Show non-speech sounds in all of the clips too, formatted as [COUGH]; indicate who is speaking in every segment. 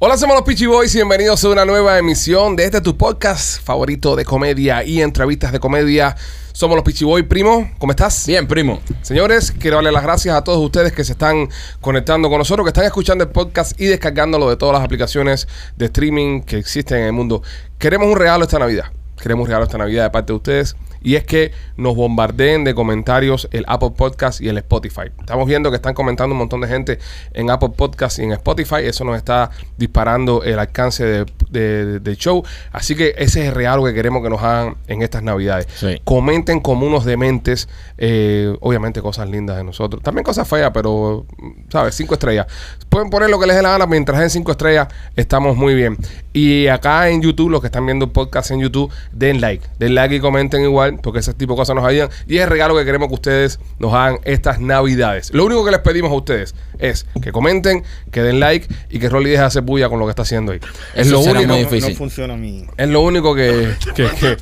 Speaker 1: Hola, somos los Peachy Boys y bienvenidos a una nueva emisión de este tu podcast favorito de comedia y entrevistas de comedia. Somos los Peachy Boys, primo. ¿Cómo estás?
Speaker 2: Bien, primo.
Speaker 1: Señores, quiero darle las gracias a todos ustedes que se están conectando con nosotros, que están escuchando el podcast y descargándolo de todas las aplicaciones de streaming que existen en el mundo. Queremos un regalo esta Navidad. Queremos un regalo esta Navidad de parte de ustedes. Y es que nos bombardeen de comentarios el Apple Podcast y el Spotify. Estamos viendo que están comentando un montón de gente en Apple Podcast y en Spotify. Eso nos está disparando el alcance de- de- de- del show. Así que ese es el regalo que queremos que nos hagan en estas Navidades.
Speaker 2: Sí.
Speaker 1: Comenten como unos dementes, eh, obviamente cosas lindas de nosotros. También cosas feas, pero, mm, ¿sabes? Cinco estrellas. Pueden poner lo que les dé la gana mientras en cinco estrellas estamos muy bien. Y acá en YouTube, los que están viendo el podcast en YouTube, den like. Den like y comenten igual, porque ese tipo de cosas nos ayudan. Y es el regalo que queremos que ustedes nos hagan estas navidades. Lo único que les pedimos a ustedes es que comenten, que den like y que Rolly deje de hacer bulla con lo que está haciendo ahí. Es
Speaker 2: Eso
Speaker 1: lo
Speaker 2: será
Speaker 1: único.
Speaker 2: muy
Speaker 3: No,
Speaker 2: difícil.
Speaker 3: no funciona mi.
Speaker 1: Es lo único que, que- que-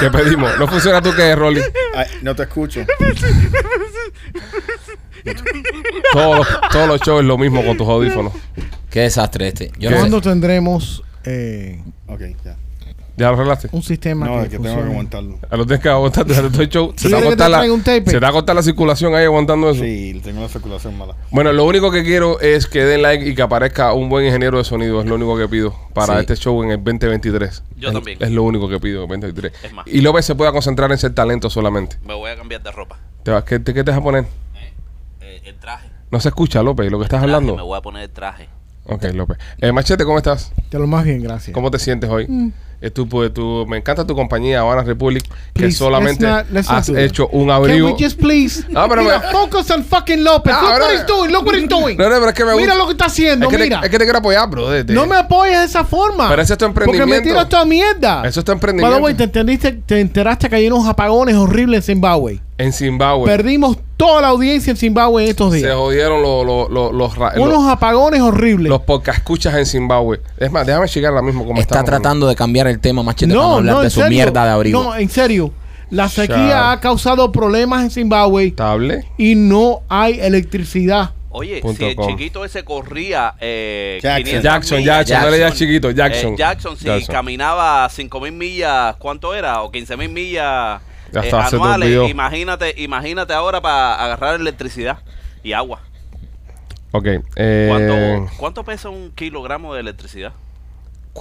Speaker 1: que pedimos. No funciona tú que Rolly.
Speaker 3: Ay, no te escucho.
Speaker 1: Todos los, todos los shows es lo mismo con tus audífonos.
Speaker 2: Qué desastre este. Yo no
Speaker 4: ¿Cuándo
Speaker 2: sé.
Speaker 4: tendremos eh,
Speaker 3: Ok, ya.
Speaker 1: ¿Ya lo arreglaste?
Speaker 4: un sistema
Speaker 3: No,
Speaker 4: que,
Speaker 3: es que tengo
Speaker 4: funcione?
Speaker 3: que aguantarlo.
Speaker 1: A los tienes que aguantar durante todo el show. Se te, va a
Speaker 4: ¿Quieres que
Speaker 1: cortar
Speaker 4: te
Speaker 1: la,
Speaker 4: traiga un tape?
Speaker 1: se te va a cortar la circulación ahí aguantando eso.
Speaker 3: Sí, tengo la circulación mala.
Speaker 1: Bueno, lo único que quiero es que den like y que aparezca un buen ingeniero de sonido. Es lo único que pido para
Speaker 2: Sí.
Speaker 1: este show en el 2023.
Speaker 5: Yo
Speaker 1: Es-
Speaker 5: también.
Speaker 1: Es lo único que pido en el 2023.
Speaker 5: Es más.
Speaker 1: Y López se pueda concentrar en ser talento solamente.
Speaker 5: Me voy a cambiar de ropa.
Speaker 1: ¿Te vas- ¿Qué, te, qué te vas a poner?
Speaker 5: Eh, el traje.
Speaker 1: No se escucha, López, lo que estás
Speaker 5: Traje,
Speaker 1: hablando.
Speaker 5: Me voy a poner el traje.
Speaker 1: Ok, López. Eh, Machete, ¿cómo estás?
Speaker 4: Te lo más bien, gracias.
Speaker 1: ¿Cómo te sientes hoy?
Speaker 4: Mm.
Speaker 1: Eh, tú, pues, tú- me encanta tu compañía, Habana Republic, que
Speaker 4: Please,
Speaker 1: solamente
Speaker 4: let's not- let's not
Speaker 1: has
Speaker 4: do that.
Speaker 1: hecho un
Speaker 4: Can
Speaker 1: abrigo.
Speaker 4: we just please
Speaker 1: No, pero
Speaker 4: mira,
Speaker 1: me-
Speaker 4: focus on fucking López.
Speaker 1: No,
Speaker 4: look
Speaker 1: no,
Speaker 4: what he's doing,
Speaker 1: [LAUGHS]
Speaker 4: look what he's doing.
Speaker 1: No, no, pero es que me
Speaker 4: mira
Speaker 1: gusta.
Speaker 4: lo que está haciendo,
Speaker 1: es, que
Speaker 4: mira.
Speaker 1: Te, es que te quiero apoyar, bro. de- de-
Speaker 4: no me apoyes de esa forma.
Speaker 1: Pero ese es tu
Speaker 4: Porque
Speaker 1: emprendimiento.
Speaker 4: me tiras toda mierda.
Speaker 1: Eso es tu
Speaker 4: By
Speaker 1: emprendimiento.
Speaker 4: the way, te, entendiste, te enteraste que hay unos apagones horribles en Zimbabue.
Speaker 1: En Zimbabue.
Speaker 4: Perdimos toda la audiencia en Zimbabue en estos
Speaker 1: se
Speaker 4: días.
Speaker 1: jodieron los, los, los, los, ra-
Speaker 4: Unos
Speaker 1: los,
Speaker 4: apagones horribles.
Speaker 1: los podcastcuchas en Zimbabue. Es más, déjame checar ahora mismo cómo
Speaker 2: Está
Speaker 1: estamos.
Speaker 2: tratando de cambiar el tema, machete, para no
Speaker 4: No,
Speaker 2: hablar
Speaker 4: no,
Speaker 2: de
Speaker 4: en
Speaker 2: su
Speaker 4: serio.
Speaker 2: mierda de abrigo.
Speaker 4: No, en serio. La sequía
Speaker 1: Chao.
Speaker 4: ha causado problemas en Zimbabue
Speaker 1: Estable.
Speaker 4: y no hay electricidad.
Speaker 5: Oye,
Speaker 1: Punto
Speaker 5: si el
Speaker 1: com.
Speaker 5: chiquito ese corría. Eh,
Speaker 3: Jackson.
Speaker 5: 500
Speaker 1: Jackson,
Speaker 5: millas,
Speaker 1: Jackson, no le digas chiquito, Jackson.
Speaker 5: eh, Jackson, si
Speaker 1: Jackson.
Speaker 5: caminaba 5.000 millas, ¿cuánto era? O 15.000 millas
Speaker 1: Ya
Speaker 5: eh,
Speaker 1: está, se te olvidó.
Speaker 5: anuales. Imagínate, imagínate ahora para agarrar electricidad y agua.
Speaker 1: Ok. Eh,
Speaker 5: ¿Cuánto, ¿Cuánto pesa un kilogramo de electricidad?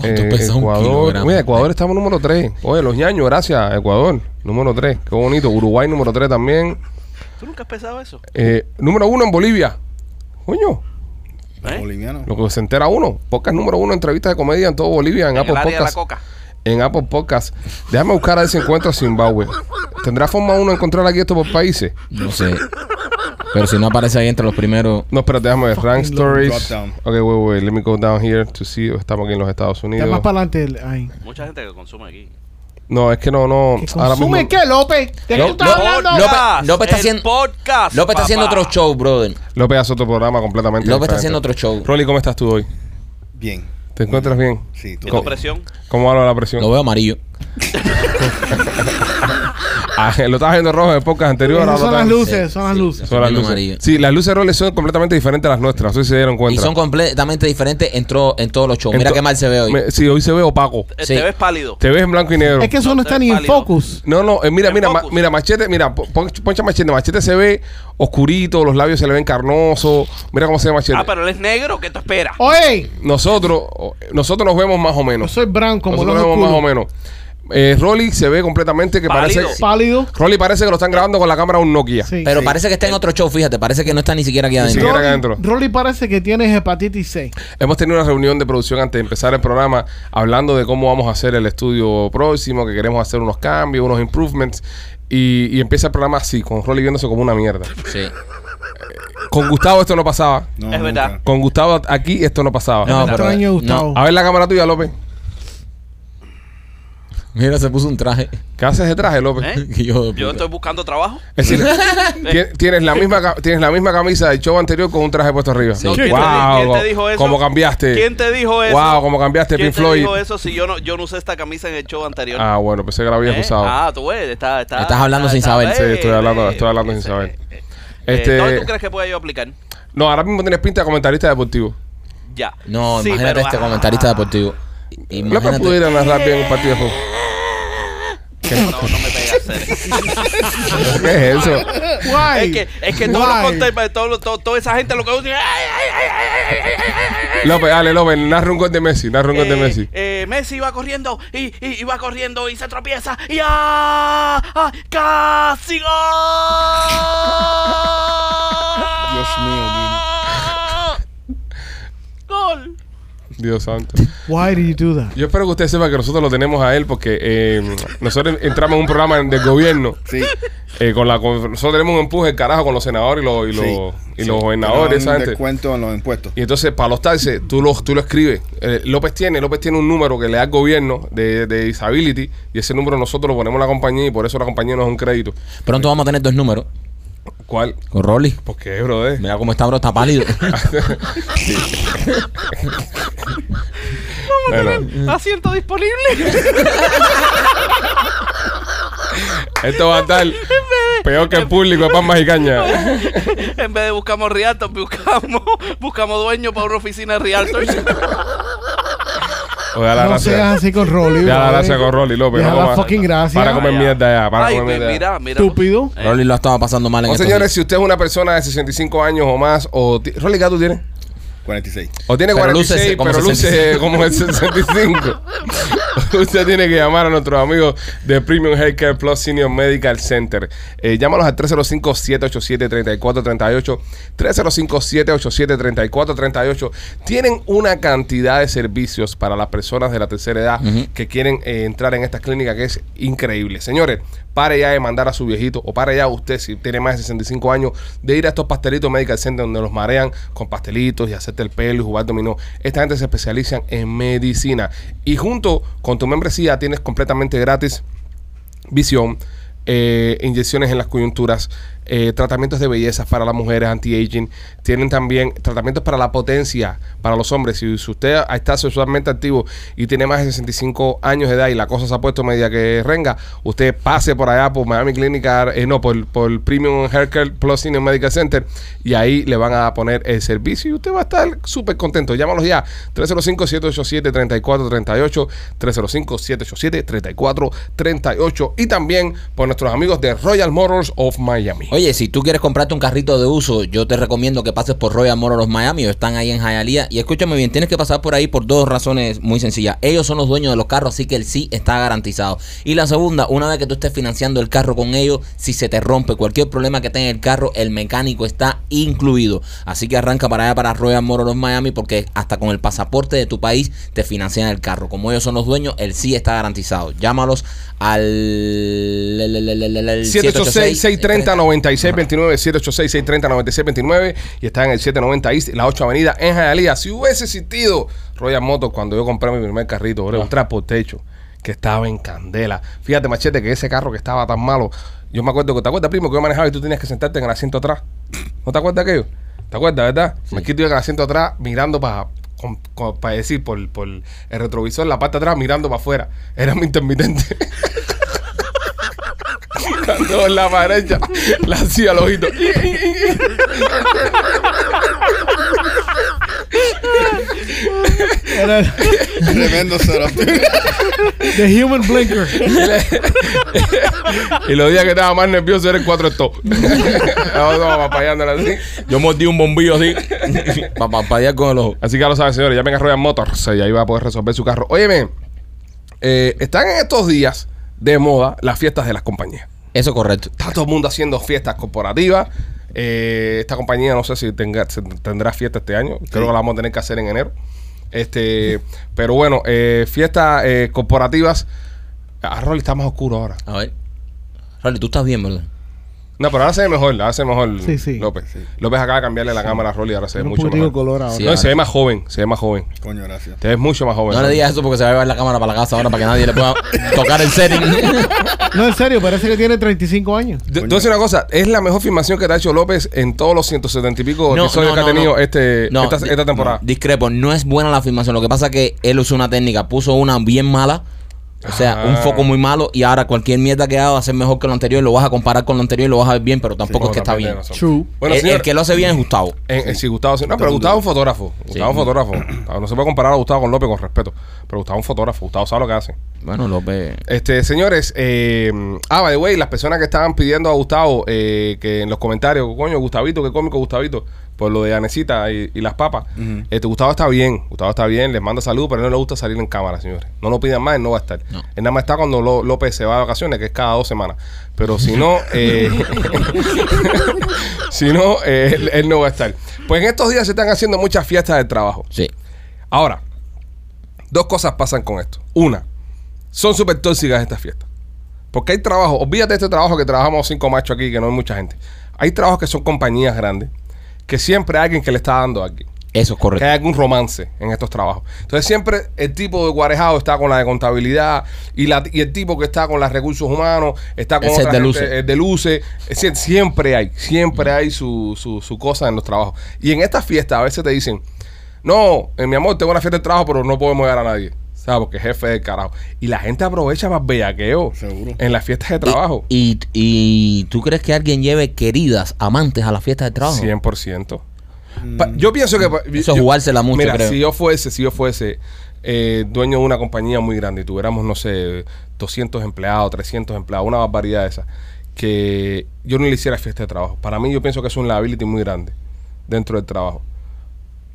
Speaker 1: eh, Ecuador. Mira, Ecuador
Speaker 2: Eh,
Speaker 1: estamos número 3. Oye, los ñaños, gracias, Ecuador. Número 3. Qué bonito. Uruguay, número 3 también.
Speaker 5: ¿Tú nunca has pesado eso?
Speaker 1: Eh, número 1 en Bolivia. Coño.
Speaker 5: ¿Eh?
Speaker 3: Boliviano.
Speaker 1: Lo que se entera uno. Podcast número uno, entrevistas de comedia en todo Bolivia, en,
Speaker 5: En
Speaker 1: Apple
Speaker 5: el área de la
Speaker 1: pues, Podcast.
Speaker 5: coca.
Speaker 1: En Apple Podcast. Déjame buscar a ver si encuentro a Zimbabue. ¿Tendrá forma uno de encontrar aquí estos países?
Speaker 2: No sé. Pero si no aparece ahí entre los primeros.
Speaker 1: No, espérate, déjame ver. Rank Stories.
Speaker 3: Drop down.
Speaker 1: Ok, wait, wait. Let me go down here to see. Estamos aquí en los Estados
Speaker 4: Está
Speaker 1: Unidos.
Speaker 4: más para adelante. el- ahí.
Speaker 5: Mucha gente que consume aquí.
Speaker 1: No, es que no, no.
Speaker 4: ¿Que
Speaker 1: Ahora mismo.
Speaker 4: ¿Consume qué, López? ¿De
Speaker 1: No,
Speaker 4: qué tú estás
Speaker 5: no,
Speaker 4: hablando? Ah,
Speaker 2: López,
Speaker 5: no,
Speaker 2: López está
Speaker 5: el
Speaker 2: haciendo.
Speaker 5: podcast,
Speaker 2: López está haciendo
Speaker 5: papá.
Speaker 2: otro show, brother.
Speaker 1: López hace otro programa completamente.
Speaker 2: López está haciendo
Speaker 1: diferente.
Speaker 2: otro show.
Speaker 1: Rolly, ¿cómo estás tú hoy?
Speaker 3: Bien.
Speaker 1: ¿Te encuentras bien?
Speaker 3: Sí, tú.
Speaker 5: ¿Y tu
Speaker 3: también.
Speaker 5: presión?
Speaker 1: ¿Cómo va la presión?
Speaker 2: Lo veo amarillo.
Speaker 1: Ah, [LAUGHS] lo estabas viendo rojo en el podcast anterior.
Speaker 4: Esas
Speaker 1: ahora lo
Speaker 4: son las
Speaker 1: estás-
Speaker 4: luces, son las
Speaker 2: sí.
Speaker 4: luces.
Speaker 1: Son las
Speaker 2: Viendo
Speaker 1: luces.
Speaker 2: amarillo.
Speaker 1: Sí, las luces de Rolly son completamente diferentes a las nuestras. Ustedes se dieron cuenta.
Speaker 2: Y son completamente diferentes en, tro- en todos los shows. Pues Mira
Speaker 1: Ento-
Speaker 2: qué mal se ve hoy.
Speaker 1: Me- sí, hoy se ve opaco.
Speaker 5: Eh,
Speaker 2: Sí.
Speaker 5: Te ves pálido.
Speaker 1: Te ves en blanco y negro.
Speaker 4: Es que eso no,
Speaker 5: No,
Speaker 4: está
Speaker 5: es
Speaker 4: ni en
Speaker 5: válido.
Speaker 4: focus.
Speaker 1: No, no, eh, mira,
Speaker 5: En
Speaker 1: mira, ma-
Speaker 5: focus.
Speaker 1: mira, machete, mira, pon- pon- poncha machete, machete se ve oscurito, los labios se le ven carnosos, mira cómo se ve machete.
Speaker 5: Ah, pero él es negro, ¿qué tú esperas?
Speaker 4: Oye,
Speaker 1: Nosotros, nosotros nos vemos más o
Speaker 4: yo
Speaker 1: menos.
Speaker 4: soy brown como
Speaker 1: nosotros
Speaker 4: los
Speaker 1: nos vemos
Speaker 4: culos.
Speaker 1: más o menos. Eh, Rolly se ve completamente que
Speaker 5: Pálido.
Speaker 1: parece.
Speaker 4: Pálido.
Speaker 1: Rolly parece que lo están grabando con la cámara de un Nokia.
Speaker 4: Sí.
Speaker 2: Pero
Speaker 4: Sí.
Speaker 2: parece que está en otro show, fíjate. Parece que no está ni siquiera aquí adentro.
Speaker 1: siquiera
Speaker 4: Rolly-
Speaker 1: acá adentro.
Speaker 4: Rolly parece que tiene hepatitis C.
Speaker 1: Hemos tenido una reunión de producción antes de empezar el programa hablando de cómo vamos a hacer el estudio próximo, que queremos hacer unos cambios, unos improvements. Y, y empieza el programa así, con Rolly viéndose como una mierda.
Speaker 2: Sí.
Speaker 1: Con Gustavo esto no pasaba.
Speaker 3: No,
Speaker 5: Es
Speaker 3: nunca.
Speaker 5: verdad.
Speaker 1: Con Gustavo aquí esto no pasaba.
Speaker 2: No, pero.
Speaker 4: Extraño, Gustavo.
Speaker 2: no.
Speaker 1: A ver la cámara tuya, López.
Speaker 2: Mira, se puso un traje. [LAUGHS]
Speaker 1: ¿Qué haces de traje, López?
Speaker 5: ¿Eh?
Speaker 2: Que yo de puta.
Speaker 5: Yo estoy buscando trabajo.
Speaker 1: Es
Speaker 5: [LAUGHS]
Speaker 1: decir, ti- tienes la misma ca- tienes la misma camisa del show anterior con un traje puesto arriba.
Speaker 5: No, ¿quién,
Speaker 1: Wow,
Speaker 5: te, quién te dijo eso?
Speaker 1: ¿Cómo cambiaste?
Speaker 5: ¿Quién te dijo eso?
Speaker 1: Wow, ¿cómo cambiaste
Speaker 5: ¿Quién
Speaker 1: Pink
Speaker 5: te
Speaker 1: Floyd?
Speaker 5: dijo eso si yo no, yo no usé esta camisa en el show anterior?
Speaker 1: Ah, bueno, pensé que la habías
Speaker 5: ¿Eh?
Speaker 1: usado.
Speaker 5: Ah, tú ves, está, está-
Speaker 2: Estás hablando
Speaker 5: está-
Speaker 2: sin saber.
Speaker 5: está-
Speaker 2: Sí,
Speaker 1: estoy hablando-
Speaker 5: eh,
Speaker 1: estoy hablando sin
Speaker 5: eh,
Speaker 1: saber.
Speaker 5: eh, eh,
Speaker 1: Este-
Speaker 5: ¿dónde tú crees que pueda yo aplicar?
Speaker 1: No, ahora mismo tienes pinta de comentarista deportivo.
Speaker 5: Ya.
Speaker 2: No,
Speaker 5: Sí,
Speaker 2: imagínate
Speaker 5: pero-
Speaker 2: este
Speaker 5: ah,
Speaker 2: comentarista deportivo. I-
Speaker 1: López
Speaker 2: Imagínate.
Speaker 1: pudiera narrar bien un partido de fútbol.
Speaker 5: No, no me pegas. Cere.
Speaker 1: ¿Qué es eso?
Speaker 4: Guay.
Speaker 5: es que,
Speaker 1: eh.
Speaker 5: es que todos los
Speaker 4: Guay.
Speaker 5: content- todo- todo- toda esa gente lo que usa. ¡Ay, ay, ay, ay, ay, ay, ay, ay, ay!
Speaker 1: López, dale, López, narra un gol de Messi, narra un gol de
Speaker 5: Eh,
Speaker 1: Messi.
Speaker 5: eh, Messi va corriendo y, y, y va corriendo y se tropieza y ¡ah! ¡Ah! ¡Casi gol! Dios mío, [LAUGHS] ¡Gol!
Speaker 1: Dios santo.
Speaker 4: Why did you do that?
Speaker 1: Yo espero que usted sepa que nosotros lo tenemos a él porque eh, nosotros entramos en un programa del gobierno.
Speaker 3: Sí.
Speaker 1: eh, con la, con- nosotros tenemos un empuje, carajo, con los senadores y los, y los,
Speaker 3: sí,
Speaker 1: y
Speaker 3: sí.
Speaker 1: los
Speaker 3: Te dan
Speaker 1: gobernadores, esa gente.
Speaker 3: descuento en los impuestos.
Speaker 1: Y entonces, para los taxes, tú lo, tú lo escribes. Eh, López tiene López tiene un número que le da el gobierno de, de Disability y ese número nosotros lo ponemos en la compañía y por eso la compañía nos da un crédito.
Speaker 2: Pronto vamos a tener dos números.
Speaker 1: ¿Cuál?
Speaker 2: Con Rolly.
Speaker 1: ¿Por qué, brother?
Speaker 2: Mira cómo está, bro, está
Speaker 5: [LAUGHS]
Speaker 2: pálido.
Speaker 1: Bueno,
Speaker 5: ¿Asiento disponible? [LAUGHS]
Speaker 1: esto va a estar peor que el público de pan magicaña.
Speaker 5: en vez de buscamos Realtor, buscamos, buscamos dueño para una oficina de Realtor.
Speaker 1: O da la
Speaker 4: no seas
Speaker 1: gracia.
Speaker 4: así con Rolly.
Speaker 1: Ya la
Speaker 4: brother.
Speaker 1: gracia con Rolly López.
Speaker 4: Ya
Speaker 1: no
Speaker 4: la
Speaker 1: coma-
Speaker 4: fucking gracia.
Speaker 1: Para comer
Speaker 5: Ya.
Speaker 1: mierda ya. Para
Speaker 5: Ay,
Speaker 1: comer
Speaker 5: mi-
Speaker 1: mierda.
Speaker 5: mira, mira.
Speaker 4: Estúpido.
Speaker 5: Eh,
Speaker 2: Rolly lo estaba pasando mal en
Speaker 1: Bueno,
Speaker 2: estos
Speaker 1: Oh, señores,
Speaker 2: días.
Speaker 1: si usted es una persona de 65 años o más, o ti- Rolly, ¿qué edad tú tienes?
Speaker 3: 46.
Speaker 1: O tiene
Speaker 2: Pero
Speaker 1: 46,
Speaker 2: luce como
Speaker 1: pero luce
Speaker 2: 65.
Speaker 1: como el
Speaker 2: [LAUGHS]
Speaker 1: 65. Usted tiene que llamar a nuestros amigos de Premium Healthcare Plus Senior Medical Center. Eh, llámalos al 305-787-3438. 305-787-3438. Tienen una cantidad de servicios para las personas de la tercera edad que quieren eh, entrar en esta clínica que es increíble. Señores, pare ya de mandar a su viejito o pare ya usted si tiene más de 65 años de ir a estos pastelitos Medical Center donde los marean con pastelitos y hacerte el pelo y jugar dominó. Esta gente se especializa en medicina y junto con tu membresía tienes completamente gratis visión, eh, inyecciones en las coyunturas, eh, tratamientos de belleza para las mujeres, anti-aging. Tienen también tratamientos para la potencia para los hombres. Si, si usted está sexualmente activo y tiene más de 65 años de edad y la cosa se ha puesto media que renga, usted pase por allá por Miami Clinic, eh, no, por, por Premium Haircare Plus Senior Medical Center y ahí le van a poner el servicio y usted va a estar súper contento. Llámalos ya, 305-787-3438, 305-787-3438 y también por nuestros amigos de Royal Motors of Miami.
Speaker 2: Oye, si tú quieres comprarte un carrito de uso, yo te recomiendo que pases por Royal Motors Miami, o están ahí en Hialeah. Y escúchame bien, tienes que pasar por ahí por dos razones muy sencillas. Ellos son los dueños de los carros, así que el sí está garantizado. Y la segunda, una vez que tú estés financiando el carro con ellos, si se te rompe cualquier problema que tenga el carro, el mecánico está incluido. Así que arranca para allá para Royal Motors Miami, porque hasta con el pasaporte de tu país te financian el carro. Como ellos son los dueños, el sí está garantizado. Llámalos al
Speaker 1: 786-630-9629, 786-630-9629 y está en el 790 East, la 8 Avenida en Hialeah. Si hubiese existido Royal Motors cuando yo compré mi primer carrito, era un transportecho que estaba en candela. Fíjate, machete, que ese carro que estaba tan malo, yo me acuerdo que te acuerdas, primo, que yo manejaba y tú tenías que sentarte en el asiento atrás. ¿No te acuerdas de aquello? ¿Te acuerdas, verdad? Me quito yo en el asiento atrás mirando para para decir por, por el retrovisor, la parte de atrás mirando para afuera. Era mi intermitente. Cuando la pareja la hacía al ojito.
Speaker 4: Era el-
Speaker 3: [LAUGHS] Tremendo setup.
Speaker 1: [LAUGHS]
Speaker 4: The human blinker.
Speaker 1: Este Y los días que estaba más nervioso era el 4 stop. Estaba papayándola así.
Speaker 2: Yo mordí un bombillo [LAUGHS] así para parpadear con el ojo.
Speaker 1: Así que ya lo saben, señores. Llamen a Royal Motors eh, y ahí va a poder resolver su carro. Óyeme, eh, están en estos días de moda las fiestas de las compañías.
Speaker 2: Eso es correcto.
Speaker 1: Está todo el mundo haciendo fiestas corporativas. Eh, esta compañía no sé si tenga- se- tendrá fiesta este año. Creo que la vamos a tener que hacer en enero. Este, pero bueno, eh, fiestas eh, corporativas. A Rolly está más oscuro ahora.
Speaker 2: A ver. Rolly, tú estás bien, ¿verdad?
Speaker 1: No, pero ahora se ve mejor, ahora se ve mejor
Speaker 4: Sí, sí.
Speaker 1: López. López acaba de cambiarle la cámara a Rolly, ahora se ve
Speaker 4: Tiene un
Speaker 1: mucho
Speaker 4: poquitico de
Speaker 1: mejor.
Speaker 4: color ahora.
Speaker 2: Sí.
Speaker 1: No, y se ve más joven, se ve más joven.
Speaker 3: Coño, gracias.
Speaker 1: Te ves mucho más joven.
Speaker 2: No le
Speaker 1: Rolly.
Speaker 2: digas eso porque se va a llevar la cámara para la casa ahora para que nadie
Speaker 1: [LAUGHS]
Speaker 2: le pueda tocar el setting.
Speaker 1: Eh,
Speaker 4: No, en serio, parece que tiene 35 años.
Speaker 1: Te- te voy a decir una cosa, es la mejor filmación que te ha hecho López en todos los 170 y pico
Speaker 2: No,
Speaker 1: episodios
Speaker 2: no,
Speaker 1: que ha
Speaker 2: no,
Speaker 1: tenido
Speaker 2: no.
Speaker 1: Este,
Speaker 2: [LAUGHS] No,
Speaker 1: esta,
Speaker 2: di-
Speaker 1: esta temporada.
Speaker 2: Discrepo, no es buena la filmación. Lo que pasa es que él usó una técnica, puso una bien mala. O sea,
Speaker 1: Ah.
Speaker 2: un foco muy malo y ahora cualquier mierda que haga va a ser mejor que lo anterior, lo vas a comparar con lo anterior y lo vas a ver bien, pero tampoco
Speaker 1: No,
Speaker 2: es que está
Speaker 1: también
Speaker 2: bien.
Speaker 1: tiene razón.
Speaker 4: True.
Speaker 1: Bueno,
Speaker 2: el,
Speaker 1: señor,
Speaker 2: el que lo hace bien es Gustavo.
Speaker 1: en- en- sí, Gustavo. sí. No, pero Gustavo es un fotógrafo. Gustavo es un fotógrafo. No se puede comparar a Gustavo con López con respeto. Pero Gustavo es un fotógrafo. Gustavo sabe lo que hace.
Speaker 2: Bueno, López.
Speaker 1: Este, señores, eh, ah, by the way, las personas que estaban pidiendo a Gustavo eh, que en los comentarios, coño, Gustavito, qué cómico Gustavito, por lo de Anecita y, y las papas. Este, Gustavo está bien, Gustavo está bien, les manda saludos, pero no le gusta salir en cámara, señores. No lo pidan más, él no va a estar.
Speaker 2: No.
Speaker 1: Él nada más está cuando Lo- López se va de vacaciones, que es cada dos semanas. Pero si no, eh, [LAUGHS] si no, eh, él, él no va a estar. Pues en estos días se están haciendo muchas fiestas de trabajo.
Speaker 2: Sí.
Speaker 1: Ahora, dos cosas pasan con esto. Una, son súper tóxicas estas fiestas. Porque hay trabajo, olvídate de este trabajo que trabajamos cinco machos aquí, que no hay mucha gente. Hay trabajos que son compañías grandes, que siempre hay alguien que le está dando a alguien.
Speaker 2: Eso es
Speaker 1: Que
Speaker 2: correcto.
Speaker 1: hay algún romance en estos trabajos. Entonces siempre el tipo de guarejado está con la de contabilidad y, la, y el tipo que está con los recursos humanos, está con
Speaker 2: Es el
Speaker 1: otra
Speaker 2: de
Speaker 1: gente,
Speaker 2: luces.
Speaker 1: el de luces. Es decir, siempre hay, siempre hay su, su, su cosa en los trabajos. Y en estas fiestas a veces te dicen, no, eh, mi amor, tengo una fiesta de trabajo, pero no podemos llegar a nadie. ¿Sabes? Porque jefe del carajo. Y la gente aprovecha para bellaqueo
Speaker 3: Seguro.
Speaker 1: en las fiestas de trabajo.
Speaker 2: Y, y tú crees que alguien lleve queridas amantes a la fiesta de trabajo?
Speaker 1: 100%. Pa- yo pienso que. pa-
Speaker 2: Eso
Speaker 1: yo-
Speaker 2: es jugársela mucho,
Speaker 1: Mira,
Speaker 2: creo.
Speaker 1: si yo fuese, si yo fuese eh, dueño de una compañía muy grande y tuviéramos, no sé, 200 empleados, 300 empleados, una barbaridad esa, que yo no le hiciera fiesta de trabajo. Para mí, yo pienso que es un liability muy grande dentro del trabajo.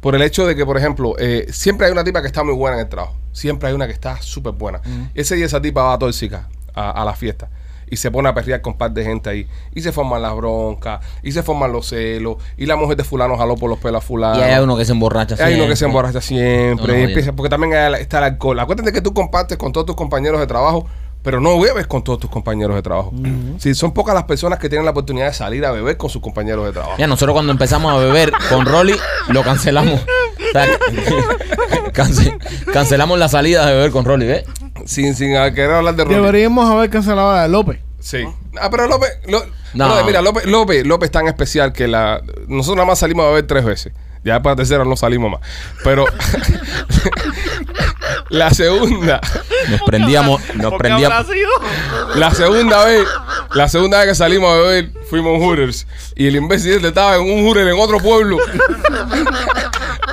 Speaker 1: Por el hecho de que, por ejemplo, eh, siempre hay una tipa que está muy buena en el trabajo. Siempre hay una que está súper buena. Ese y esa tipa va tóxica a, a la fiesta. Y se pone a perrear con un par de gente ahí. Y se forman las broncas. Y se forman los celos. Y la mujer de fulano jaló por los pelos a fulano.
Speaker 2: Y hay uno que se emborracha.
Speaker 1: Hay uno
Speaker 2: siempre.
Speaker 1: que se emborracha siempre.
Speaker 2: No, no,
Speaker 1: y
Speaker 2: yo
Speaker 1: empieza-
Speaker 2: no.
Speaker 1: porque también hay- está el alcohol. Acuérdate que tú compartes con todos tus compañeros de trabajo, pero no bebes con todos tus compañeros de trabajo. Sí, son pocas las personas que tienen la oportunidad de salir a beber con sus compañeros de trabajo.
Speaker 2: Ya, nosotros cuando empezamos a beber con Rolly, lo cancelamos. O sea,
Speaker 1: [LAUGHS]
Speaker 2: cance- cancelamos la salida de beber con Rolly, ¿eh? ¿ves?
Speaker 1: Sin, sin querer hablar de Rolly.
Speaker 4: Deberíamos haber cancelado a López.
Speaker 1: Sí. Ah, pero López, Lo-
Speaker 2: No.
Speaker 1: Brother, mira, López, López, López es tan especial que la nosotros nada más salimos a ver tres veces. Ya para la tercera no salimos más. Pero [LAUGHS] la segunda,
Speaker 2: Nos
Speaker 5: ¿Por qué
Speaker 2: prendíamos,
Speaker 5: habrá-
Speaker 2: nos
Speaker 5: por qué habrá
Speaker 2: prendíamos.
Speaker 5: sido?
Speaker 1: la segunda vez, la segunda vez que salimos a beber, fuimos a un Hooters. Y el imbécil este estaba en un Hooters en otro pueblo.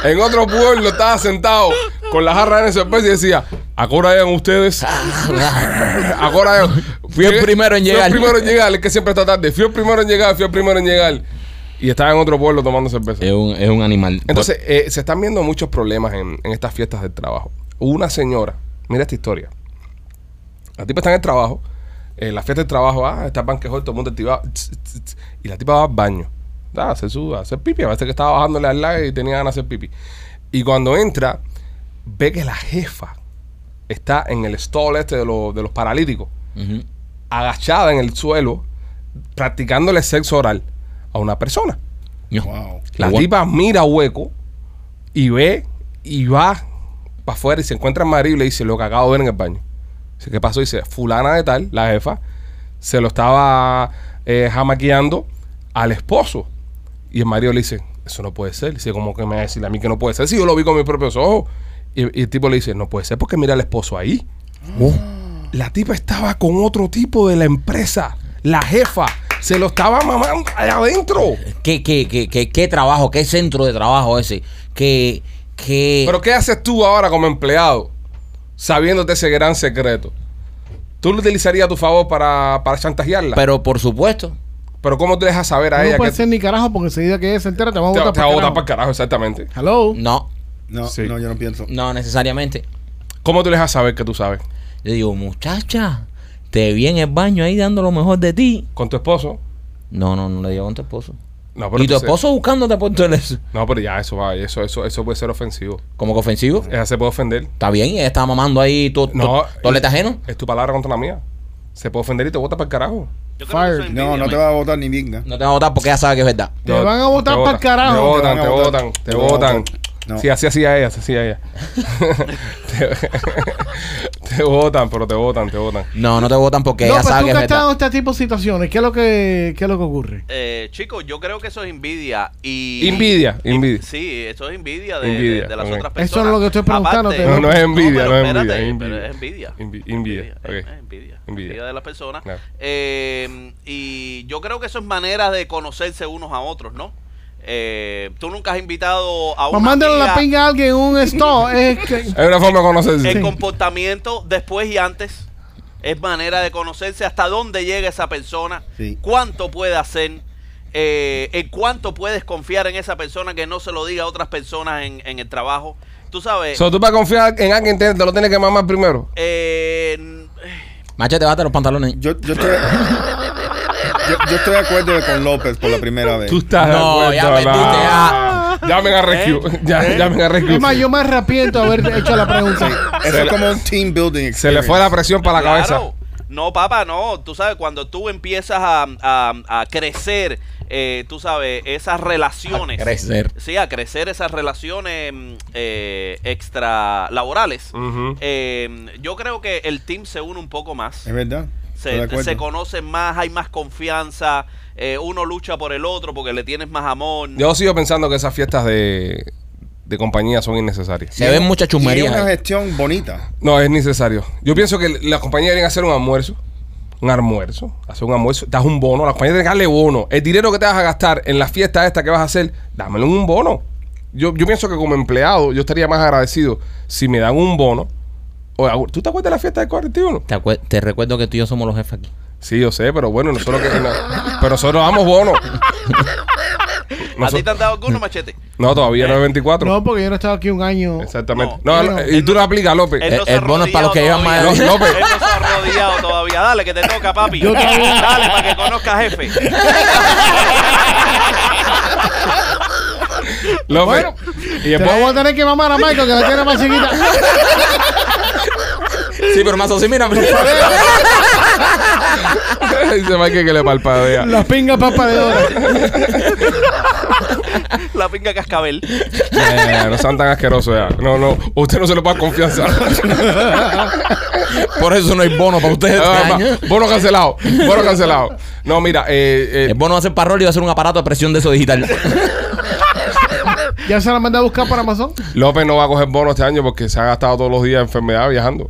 Speaker 1: En otro pueblo estaba sentado con la jarra de cerveza y decía, ¿acora llegan ustedes? [CLEARS THROAT] Ahora yo.
Speaker 2: Fui el primero en llegar.
Speaker 1: Fui el primero en llegar, es que siempre está tarde. Fui el primero en llegar, fui el primero en llegar. Y estaba en otro pueblo tomando cerveza.
Speaker 2: [LAUGHS] Es un, es un animal.
Speaker 1: Entonces, eh, se están viendo muchos problemas en, en estas fiestas del trabajo. Hubo Una señora, mira esta historia. La tipa está en el trabajo, en la fiesta del trabajo, ah, está el banquejol, todo el mundo activado. tss, tss, tss, Y la tipa va al baño. Ah, se sube a hacer pipi. Parece que estaba bajándole al lado y tenía ganas de hacer pipi. Y cuando entra, ve que la jefa está en el stall este de, los- de los paralíticos
Speaker 2: Pues, Ujú.
Speaker 1: agachada en el suelo, practicándole sexo oral a una persona.
Speaker 2: No.
Speaker 3: Wow.
Speaker 1: La
Speaker 2: Igual-
Speaker 1: tipa mira hueco y ve y va para afuera y se encuentra en Madrid y le dice lo que acabo de ver en el baño. Dice, ¿qué pasó? Dice, fulana de tal, la jefa, se lo estaba eh, jamaqueando al esposo. Y el marido le dice, eso no puede ser. Dice, ¿cómo que me va a decir a mí que no puede ser? Si yo lo vi con mis propios ojos. Y, y el tipo le dice, no puede ser porque mira al esposo ahí. La tipa estaba con otro tipo de la empresa. La jefa se lo estaba mamando allá adentro.
Speaker 2: ¿Qué, qué, qué, qué, qué trabajo? ¿Qué centro de trabajo ese? ¿Qué, qué...
Speaker 1: Pero ¿qué haces tú ahora como empleado sabiéndote ese gran secreto? ¿Tú lo utilizarías a tu favor para, para chantajearla? Pero,
Speaker 2: Pero por supuesto.
Speaker 1: ¿cómo te dejas saber a
Speaker 4: No
Speaker 1: ella
Speaker 4: puede
Speaker 1: que
Speaker 4: ser ni carajo porque enseguida que ella se entera te va a
Speaker 1: te,
Speaker 4: botar
Speaker 1: te va a botar para el
Speaker 4: carajo.
Speaker 1: carajo? Exactamente.
Speaker 4: Hello.
Speaker 2: No,
Speaker 3: No,
Speaker 1: Sí.
Speaker 3: no, yo no pienso.
Speaker 2: no necesariamente.
Speaker 1: ¿Cómo tú le dejas saber que tú sabes?
Speaker 2: Yo digo, muchacha, te vi en el baño ahí dando lo mejor de ti.
Speaker 1: ¿Con tu esposo?
Speaker 2: No, no, no le digo a tu esposo.
Speaker 1: No,
Speaker 2: y tu
Speaker 1: entonces-
Speaker 2: esposo buscándote por teléfono.
Speaker 1: No, pero ya, eso va, eso, eso, eso puede ser ofensivo.
Speaker 2: Como que ofensivo.
Speaker 1: Ella se puede ofender.
Speaker 2: Está bien, y ella estaba mamando ahí to, to-
Speaker 1: No.
Speaker 2: toleta ajeno.
Speaker 1: Es tu palabra contra la mía. Se puede ofender y te bota para el carajo.
Speaker 5: Yo creo
Speaker 4: Fired.
Speaker 5: que eso es
Speaker 3: No,
Speaker 5: envidia,
Speaker 3: no te
Speaker 5: man.
Speaker 3: va a votar ni Vinga.
Speaker 2: No te van a votar porque ya sabe que es verdad.
Speaker 4: Te van a votar
Speaker 1: te
Speaker 4: pa'l
Speaker 1: votan,
Speaker 4: carajo.
Speaker 1: Te votan, te
Speaker 3: Te van a votar.
Speaker 1: votan, te
Speaker 3: Te van a
Speaker 1: votan.
Speaker 3: votar. No.
Speaker 1: Sí, así hacía ella, así hacía ella. [LAUGHS] te, te votan, pero te votan, te votan.
Speaker 2: No, no te votan porque
Speaker 4: No,
Speaker 2: ella
Speaker 4: pero
Speaker 2: sabe
Speaker 4: tú
Speaker 2: que
Speaker 4: que
Speaker 2: es
Speaker 4: has estado
Speaker 2: verdad.
Speaker 4: en este tipo de situaciones, ¿qué es lo que, qué es lo que ocurre?
Speaker 5: Eh, chicos, yo creo que eso es envidia y...
Speaker 1: Invidia, invidia.
Speaker 5: Sí, eso es envidia de,
Speaker 1: Envidia,
Speaker 5: de- de las
Speaker 1: ok.
Speaker 5: otras
Speaker 4: Eso es
Speaker 5: personas.
Speaker 4: lo que estoy preguntando, te-
Speaker 1: No, no es envidia,
Speaker 5: pero
Speaker 1: no es envidia,
Speaker 5: espérate,
Speaker 1: es envidia.
Speaker 5: pero es envidia.
Speaker 1: Envi- envidia, ok.
Speaker 5: Es- es envidia.
Speaker 1: Envidia.
Speaker 5: Envidia de las personas.
Speaker 1: Claro.
Speaker 5: Eh, y yo creo que eso es manera de conocerse unos a otros, ¿no? Eh, Tú nunca has invitado a
Speaker 4: Pues
Speaker 5: una
Speaker 4: mándale la
Speaker 5: amiga
Speaker 4: pinga a alguien en un
Speaker 1: [LAUGHS]
Speaker 4: store. es que-
Speaker 1: Hay una forma de conocerse.
Speaker 5: el comportamiento después y antes. Es manera de conocerse hasta dónde llega esa persona,
Speaker 3: Sí.
Speaker 5: cuánto puede hacer, eh, en cuánto puedes confiar en esa persona que no se lo diga a otras personas en, en el trabajo. Tú sabes,
Speaker 1: So, tú para confiar en alguien te, te lo tienes que mamar primero.
Speaker 5: eh, n-
Speaker 2: Machete, bate los pantalones.
Speaker 3: Yo, yo, estoy, yo, yo estoy de acuerdo con López por la primera vez.
Speaker 1: Tú estás. de
Speaker 2: No,
Speaker 1: acuerdo,
Speaker 2: ya
Speaker 1: [LAUGHS]
Speaker 2: perdiste,
Speaker 1: va. Llamen a
Speaker 5: ¿Eh?
Speaker 1: Rescue. Ya, Llamen a Rescue.
Speaker 4: es más, yo me arrepiento de haber hecho la pregunta.
Speaker 3: Eso es como un team building
Speaker 1: Se le fue la
Speaker 3: experience.
Speaker 1: presión para la cabeza.
Speaker 5: Claro. No, papá, no. Tú sabes, cuando tú empiezas a, a- a crecer, eh, tú sabes, esas relaciones.
Speaker 2: A crecer.
Speaker 5: Sí, a crecer esas relaciones mm, eh, extra laborales.
Speaker 1: Ujú.
Speaker 5: Eh, yo creo que el team se une un poco más.
Speaker 3: Es verdad. Em, Estoy de
Speaker 5: Se,
Speaker 3: acuerdo.
Speaker 5: se conocen más, hay más confianza. eh, uno lucha por el otro porque le tienes más amor.
Speaker 1: Yo sigo pensando que esas fiestas de, de compañía son innecesarias.
Speaker 2: Se ven muchas
Speaker 3: Y es
Speaker 2: chumerías.
Speaker 3: una
Speaker 2: ahí.
Speaker 3: gestión bonita.
Speaker 1: No, es necesario. Yo pienso que la compañía debería hacer un almuerzo. Un almuerzo. Hacer un almuerzo. Das un bono. La compañía tiene que darle bono. El dinero que te vas a gastar en la fiesta esta que vas a hacer, dámelo en un bono. Yo, yo pienso que como empleado, yo estaría más agradecido si me dan un bono. Oye, Agur, ¿tú te acuerdas de la fiesta del 41?
Speaker 2: Te, acue- te recuerdo que tú y yo somos los jefes aquí.
Speaker 1: Sí, yo sé, pero bueno, nosotros que. no- pero nosotros damos bono.
Speaker 5: ¿A ti te
Speaker 1: Nosotros-
Speaker 5: han dado alguno, machete?
Speaker 1: no, todavía no es 24.
Speaker 4: No, porque yo no he estado aquí un año.
Speaker 1: Exactamente.
Speaker 5: No, eh,
Speaker 1: No,
Speaker 4: él no-
Speaker 1: y tú la aplicas, López.
Speaker 5: Él
Speaker 2: El-
Speaker 5: se ha
Speaker 2: el bono es para los que
Speaker 5: rodeado
Speaker 2: llevan
Speaker 1: más de-
Speaker 5: todavía.
Speaker 1: López.
Speaker 5: Él no se ha rodeado todavía. Dale, que te toca, papi.
Speaker 4: Yo todavía-
Speaker 5: Dale, para que conozca jefe.
Speaker 1: López. y
Speaker 4: Te
Speaker 1: después-
Speaker 4: la voy a tener que mamar a Michael, que la tiene más chiquita.
Speaker 1: [LAUGHS]
Speaker 2: Sí, pero más así, mira.
Speaker 1: [LAUGHS] Dice Mike que le palpadea.
Speaker 4: Las pingas parpadeadoras.
Speaker 5: La pinga cascabel.
Speaker 1: Eh, no sean tan asquerosos ya. No, no. Usted no se lo va a
Speaker 2: [LAUGHS]
Speaker 1: confianzar.
Speaker 2: [LAUGHS] Por eso no hay bono para ustedes este
Speaker 1: Ah,
Speaker 2: año.
Speaker 1: va. bono cancelado. Bono cancelado. No, mira. Eh, eh,
Speaker 2: El bono va a ser parrol y va a ser un aparato de presión de eso digital.
Speaker 4: Ya se la mandé a buscar para Amazon.
Speaker 1: López no va a coger bono este año porque se ha gastado todos los días en enfermedad viajando. Eh,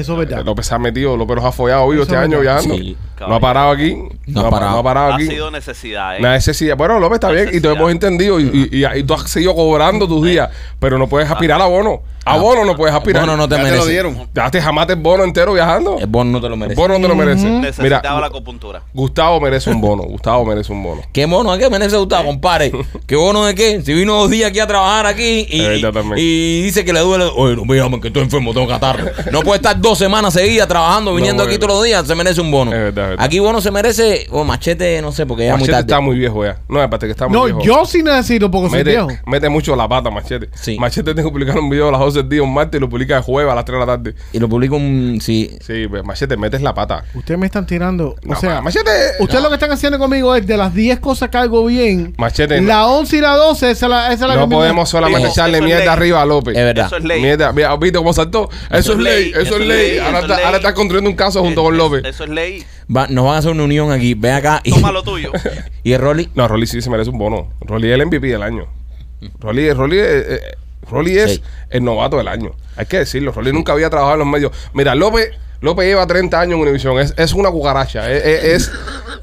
Speaker 4: Eso es verdad.
Speaker 1: López se ha metido. López los ha follado vivo
Speaker 4: Eso
Speaker 1: este
Speaker 4: es
Speaker 1: año
Speaker 4: verdad.
Speaker 1: viajando.
Speaker 2: Sí.
Speaker 1: No ha parado aquí.
Speaker 2: No ha parado.
Speaker 1: No ha parado
Speaker 5: Ha
Speaker 1: aquí.
Speaker 5: sido necesidad, ¿eh?
Speaker 1: Una necesidad. Bueno, López está bien y te
Speaker 5: Necesidad.
Speaker 1: hemos entendido y, y- y- y tú has seguido cobrando tus días, pero no puedes aspirar a bono. A bono no puedes aspirar.
Speaker 2: bono no te
Speaker 3: Ya te lo
Speaker 2: merece.
Speaker 3: dieron.
Speaker 1: Ya te jamás el bono entero viajando.
Speaker 2: El bono no te lo
Speaker 1: El
Speaker 2: merece.
Speaker 1: bono no te lo merece.
Speaker 5: Necesitaba
Speaker 1: Mira,
Speaker 5: la acupuntura.
Speaker 1: Gustavo merece un bono. Gustavo merece un bono.
Speaker 2: ¿Qué bono? ¿A qué merece usted,
Speaker 1: [LAUGHS]
Speaker 2: compadre? ¿Qué bono de qué? Si vino dos días aquí a trabajar aquí y,
Speaker 1: Es verdad también.
Speaker 2: y dice que le duele. Oye, no, mira, man, que estoy enfermo, tengo catarro. No puede estar dos semanas seguidas
Speaker 1: [LAUGHS]
Speaker 2: trabajando, viniendo
Speaker 1: bueno.
Speaker 2: aquí todos los días. Se merece un bono.
Speaker 1: Es verdad, es verdad.
Speaker 2: Aquí bono se merece. O machete, no sé, porque ya es muy
Speaker 1: Machete
Speaker 2: tarde.
Speaker 1: está muy viejo ya. No, aparte que está muy
Speaker 4: No,
Speaker 1: viejo.
Speaker 4: yo sí necesito porque soy
Speaker 1: Mete,
Speaker 4: viejo.
Speaker 1: mete mucho la pata, Machete.
Speaker 2: Sí.
Speaker 1: Machete tiene que publicar un video a las 12 del día un martes y lo publica el jueves a las 3 de la tarde.
Speaker 2: Y lo publico un. Sí.
Speaker 1: Sí, pues, Machete, metes la pata.
Speaker 4: Ustedes me están tirando.
Speaker 1: No,
Speaker 4: o sea,
Speaker 1: ma- Machete.
Speaker 4: ustedes lo que están haciendo conmigo es de las 10 cosas que hago bien.
Speaker 1: Machete, no.
Speaker 4: La 11 y la 12, esa es la, esa es la
Speaker 1: no
Speaker 4: que me-
Speaker 1: podemos solamente
Speaker 5: Eso-
Speaker 1: echarle
Speaker 5: eso es
Speaker 1: mierda
Speaker 5: ley.
Speaker 1: arriba a López.
Speaker 2: Es verdad.
Speaker 5: Eso es ley.
Speaker 1: Mierda, mira, ¿viste cómo saltó? Eso es ley, eso es ley. Ahora
Speaker 5: eso es
Speaker 1: está-
Speaker 5: ley.
Speaker 1: ahora está construyendo un caso junto con
Speaker 5: Es-
Speaker 1: López.
Speaker 5: Eh, Eso es ley.
Speaker 2: Va- nos van a hacer una unión aquí. Ve acá y.
Speaker 5: Toma
Speaker 1: [LAUGHS]
Speaker 5: lo tuyo.
Speaker 2: [LAUGHS] Y el Rolly.
Speaker 1: No, Rolly sí se merece un bono. Rolly es el MVP del año. Rolly, Rolly, eh, eh, Rolly es
Speaker 2: Sí.
Speaker 1: el novato del año. Hay que decirlo. Rolly nunca había trabajado en los medios. Mira, López, López lleva 30 años en Univisión. Es, es una cucaracha. Es, es, es-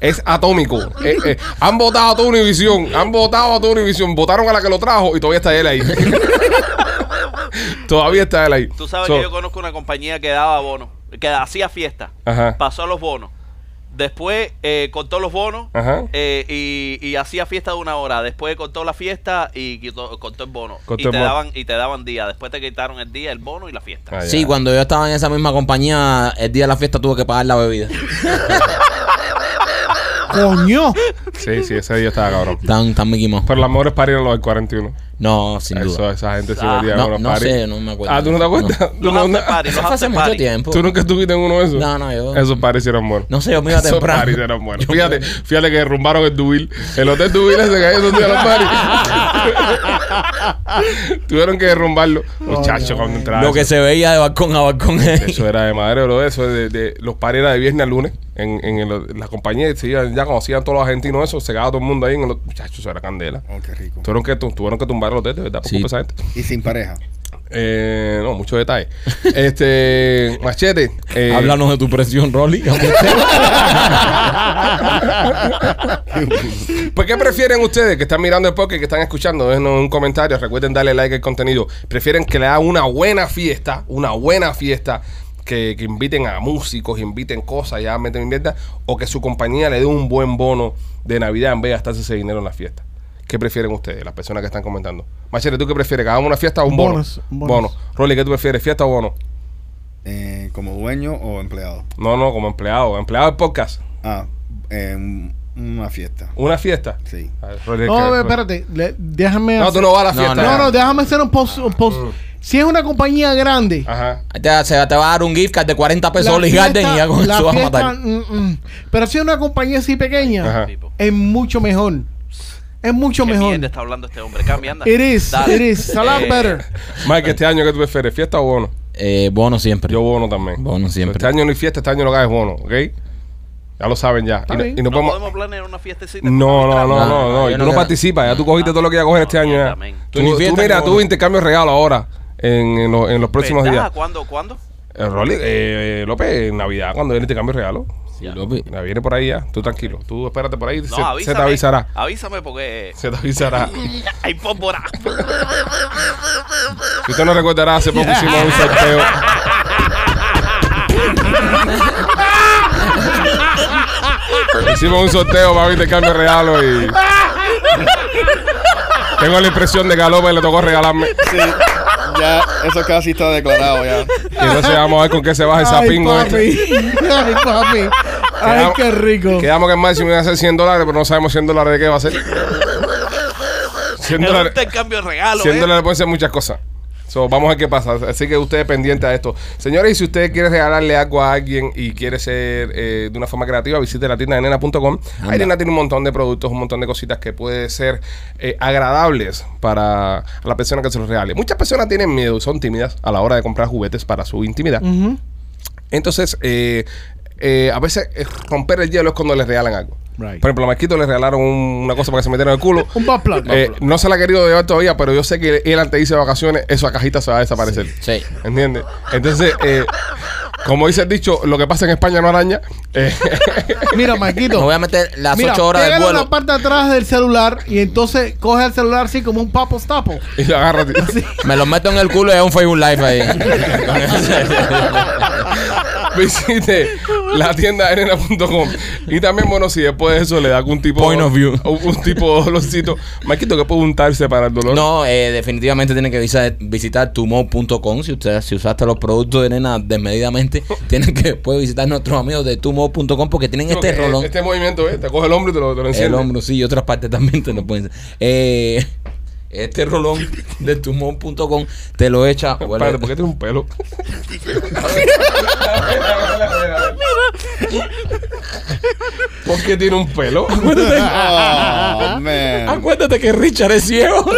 Speaker 1: es atómico. Eh, eh, Han votado a tu Univisión. Han votado a tu Univisión. Votaron a la que lo trajo y todavía está él ahí. [LAUGHS] todavía está él ahí.
Speaker 5: Tú sabes
Speaker 1: So,
Speaker 5: que yo conozco una compañía que daba bonos, que hacía fiesta,
Speaker 1: Ajá.
Speaker 5: pasó los bonos. Después eh, cortó los bonos
Speaker 1: Ajá.
Speaker 5: eh, y, y hacía fiesta de una hora. Después cortó la fiesta y quitó- cortó el bono.
Speaker 1: Cortó
Speaker 5: y,
Speaker 1: el
Speaker 5: te
Speaker 1: bono.
Speaker 5: Daban, y te daban día. Después te quitaron el día, el bono y la fiesta.
Speaker 1: Ah, ya.
Speaker 2: Sí, cuando yo estaba en esa misma compañía, el día de la fiesta tuve que pagar la bebida.
Speaker 4: Coño.
Speaker 1: [LAUGHS] Sí, sí, ese día estaba cabrón.
Speaker 2: Tan, tan Mickey Mouse.
Speaker 1: Pero las mejores parieron los del 41.
Speaker 2: No, sin
Speaker 1: Eso,
Speaker 2: duda.
Speaker 1: esa gente sí
Speaker 5: Ah,
Speaker 1: metía en
Speaker 2: no,
Speaker 1: unos
Speaker 2: no
Speaker 1: parties.
Speaker 2: sé, no me acuerdo.
Speaker 1: Ah, ¿tú no te acuerdas? ¿Tú,
Speaker 2: No.
Speaker 5: Los
Speaker 1: no-
Speaker 5: after party, los
Speaker 2: Eso fue hace
Speaker 5: after
Speaker 2: mucho
Speaker 5: party.
Speaker 2: tiempo.
Speaker 1: [LAUGHS] ¿Tú nunca estuviste en uno de esos?
Speaker 2: No, no, yo-
Speaker 1: Esos parties eran buenos.
Speaker 2: No sé, yo me iba
Speaker 1: Esos
Speaker 2: temprano.
Speaker 1: parties eran buenos. Fíjate, fíjate que derrumbaron el Dubil. El hotel Dubil ese que hay esos días los parties. [LAUGHS] Tuvieron que derrumbarlo. Muchachos, cuando entraron.
Speaker 2: Oh, Lo que se veía de balcón a balcón.
Speaker 1: Eso era de madre, bro. Eso de, de- los pares era de viernes a lunes. En, en el- la compañía se iban, ya conocían todos los argentinos eso, se quedaba todo el mundo ahí en el muchachos, eso era candela.
Speaker 3: Oh, qué rico.
Speaker 1: Tuvieron que, tu- tuvieron que tumbar el hotel, de verdad, por
Speaker 2: Sí.
Speaker 1: culpa de esa gente.
Speaker 3: Y sin pareja.
Speaker 1: Eh, no, mucho detalle. [LAUGHS] Este, machete. eh,
Speaker 2: Háblanos de tu presión, Rolly.
Speaker 1: Pues, ¿qué prefieren ustedes que están mirando el podcast, que están escuchando? Déjenos un comentario. Recuerden darle like al contenido. ¿Prefieren que le hagan una buena fiesta? Una buena fiesta. Que, que inviten a músicos, inviten cosas, ya meten invierta. O que su compañía le dé un buen bono de Navidad en vez de gastarse ese dinero en la fiesta. ¿Qué prefieren ustedes, las personas que están comentando? Machete, ¿tú qué prefieres? ¿Que hagamos una fiesta o un bono?
Speaker 4: Bonos, un bonos.
Speaker 1: Bono. Rolly, ¿qué tú prefieres? ¿Fiesta o bono?
Speaker 3: Eh, ¿Como dueño o empleado?
Speaker 1: No, no, como empleado. Empleado del podcast.
Speaker 3: Ah, em, una fiesta.
Speaker 1: ¿Una fiesta?
Speaker 3: Sí.
Speaker 1: A ver, Rolly,
Speaker 4: No,
Speaker 1: ¿qué-
Speaker 4: espérate, le- déjame.
Speaker 1: No,
Speaker 4: hacer-
Speaker 1: tú no vas a Mm. la
Speaker 2: No,
Speaker 1: fiesta.
Speaker 4: no, no, déjame hacer un post. un post. Si es una compañía grande,
Speaker 1: Ajá.
Speaker 2: te, se, te va a dar un gift card de 40 pesos
Speaker 4: la
Speaker 2: Olive pues, Garden
Speaker 4: fiesta-
Speaker 2: y ya con
Speaker 4: la
Speaker 2: eso vas a
Speaker 4: fiesta,
Speaker 2: matar.
Speaker 4: mm, mm. Pero si es una compañía así pequeña,
Speaker 1: Ajá.
Speaker 5: Tipo,
Speaker 4: es mucho mejor. Es mucho
Speaker 5: ¿Qué
Speaker 4: mejor.
Speaker 5: mierda está hablando este hombre? Cami, anda.
Speaker 4: It is,
Speaker 5: Dale.
Speaker 4: it is. It's a lot
Speaker 5: Eh,
Speaker 4: better.
Speaker 1: Mike, ¿este año qué tú prefieres? ¿Fiesta o bono?
Speaker 2: Eh, bono siempre.
Speaker 1: Yo bono también.
Speaker 2: Bono siempre.
Speaker 1: Este año no hay fiesta, este año lo que hay es bono, ¿ok? Ya lo saben ya.
Speaker 4: Está
Speaker 1: Y, no-
Speaker 4: bien.
Speaker 1: y no
Speaker 5: ¿No
Speaker 1: podemos...
Speaker 5: podemos planear una fiestecita?
Speaker 1: No, no, no,
Speaker 2: Ah,
Speaker 1: no, no.
Speaker 2: yo
Speaker 1: Y tú
Speaker 2: no
Speaker 1: no
Speaker 2: creo.
Speaker 1: participas, ya tú cogiste todo lo que iba a coger este año ya.
Speaker 5: Amén.
Speaker 1: Tú,
Speaker 2: Tú ni
Speaker 1: tú
Speaker 2: fiesta
Speaker 1: mira,
Speaker 2: ni
Speaker 1: tú
Speaker 2: bono.
Speaker 1: intercambio de regalo ahora en, en lo- en los próximos
Speaker 5: ¿Verdad?
Speaker 1: días.
Speaker 5: ¿Cuándo? ¿Cuándo?
Speaker 1: Eh, Rolly, eh, López, en Navidad, cuando viene el intercambio de regalo,
Speaker 2: Sí, López.
Speaker 1: ya viene por ahí ya. Tú tranquilo, tú espérate por ahí,
Speaker 5: No,
Speaker 1: se, se
Speaker 5: avísame.
Speaker 1: te avisará.
Speaker 5: Avísame porque
Speaker 1: Se te avisará.
Speaker 5: [LAUGHS] hay pólvora.
Speaker 1: Si usted no recordará, hace poco hicimos un sorteo. hicimos un sorteo para de cambio regalo y. Tengo la impresión de que a López le tocó regalarme.
Speaker 3: Sí, ya, eso casi está declarado ya.
Speaker 1: Y entonces vamos a ver con qué se baja el
Speaker 4: Ay,
Speaker 1: sapingo.
Speaker 4: papi.
Speaker 1: este. [LAUGHS]
Speaker 4: Ay, papi. Ay,
Speaker 1: Quedamos-
Speaker 4: qué rico.
Speaker 1: Quedamos que el máximo iba a ser 100 dólares, pero no sabemos 100 dólares de qué va a ser. 100
Speaker 5: Me
Speaker 1: dólares.
Speaker 5: gusta [LAUGHS] el cambio de regalo.
Speaker 1: 100
Speaker 5: ¿eh?
Speaker 1: dólares pueden ser muchas cosas. So, vamos a ver qué pasa. Así que ustedes pendientes a esto. Señores, y si usted quiere regalarle algo a alguien y quiere ser eh, de una forma creativa, visite la tienda de nena.com. Ahí Nena tiene un montón de productos, un montón de cositas que puede ser eh, agradables para la persona que se los regale. Muchas personas tienen miedo, son tímidas a la hora de comprar juguetes para su intimidad.
Speaker 4: Ujú.
Speaker 1: Entonces, eh, eh, a veces eh, romper el hielo es cuando les regalan algo.
Speaker 4: Right.
Speaker 1: Por ejemplo, a Marquito le regalaron un- una cosa para que se metiera en el culo.
Speaker 4: Un bad plug.
Speaker 1: Eh, no se la ha querido llevar todavía, pero yo sé que él antes de irse de vacaciones, esa cajita se va a desaparecer.
Speaker 2: Sí.
Speaker 1: ¿Entiendes? Entonces, eh, como dice el dicho, lo que pasa en España no araña. Eh, [LAUGHS]
Speaker 4: Mira,
Speaker 2: Me
Speaker 4: Maquito.
Speaker 2: voy a meter las
Speaker 4: Mira,
Speaker 2: 8 horas de
Speaker 4: pégalo en
Speaker 2: vuelo.
Speaker 4: la parte de atrás del celular y entonces coge el celular así como un papo tapo.
Speaker 1: y lo agarra. tío.
Speaker 2: [LAUGHS] Me los meto en el culo y hago un Facebook
Speaker 1: [LAUGHS]
Speaker 2: Live ahí.
Speaker 1: Visite la tienda de arena.com. Y también, bueno, si después de eso le da algún tipo
Speaker 2: Point of view.
Speaker 1: Un, un tipo de dolorcito. Marquito, ¿qué puede untarse para el dolor?
Speaker 2: No, eh, definitivamente tienen que visa- visitar tumo.com. Si usted, si usaste los productos de
Speaker 1: [LAUGHS]
Speaker 2: nena desmedidamente, tienen que después visitar nuestros amigos de tumo.com porque tienen
Speaker 1: Porque,
Speaker 2: este
Speaker 1: eh,
Speaker 2: rolón.
Speaker 1: este movimiento, eh, te coge el hombro y te lo, te lo
Speaker 2: el
Speaker 1: enciende.
Speaker 2: hombro, sí, y otras partes también te lo pueden. Eh, este rolón de tumo.com te lo echa. huele-
Speaker 1: Espérate, ¿por qué tiene un pelo? ¿Por qué tiene un pelo?
Speaker 3: Oh, man.
Speaker 2: Ah, Acuérdate que Richard es ciego. [LAUGHS]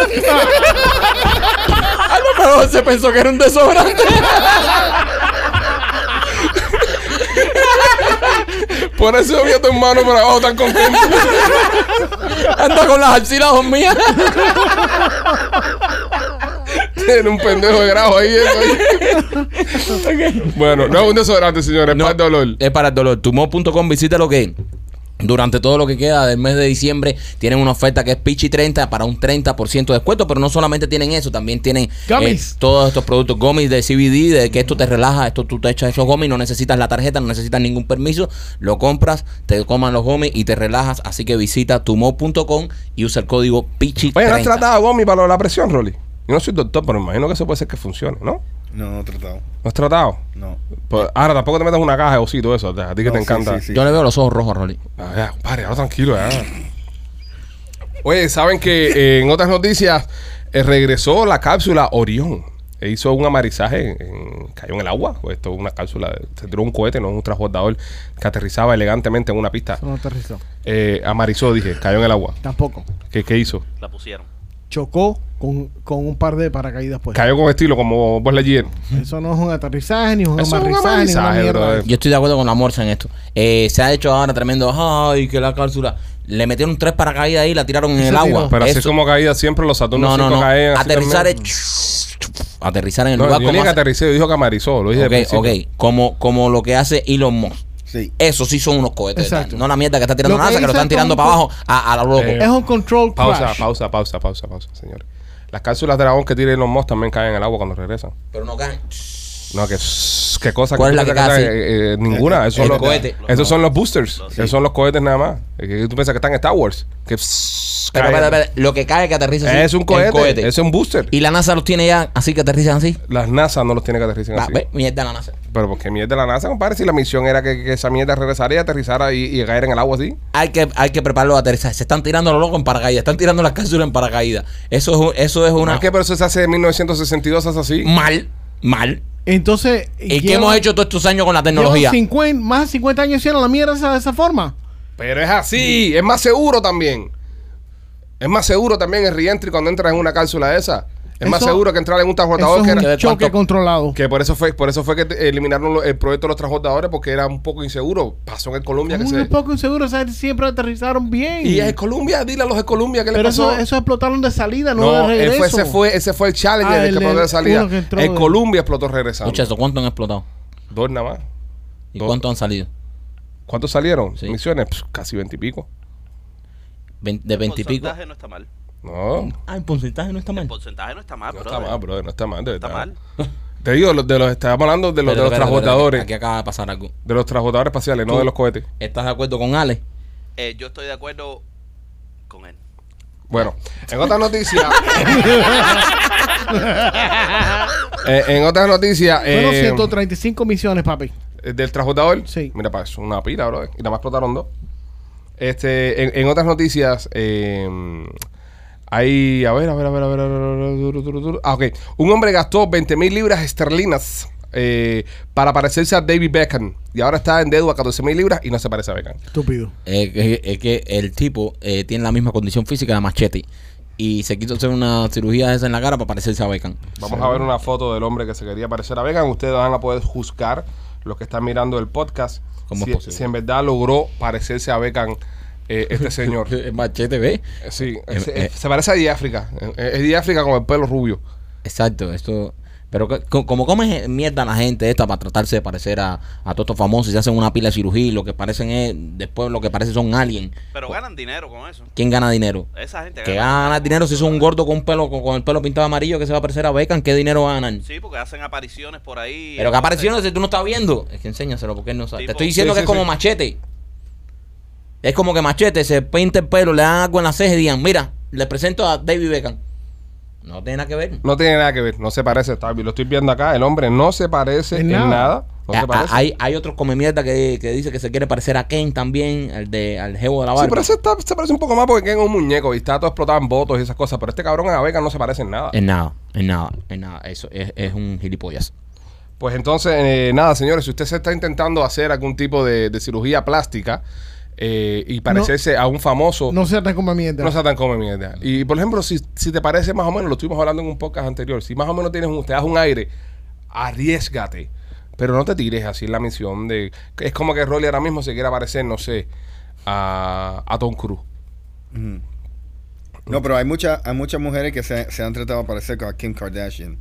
Speaker 2: A lo mejor se pensó que era un desodorante.
Speaker 1: Por eso vio a tu hermano por abajo tan contento.
Speaker 2: Anda con las axilas mías.
Speaker 1: Tiene un pendejo de grajo ahí. Eso, ahí. Bueno, no es un desodorante, señores.
Speaker 2: No,
Speaker 1: para el dolor.
Speaker 2: Es para el dolor. Tumor.com, visita lo que durante todo lo que queda del mes de diciembre tienen una oferta que es Pichi 30 para un 30% de descuento, pero no solamente tienen eso, también tienen eh,
Speaker 4: Gummies.
Speaker 2: todos estos productos gummies de CBD, de que esto te relaja, esto tú te echas esos gummies, no necesitas la tarjeta, no necesitas ningún permiso, lo compras, te coman los gummies y te relajas, así que visita tumor.com y usa el código Pichi 30.
Speaker 1: Oye, ¿no has tratado a Gomi para lo de la presión, Rolly? Yo no soy doctor, pero me imagino que eso puede ser que funcione, ¿no?
Speaker 3: No, no he tratado.
Speaker 1: ¿No has tratado?
Speaker 3: No.
Speaker 1: Pues, ahora tampoco te metas una caja de osito eso, a ti que
Speaker 3: No,
Speaker 1: te
Speaker 3: sí,
Speaker 1: encanta.
Speaker 3: sí, sí.
Speaker 2: Yo le veo los ojos rojos, Rolly.
Speaker 1: Ah, ya, compadre, ahora tranquilo, ya. Oye, saben que eh, en otras noticias, eh, regresó la cápsula Orión. E hizo un amarizaje, en- cayó en el agua. Pues esto es una cápsula, de- se tiró un cohete, no un transbordador que aterrizaba elegantemente en una pista.
Speaker 4: Eso no aterrizó.
Speaker 1: Eh, amarizó, dije, cayó en el agua.
Speaker 4: Tampoco.
Speaker 1: ¿Qué, qué hizo?
Speaker 5: La pusieron.
Speaker 4: Chocó con, con un par de paracaídas pues.
Speaker 1: Cayó con estilo como Buzz Lightyear.
Speaker 4: Eso no es un aterrizaje, ni un
Speaker 1: Eso es un
Speaker 4: amarrizaje, ni una
Speaker 1: amarizaje,
Speaker 4: mierda.
Speaker 1: brother.
Speaker 2: Yo estoy de acuerdo con la morsa en esto. Eh, se ha hecho ahora tremendo. Ay, que la cápsula. Le metieron tres paracaídas ahí y la tiraron en
Speaker 4: Eso
Speaker 2: el agua.
Speaker 4: tiró.
Speaker 1: Pero así
Speaker 2: Eso-
Speaker 1: como caída siempre, los Saturno
Speaker 2: No, no,
Speaker 1: 5
Speaker 2: no.
Speaker 1: caen así
Speaker 2: Aterrizar
Speaker 1: también.
Speaker 2: es. Aterrizar en el
Speaker 1: No,
Speaker 2: lugar
Speaker 1: yo
Speaker 2: como.
Speaker 1: dije que
Speaker 2: hace-
Speaker 1: aterricé, yo dije que amarizó, lo dije al
Speaker 2: Ok,
Speaker 1: principio.
Speaker 2: ok. Como, como lo que hace Elon Musk.
Speaker 3: Sí.
Speaker 2: Eso sí son unos cohetes.
Speaker 4: Exacto.
Speaker 2: ¿verdad? No la mierda que está tirando
Speaker 4: Lo que
Speaker 2: NASA, que lo
Speaker 4: hizo
Speaker 2: están tirando
Speaker 4: Tom
Speaker 2: para abajo
Speaker 4: Cruise-
Speaker 2: a, a la loco.
Speaker 1: Eh,
Speaker 4: Es un control
Speaker 1: Pausa,
Speaker 4: crash.
Speaker 1: pausa, pausa, pausa, pausa, señores. Las cápsulas de dragón que tiran los Moss también caen en el agua cuando regresan.
Speaker 2: Pero no caen.
Speaker 1: No, que qué cosa
Speaker 2: ¿Cuál
Speaker 1: que
Speaker 2: es la
Speaker 1: tú
Speaker 2: que
Speaker 1: piensas
Speaker 2: cae
Speaker 1: que- eh, eh, ninguna, esos, son
Speaker 2: El
Speaker 1: los,
Speaker 2: cohete.
Speaker 1: esos son los boosters,
Speaker 5: Los-
Speaker 1: esos son los cohetes nada más. Eh, que tú piensas que están en Star Wars, que
Speaker 2: Pero,
Speaker 1: caen.
Speaker 2: pero, pero, lo que cae que aterriza así,
Speaker 1: es un
Speaker 2: el
Speaker 1: cohete, es un booster.
Speaker 2: Y la NASA los tiene ya así que aterrizan así.
Speaker 1: Las NASA no los tiene que aterrizar
Speaker 2: Va,
Speaker 1: así.
Speaker 2: Ah, ve, mierda la NASA.
Speaker 1: Pero porque mierda la NASA, compadre, si la misión era que, que esa mierda regresara y aterrizara y, y caer en el agua así.
Speaker 2: Hay que, hay que preparar los aterrizajes. Se están tirando los locos en paracaídas. Están tirando las cápsulas en paracaídas. Eso es, un- eso es una.
Speaker 1: ¿Por qué? Pero eso se hace de 1962, es así.
Speaker 2: Mal, mal.
Speaker 4: Entonces,
Speaker 2: ¿Y qué
Speaker 4: llevan-
Speaker 2: hemos hecho todos estos años con la
Speaker 4: llevan
Speaker 2: tecnología?
Speaker 4: 50 más de 50 años hicieron la mierda esa- de esa forma.
Speaker 1: Pero es así, es más seguro también. Es más seguro también el reentry cuando entras en una cápsula de esa. Es más
Speaker 4: Eso-
Speaker 1: seguro que entrar en un
Speaker 4: Eso
Speaker 1: transbordador
Speaker 4: es
Speaker 1: que
Speaker 4: un
Speaker 1: era-
Speaker 2: que ver
Speaker 4: choque
Speaker 2: cuánto-
Speaker 4: controlado.
Speaker 1: Que por eso fue, por eso fue que te- eliminaron lo- el proyecto de los transbordadores porque era un poco inseguro. Pasó en el Columbia que
Speaker 4: Un
Speaker 1: se.
Speaker 4: poco inseguro, o sea, siempre aterrizaron bien.
Speaker 1: Y el Columbia, dile a los de Columbia que le
Speaker 4: Pero eso,
Speaker 1: pasó.
Speaker 4: eso explotaron de salida, no,
Speaker 1: no,
Speaker 4: de
Speaker 1: él
Speaker 4: regreso.
Speaker 1: fue- ese fue, ese fue el Challenger el
Speaker 4: Ah, el
Speaker 1: que explotó
Speaker 4: del-
Speaker 1: de salida.
Speaker 4: uno que entró
Speaker 1: el
Speaker 4: de-
Speaker 1: Columbia explotó regresando.
Speaker 2: Escucha eso, ¿cuánto han explotado?
Speaker 1: Dos nada más.
Speaker 2: ¿Y
Speaker 1: Dos.
Speaker 2: cuánto han salido?
Speaker 1: ¿Cuántos salieron?
Speaker 2: Sí.
Speaker 1: Misiones, Pss, casi veintipico.
Speaker 2: Vein- de veintipico.
Speaker 5: porcentaje no está mal.
Speaker 1: No,
Speaker 2: Ah, el porcentaje no está
Speaker 5: El
Speaker 2: mal.
Speaker 5: porcentaje no está mal,
Speaker 1: no
Speaker 5: brother.
Speaker 1: está mal, bro, no está mal, de
Speaker 5: Está
Speaker 1: verdad.
Speaker 5: mal.
Speaker 1: Te digo, los- de los, estábamos hablando de los, de los
Speaker 2: Espérate, espérate, espérate,
Speaker 1: transbordadores.
Speaker 2: Aquí acaba de pasar algo.
Speaker 1: De los transbordadores espaciales, no
Speaker 2: Tú.
Speaker 1: de los cohetes.
Speaker 2: ¿Estás de acuerdo con Ale?
Speaker 5: Eh, yo estoy de acuerdo con él.
Speaker 1: Bueno, en otras noticias. [LAUGHS] Eh, en otras noticias.
Speaker 4: Fueron
Speaker 1: eh,
Speaker 4: 135 misiones, papi.
Speaker 1: Eh, del transbordador.
Speaker 4: Sí.
Speaker 1: Mira, para eso, una pila, bro. Y nada más explotaron dos. Este, en, en otras noticias, eh, hay. A ver, a ver, a ver, a ver. a ver, a ver, dur, dur, dur. Ah, ok. Un hombre gastó 20 mil libras esterlinas eh, para parecerse a David Beckham. Y ahora está en deuda a 14 mil libras y no se parece a Beckham.
Speaker 4: Estúpido.
Speaker 2: Eh, que- Es que, el tipo eh, tiene la misma condición física de Machete. Y se quiso hacer una cirugía esa en la cara para parecerse
Speaker 1: [LAUGHS]
Speaker 2: a Beckham.
Speaker 1: Vamos a ver una foto del hombre que se quería parecer a Beckham. Ustedes van a poder juzgar los que están mirando el podcast.
Speaker 2: ¿Cómo es
Speaker 1: si,
Speaker 2: posible?
Speaker 1: si en verdad logró parecerse a Beckham eh,
Speaker 2: [LAUGHS]
Speaker 1: este señor.
Speaker 2: Eh, Machete, ¿ve?
Speaker 1: Sí, es-
Speaker 2: eh.
Speaker 1: es- se parece a Diáfrica. Es- eh, Es Diáfrica con el pelo rubio.
Speaker 2: Exacto, esto. Pero co- co- como comen mierda la gente esta para tratarse de parecer a, a todos estos famosos y se hacen una pila de cirugía y lo que parecen es, después lo que parece son aliens.
Speaker 5: Pero ganan dinero con eso.
Speaker 2: ¿Quién gana dinero?
Speaker 5: Esa gente
Speaker 2: Que
Speaker 5: gana.
Speaker 2: va a ganar dinero si es un gordo con un pelo con, con el pelo pintado amarillo que se va a parecer a Beckham, ¿qué dinero va a ganar?
Speaker 5: Sí, porque hacen apariciones por ahí.
Speaker 2: Pero que
Speaker 5: entonces-
Speaker 2: apareció si tú no estás viendo. Es que enséñaselo porque él no sabe.
Speaker 5: Tipo-
Speaker 2: Te estoy diciendo
Speaker 1: Sí,
Speaker 2: que
Speaker 1: sí,
Speaker 2: es como
Speaker 1: sí.
Speaker 2: machete. Es como que machete se pinta el pelo, le dan algo en la ceja y digan, mira, le presento a David Beckham. No tiene nada que ver.
Speaker 1: No tiene nada que ver. No se parece. está- lo estoy viendo acá. El hombre no se parece en
Speaker 4: En
Speaker 1: nada.
Speaker 4: nada.
Speaker 1: No
Speaker 2: A-
Speaker 1: se
Speaker 2: a-
Speaker 1: parece.
Speaker 2: hay, hay otros come mierda que, que dice que se quiere parecer a Ken también, al de al jevo de la
Speaker 1: Sí,
Speaker 2: barba.
Speaker 1: pero ese está- se parece un poco más porque es un muñeco y está todo explotado en votos y esas cosas. Pero este cabrón a Beckham no se parece en nada.
Speaker 2: Es nada, es nada, es nada. eh, Eso es, es un gilipollas.
Speaker 1: Pues entonces, eh, nada, señores, si usted se está intentando hacer algún tipo de, de cirugía plástica eh, y parecerse a un famoso, no,
Speaker 4: No se tan como mierda.
Speaker 1: sea tan come mierda. Y por ejemplo, si, si te parece más o menos, lo estuvimos hablando en un podcast anterior, si más o menos tienes un, te das un aire, arriesgate. Pero no te tires así en la misión de. Es como que Rolly ahora mismo se quiera parecer, no sé, a, a Tom Cruise.
Speaker 3: No, pero hay, mucha, hay muchas mujeres que se, se han tratado de parecer con Kim Kardashian.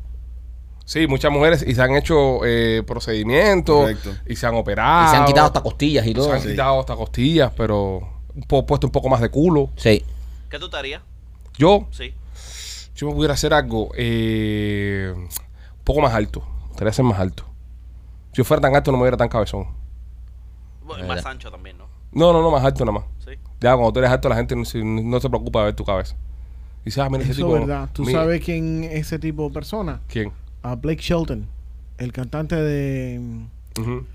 Speaker 1: Sí, muchas mujeres y se han hecho eh, procedimientos
Speaker 3: Correcto.
Speaker 1: y se han operado.
Speaker 2: y se han quitado hasta costillas y
Speaker 1: Se
Speaker 2: todo.
Speaker 1: han
Speaker 3: sí.
Speaker 1: quitado hasta costillas, pero un po- puesto un poco más de culo.
Speaker 2: Sí.
Speaker 5: ¿Qué tú te harías?
Speaker 1: Yo,
Speaker 5: Sí.
Speaker 1: yo me pudiera hacer algo eh, un poco más alto. Me gustaría ser más alto. Si yo fuera tan alto, no me hubiera tan cabezón.
Speaker 5: Bueno, y
Speaker 2: Verdad.
Speaker 5: más ancho también, ¿no?
Speaker 1: No, no, no, más alto nada más.
Speaker 5: Sí.
Speaker 1: Ya, cuando tú eres alto, la gente no se, no se preocupa de ver tu cabeza. Y sabes, mira, ese
Speaker 4: Eso
Speaker 1: tipo-
Speaker 4: es verdad. ¿Tú
Speaker 1: mira,
Speaker 4: sabes quién es ese tipo de persona?
Speaker 1: ¿Quién?
Speaker 4: A Blake Shelton, el cantante de,
Speaker 1: Ujú.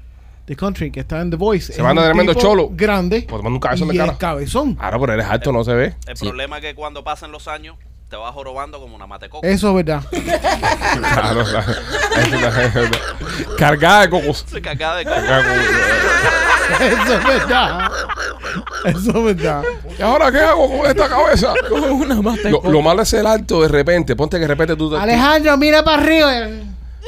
Speaker 4: de country que está en The Voice.
Speaker 1: Se manda
Speaker 4: un
Speaker 1: tremendo
Speaker 4: tipo
Speaker 1: cholo.
Speaker 4: Grande.
Speaker 1: Pues manda un cabezón de
Speaker 4: y
Speaker 1: cara.
Speaker 4: es cabezón. [LAUGHS]
Speaker 1: Ahora, pero eres alto, no se ve.
Speaker 5: El
Speaker 2: Sí.
Speaker 5: problema es que cuando pasan los años, te vas jorobando como una matecoco.
Speaker 2: Eh.
Speaker 4: Eso es verdad. [LAUGHS]
Speaker 1: Claro, claro. [LAUGHS] Es verdad, es verdad. Cargada de
Speaker 4: [LAUGHS]
Speaker 1: cocos.
Speaker 5: [LAUGHS] Se
Speaker 2: [LAUGHS]
Speaker 5: cagaba de coco.
Speaker 1: Cargada de cocos.
Speaker 4: Eso es verdad. Eso es verdad.
Speaker 1: ¿Y ahora qué hago con esta cabeza? lo, lo malo es el alto de repente. Ponte que de repente tú.
Speaker 4: Alejandro, mira para arriba.
Speaker 1: [LAUGHS]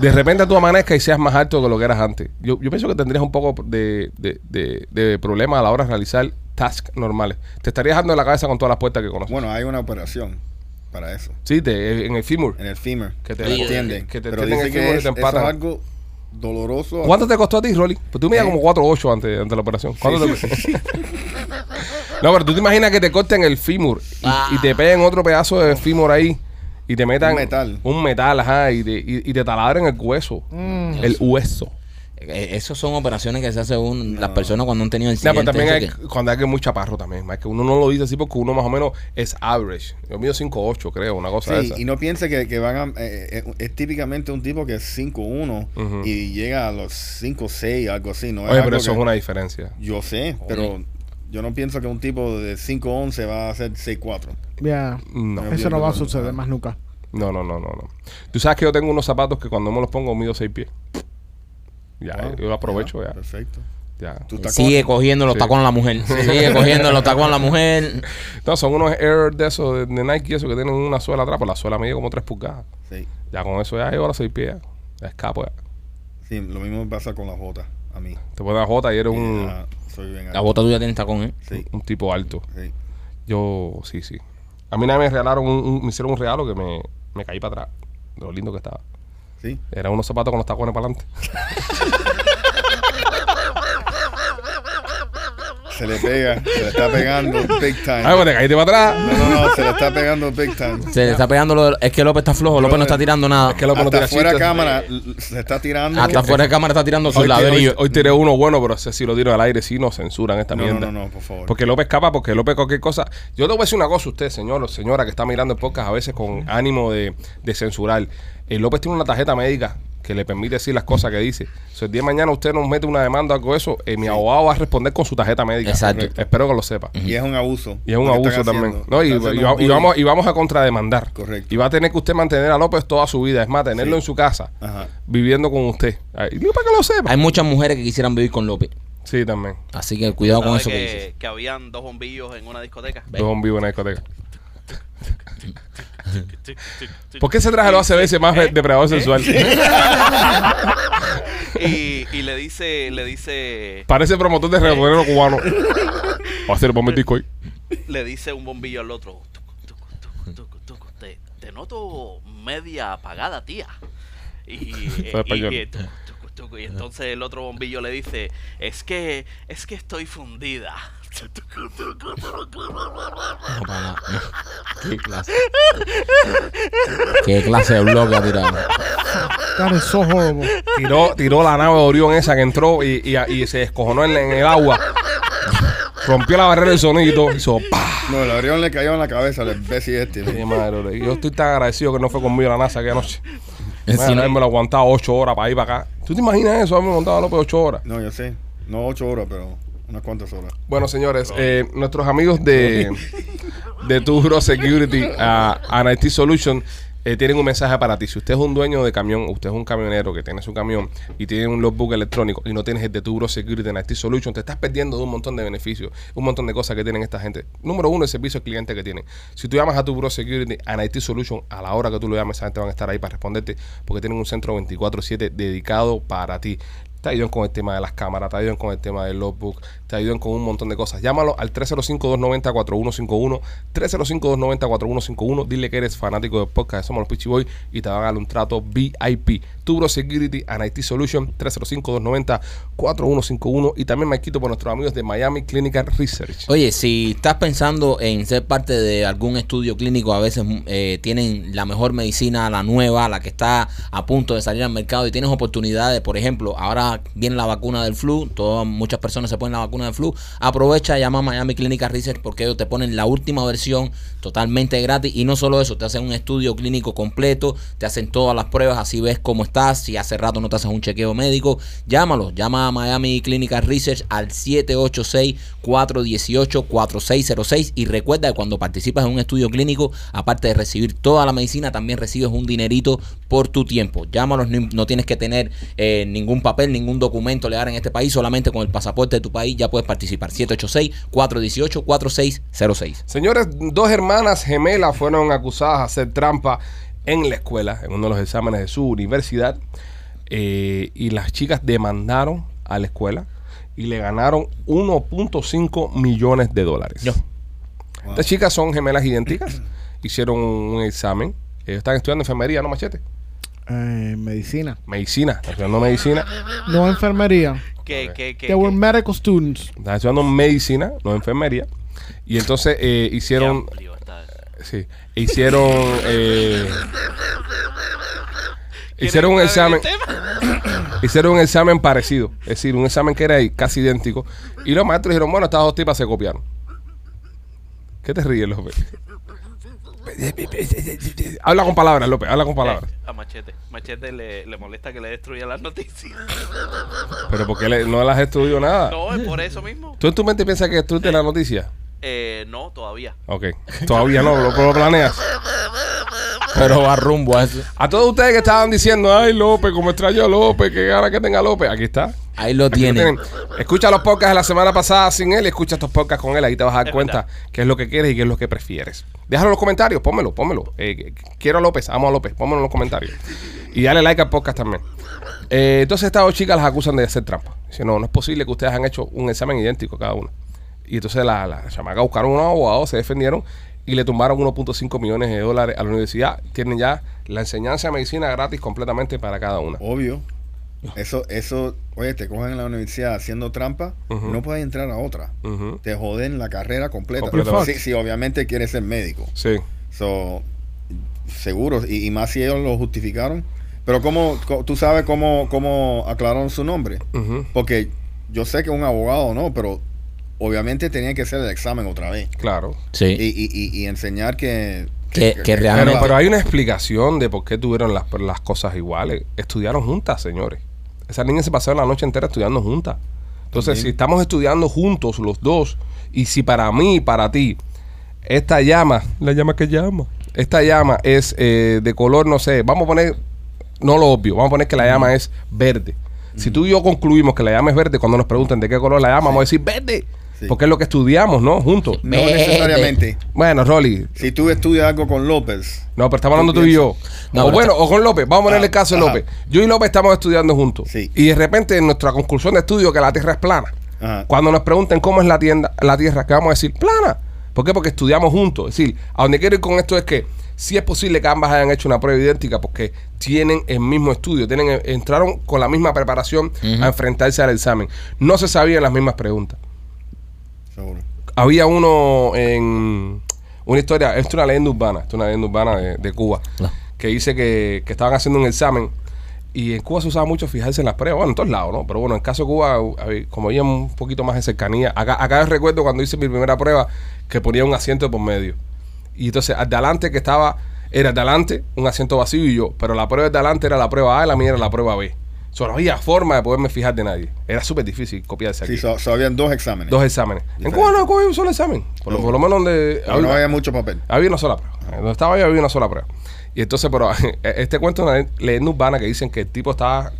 Speaker 1: De repente tú amanezcas y seas más alto que lo que eras antes. Yo, yo pienso que tendrías un poco de, de, de- de problema a la hora de realizar tasks normales. Te estarías dando en la cabeza con todas las puertas que conoces.
Speaker 3: Bueno, hay una operación para eso.
Speaker 1: Sí, te- en el fémur.
Speaker 3: En el femur.
Speaker 1: Que te-
Speaker 3: entienden.
Speaker 1: que te
Speaker 3: Pero
Speaker 1: entienden
Speaker 3: dice
Speaker 1: el fémur
Speaker 3: que
Speaker 1: y
Speaker 3: es,
Speaker 1: te
Speaker 3: eso es
Speaker 1: empatan.
Speaker 3: algo doloroso.
Speaker 1: ¿Cuánto te costó a ti, Rolly? Pues tú me
Speaker 3: Eh.
Speaker 1: como 4.8 antes, antes de la operación. ¿Cuánto te... no, pero tú te imaginas que te corten el fémur y,
Speaker 2: Ah.
Speaker 1: y te peguen otro pedazo de fémur ahí y te metan
Speaker 3: Un metal.
Speaker 1: un metal, ajá, y te, y, y te taladren el hueso. El hueso.
Speaker 2: Eh, Esas son operaciones que se hacen un- las personas cuando han tenido
Speaker 1: No,
Speaker 2: incidentes.
Speaker 1: pero también hay,
Speaker 2: eso que-
Speaker 1: cuando hay que muy chaparro también, más que uno no lo dice así porque uno más o menos es average. Yo mido 5'8 creo, una cosa de
Speaker 3: Sí,
Speaker 1: esa.
Speaker 3: y no piense que, que van a... eh, eh, es típicamente un tipo que es 5'1
Speaker 1: Ujú.
Speaker 3: y llega a los 5'6 algo así. No
Speaker 1: Oye,
Speaker 3: algo
Speaker 1: pero eso
Speaker 3: que-
Speaker 1: es una diferencia.
Speaker 3: Yo sé, pero yo no pienso que un tipo de 5'11 va a ser 6'4.
Speaker 4: Ya.
Speaker 1: No.
Speaker 4: Eso no va a suceder más nunca.
Speaker 1: No, no, no, no, no. Tú sabes que yo tengo unos zapatos que cuando me los pongo mido seis pies. Ya,
Speaker 3: Wow.
Speaker 1: yo lo aprovecho
Speaker 3: Ya,
Speaker 1: ya.
Speaker 3: Perfecto.
Speaker 1: ya.
Speaker 3: Tú estás
Speaker 2: eh, Sigue
Speaker 3: con-
Speaker 2: cogiendo los
Speaker 1: Sí.
Speaker 2: tacones a la mujer. Sigue cogiendo los tacones a la mujer.
Speaker 1: No, son unos Air de esos, de, de Nike, eso que tienen una suela atrás, pero la suela mide como tres pulgadas.
Speaker 3: Sí.
Speaker 1: Ya con eso ya llevo los seis pies. Ya, Ya escapo ya.
Speaker 3: Sí, lo mismo me pasa con la J, a mí.
Speaker 1: Te pones la jota y eres un,
Speaker 3: Ah, soy bien
Speaker 2: La bota tuya tiene tacón, ¿eh?
Speaker 3: Sí,
Speaker 1: un tipo alto.
Speaker 3: sí.
Speaker 1: Yo, sí, sí. A mí nada me regalaron, un, un- me hicieron un regalo que me, me caí para atrás. de Lo lindo que estaba.
Speaker 3: Sí.
Speaker 1: Eran unos zapatos con los tacones para adelante.
Speaker 3: Se le pega, se le está pegando big time.
Speaker 1: Ah, pues te caíste para
Speaker 3: No, [LAUGHS]
Speaker 1: atrás.
Speaker 3: no, no, se le está pegando big time.
Speaker 2: Se le está pegando. lo- es que López está flojo. López no está tirando nada.
Speaker 1: Es que López no
Speaker 3: Hasta
Speaker 1: tira
Speaker 3: fuera de
Speaker 1: chistes.
Speaker 3: cámara l- se está tirando.
Speaker 2: Hasta fuera de cámara está tirando su
Speaker 1: Hoy, hoy,
Speaker 2: ladrillo.
Speaker 1: hoy tiré uno bueno, pero sé si lo tiro al aire, si no censuran esta
Speaker 3: no, no,
Speaker 1: mierda.
Speaker 3: no, no, por favor.
Speaker 1: Porque López escapa, porque López cualquier cosa. Yo le voy a decir una cosa a usted, señor o señora que está mirando el podcast a veces con ánimo de, de censurar. Eh, López tiene una tarjeta médica que le permite decir las cosas que dice. Si el día de mañana usted nos mete una demanda o algo de eso, eh, mi abogado va a responder con su tarjeta médica.
Speaker 2: Exacto.
Speaker 1: Correcto. Espero que lo sepa.
Speaker 3: y es un abuso.
Speaker 1: Y es un
Speaker 3: lo que
Speaker 1: abuso
Speaker 3: están
Speaker 1: también.
Speaker 3: haciendo.
Speaker 1: No, y,
Speaker 3: Están haciendo
Speaker 1: y va- y
Speaker 3: un bullying.
Speaker 1: vamos, y vamos a contrademandar.
Speaker 3: Correcto.
Speaker 1: Y va a tener que usted mantener a López toda su vida. Es más, tenerlo en
Speaker 3: Sí.
Speaker 1: su casa,
Speaker 3: Ajá.
Speaker 1: viviendo con usted. Ay, digo para que lo sepa.
Speaker 2: Hay muchas mujeres que quisieran vivir con López.
Speaker 1: Sí, también.
Speaker 2: Así que cuidado con
Speaker 5: ¿Sabes
Speaker 2: eso que,
Speaker 5: que,
Speaker 2: dices.
Speaker 5: que habían dos bombillos en una discoteca.
Speaker 2: Ve.
Speaker 1: Dos vivo en la discoteca. ¿Por qué ese traje lo hace veces más depredador sexual?
Speaker 5: Y, y le dice, le dice,
Speaker 1: [LAUGHS] Parece promotor de reggaetonero cubano. Va a ser el disco hoy.
Speaker 5: le dice un bombillo al otro. "Tucu, tucu, tucu, tucu, tucu, Te, te noto media apagada, tía.
Speaker 1: [LAUGHS]
Speaker 5: Y, eh,
Speaker 1: Fue español.
Speaker 5: y- y tucu, tucu, tucu, y entonces el otro bombillo le dice, es que, es que estoy fundida. [LAUGHS] Tucu, tucu, tucu.
Speaker 2: No, para nada. [LAUGHS] Qué clase. Qué clase de bloque ha tirado.
Speaker 4: That is so horrible.
Speaker 1: Tiró, tiró la nave de Orión esa que entró y, y- y se descojonó en, en el agua. Rompió la barrera del sonido y todo. Hizo pa.
Speaker 3: No, el abrión le cayó en la cabeza al imbécil este.
Speaker 1: Sí, madre, bro. Yo estoy tan agradecido que no fue conmigo la NASA aquella noche.
Speaker 2: Eh, Si no-
Speaker 1: Madre, me lo aguantaba ocho horas para ir para acá. ¿Tú te imaginas eso? Haberme montado a López ocho horas.
Speaker 3: No, yo sé. No ocho horas, pero unas cuantas horas.
Speaker 1: Bueno, señores, eh, nuestros amigos de, de Turo Security, a an IT Solution, eh, tienen un mensaje para ti. Si usted es un dueño de camión, usted es un camionero que tiene su camión y tiene un logbook electrónico y no tienes el de Turo Security en IT Solution, te estás perdiendo de un montón de beneficios, un montón de cosas que tienen esta gente. Número uno, el servicio al cliente que tienen. Si tú llamas a Turo Security, a IT Solution, a la hora que tú lo llames, esa gente van a estar ahí para responderte porque tienen un centro 24-7 dedicado para ti te ayudan con el tema de las cámaras, te ayudan con el tema del logbook, te ayudan con un montón de cosas. Llámalo al 305-290-4151, 305-290-4151, dile que eres fanático del podcast de Somos los Pitchy Boy y te van a dar un trato VIP. Tubro Security and IT Solution, 305-290-4151 y también me quito por nuestros amigos de Miami Clinical Research.
Speaker 2: Oye, si estás pensando en ser parte de algún estudio clínico, a veces mm, eh, tienen la mejor medicina, la nueva, la que está a punto de salir al mercado y tienes oportunidades, por ejemplo, ahora viene la vacuna del flu, todas, muchas personas se ponen la vacuna del flu, aprovecha, llama a Miami Clinical Research porque ellos te ponen la última versión totalmente gratis y no solo eso, te hacen un estudio clínico completo, te hacen todas las pruebas, así ves cómo está estás, si hace rato no te haces un chequeo médico, llámalo. Llama a Miami Clinical Research al 786-418-4606 y recuerda que cuando participas en un estudio clínico, aparte de recibir toda la medicina, también recibes un dinerito por tu tiempo. Llámalos, no, no tienes que tener eh, ningún papel, ningún documento legal en este país, solamente con el pasaporte de tu país ya puedes participar. 786-418-4606.
Speaker 1: Señores, dos hermanas gemelas fueron acusadas de hacer trampa en la escuela, en uno de los exámenes de su universidad, eh, y las chicas demandaron a la escuela y le ganaron 1.5 millones de dólares.
Speaker 2: Yo.
Speaker 1: Estas chicas son gemelas idénticas, [CLEARS THROAT] hicieron un examen, ellos están estudiando enfermería, no machete,
Speaker 4: Eh, medicina.
Speaker 1: medicina, están estudiando medicina,
Speaker 4: No enfermería.
Speaker 5: Que, que, que,
Speaker 4: They were
Speaker 5: que-
Speaker 4: medical students.
Speaker 1: están estudiando medicina, no enfermería, y entonces eh,
Speaker 5: que
Speaker 1: hicieron
Speaker 5: amplio está eso.
Speaker 1: Sí. E Hicieron. eh, hicieron
Speaker 5: ¿Quieren
Speaker 1: un
Speaker 5: entrar en
Speaker 1: examen.
Speaker 5: el tema?
Speaker 1: Hicieron un examen parecido. Es decir, un examen que era casi idéntico. Y los maestros dijeron, bueno, estas dos tipas se copiaron. ¿Qué te ríes, López? habla con palabras, López, habla con palabras.
Speaker 5: Eh, [LAUGHS] a Machete. Machete le, le molesta que le destruya las noticias.
Speaker 1: Pero porque no las estudió nada.
Speaker 5: No, es por eso mismo.
Speaker 1: ¿Tú en tu mente piensas que destruiste la noticia?
Speaker 5: Eh, no, todavía.
Speaker 1: Ok. Todavía no, lo, lo planeas.
Speaker 2: Pero va rumbo a eso.
Speaker 1: A todos ustedes que estaban diciendo, ay, López, como extraño a López, que gana que tenga López. Aquí está.
Speaker 2: Ahí lo
Speaker 1: Aquí lo
Speaker 2: tienen.
Speaker 1: tienen. Escucha los podcasts de la semana pasada sin él y escucha estos podcasts con él. Ahí te vas a dar
Speaker 5: Es
Speaker 1: cuenta qué es lo que quieres y qué es lo que prefieres. Déjalo en los comentarios, pónmelo, pónmelo. Eh, quiero a López, amo a López, pónmelo en los comentarios. Y dale like al podcast también. Eh, entonces estas dos chicas las acusan de hacer trampa. Dicen, no, no es posible que ustedes han hecho un examen idéntico cada uno. Y entonces la, la chamaca buscaron unos abogados, se defendieron y le tumbaron 1.5 millones de dólares a la universidad. Tienen ya la enseñanza de medicina gratis completamente para cada una.
Speaker 3: Obvio. Eso, eso, oye, te cogen en la universidad haciendo trampa,
Speaker 1: Ujú.
Speaker 3: no puedes entrar a otra.
Speaker 1: Ujú.
Speaker 3: Te joden la carrera completa.
Speaker 1: Completamente.
Speaker 3: Sí, sí, obviamente quieres ser médico.
Speaker 1: Sí.
Speaker 3: So, seguro, y, y más si ellos lo justificaron. Pero cómo, co- tú sabes cómo, cómo aclararon su nombre.
Speaker 1: Ujú.
Speaker 3: Porque yo sé que un abogado no, pero obviamente tenía que hacer el examen otra vez.
Speaker 1: Claro.
Speaker 3: Y,
Speaker 2: Sí.
Speaker 3: y- y- y enseñar que...
Speaker 2: Que- que realmente-
Speaker 1: Pero, pero hay una explicación de por qué tuvieron las, las cosas iguales. Estudiaron juntas, señores. Esas niñas se pasaron la noche entera estudiando juntas. Entonces,
Speaker 3: También.
Speaker 1: si estamos estudiando juntos los dos, y si para mí y para ti, esta llama, la llama que llama, esta llama es eh, de color, no sé, vamos a poner, no lo obvio, vamos a poner que la llama es verde. Si tú y yo concluimos que la llama es verde, cuando nos pregunten de qué color la llama, vamos a decir verde.
Speaker 3: Sí.
Speaker 1: Porque es lo que estudiamos, ¿no? Juntos.
Speaker 3: No necesariamente.
Speaker 1: Bueno, Rolly,
Speaker 3: Si tú estudias algo con López,
Speaker 1: no, pero estamos hablando tú y yo.
Speaker 2: No,
Speaker 1: o
Speaker 2: pero
Speaker 1: bueno, o con López. Vamos a ponerle el
Speaker 3: Ah,
Speaker 1: caso de
Speaker 3: ajá.
Speaker 1: López. Yo y López estamos estudiando juntos.
Speaker 3: Sí.
Speaker 1: Y de repente en nuestra conclusión de estudio que la Tierra es plana.
Speaker 3: Ajá.
Speaker 1: Cuando nos pregunten cómo es la, tienda, la Tierra, ¿qué vamos a decir? Plana. ¿Por qué? Porque estudiamos juntos. Es decir, a donde quiero ir con esto es que sí es posible que ambas hayan hecho una prueba idéntica porque tienen el mismo estudio, tienen entraron con la misma preparación a enfrentarse al examen. No se sabían las mismas preguntas
Speaker 3: seguro.
Speaker 1: había uno en una historia, esto es una leyenda urbana, esto es una leyenda urbana de, de Cuba,
Speaker 2: No.
Speaker 1: que dice que, que estaban haciendo un examen y en Cuba se usaba mucho fijarse en las pruebas, bueno, en todos lados, ¿no? Pero bueno, en caso de Cuba, u- hab- como había un poquito más de cercanía, acá, acá yo recuerdo cuando hice mi primera prueba que ponía un asiento por medio. Y entonces, al de adelante que estaba, era el de adelante, un asiento vacío y yo, pero la prueba de adelante era la prueba A y la mía era la prueba B. Solo había forma de poderme fijar de nadie. Era súper difícil copiarse aquí.
Speaker 3: Sí, so- so habían dos exámenes.
Speaker 1: Dos exámenes. En
Speaker 3: Diferente.
Speaker 1: Cuba no cogí un solo examen. Por, lo- por lo menos donde
Speaker 3: Pero
Speaker 1: había,
Speaker 3: no había mucho papel.
Speaker 1: había una sola prueba. Donde estaba yo había una sola prueba. Y entonces, pero [LAUGHS] este cuento es una leyenda urbana que dicen que el tipo estaba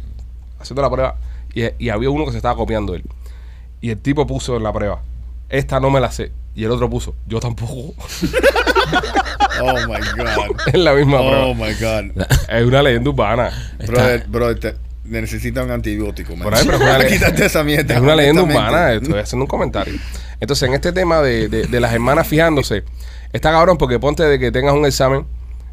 Speaker 1: haciendo la prueba y, y había uno que se estaba copiando él. Y el tipo puso en la prueba, esta no me la sé. Y el otro puso, yo tampoco. [LAUGHS]
Speaker 3: Oh my God.
Speaker 1: en la misma
Speaker 3: Oh
Speaker 1: prueba.
Speaker 3: my God.
Speaker 1: Es una leyenda urbana.
Speaker 3: Brother, brother, te- necesita un antibiótico, man.
Speaker 1: Por ahí,
Speaker 3: [LAUGHS]
Speaker 1: pero es una le-
Speaker 3: Quítate esa mierda.
Speaker 1: Es una leyenda
Speaker 3: honestamente.
Speaker 1: humana, estoy haciendo un comentario. Entonces, en este tema de, de- de las hermanas fijándose, está cabrón porque ponte de que tengas un examen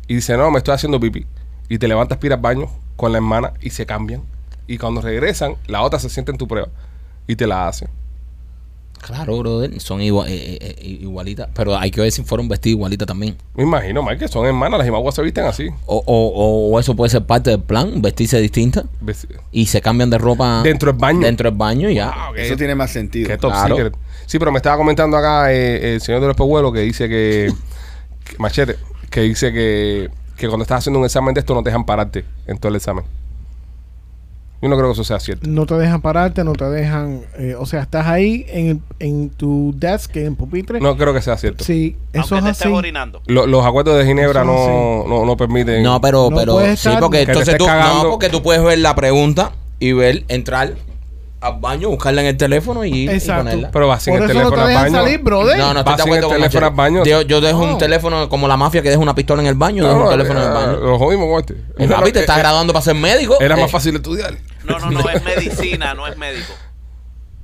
Speaker 1: y dice, no, me estoy haciendo pipí. Y te levantas para ir al baño con la hermana y se cambian. Y cuando regresan, la otra se siente en tu prueba y te la hace.
Speaker 2: Claro, brother. Son igua- eh, eh, eh, igualitas. Pero hay que ver si fueron vestidos igualitas también.
Speaker 1: Me imagino, Mike, que son hermanas, las imaguas se visten así.
Speaker 2: O, o- o- o eso puede ser parte del plan, vestirse distinta
Speaker 1: Ves-
Speaker 2: y se cambian de ropa
Speaker 1: Dentro del baño.
Speaker 2: dentro del baño y ya.
Speaker 1: Ah, ok.
Speaker 3: Eso tiene más sentido.
Speaker 1: Qué top
Speaker 2: Claro.
Speaker 1: secret. Sí, pero me estaba comentando acá eh, el señor de los Pueblos que dice que, que- Machete, que dice que, que cuando estás haciendo un examen de esto no te dejan pararte en todo el examen. Yo no creo que eso sea cierto.
Speaker 4: No te dejan pararte, no te dejan. eh, o sea, estás ahí en, el- en tu desk, en el
Speaker 5: Pues,
Speaker 4: pupitre.
Speaker 1: No creo que sea cierto.
Speaker 4: Sí, eso
Speaker 5: aunque
Speaker 4: es
Speaker 5: te
Speaker 4: así.
Speaker 5: estés orinando.
Speaker 1: Lo- los acuerdos de Ginebra
Speaker 4: Eso no
Speaker 1: no, no, no permiten.
Speaker 2: No, pero,
Speaker 4: No
Speaker 2: pero
Speaker 4: puedes
Speaker 2: sí,
Speaker 4: estar-
Speaker 2: porque
Speaker 1: Que te
Speaker 2: entonces
Speaker 1: estés
Speaker 2: tú,
Speaker 1: cagando.
Speaker 2: no, porque tú puedes ver la pregunta y ver, entrar al baño, buscarla en el teléfono y, y
Speaker 4: Exacto.
Speaker 2: ponerla.
Speaker 1: Pero vas sin
Speaker 4: Por
Speaker 1: el
Speaker 4: eso no te
Speaker 1: teléfono al
Speaker 4: dejan
Speaker 1: baño.
Speaker 4: salir, brother.
Speaker 2: no, no, estoy
Speaker 1: Vas
Speaker 2: de
Speaker 1: sin
Speaker 2: acuerdo
Speaker 1: el
Speaker 2: con
Speaker 1: teléfono
Speaker 2: Machete.
Speaker 1: al baño.
Speaker 2: Yo, yo dejo
Speaker 4: No.
Speaker 2: un teléfono como la mafia que deja una pistola en el baño, yo dejo
Speaker 1: No,
Speaker 2: un teléfono en el
Speaker 1: eh,
Speaker 2: baño.
Speaker 1: Lo jodimos con este.
Speaker 2: Eh,
Speaker 1: Era-
Speaker 2: papi, te estás
Speaker 1: eh,
Speaker 2: graduando para ser médico.
Speaker 1: Era más
Speaker 2: Eh,
Speaker 1: fácil estudiar.
Speaker 5: No, no, no, es medicina, no es médico.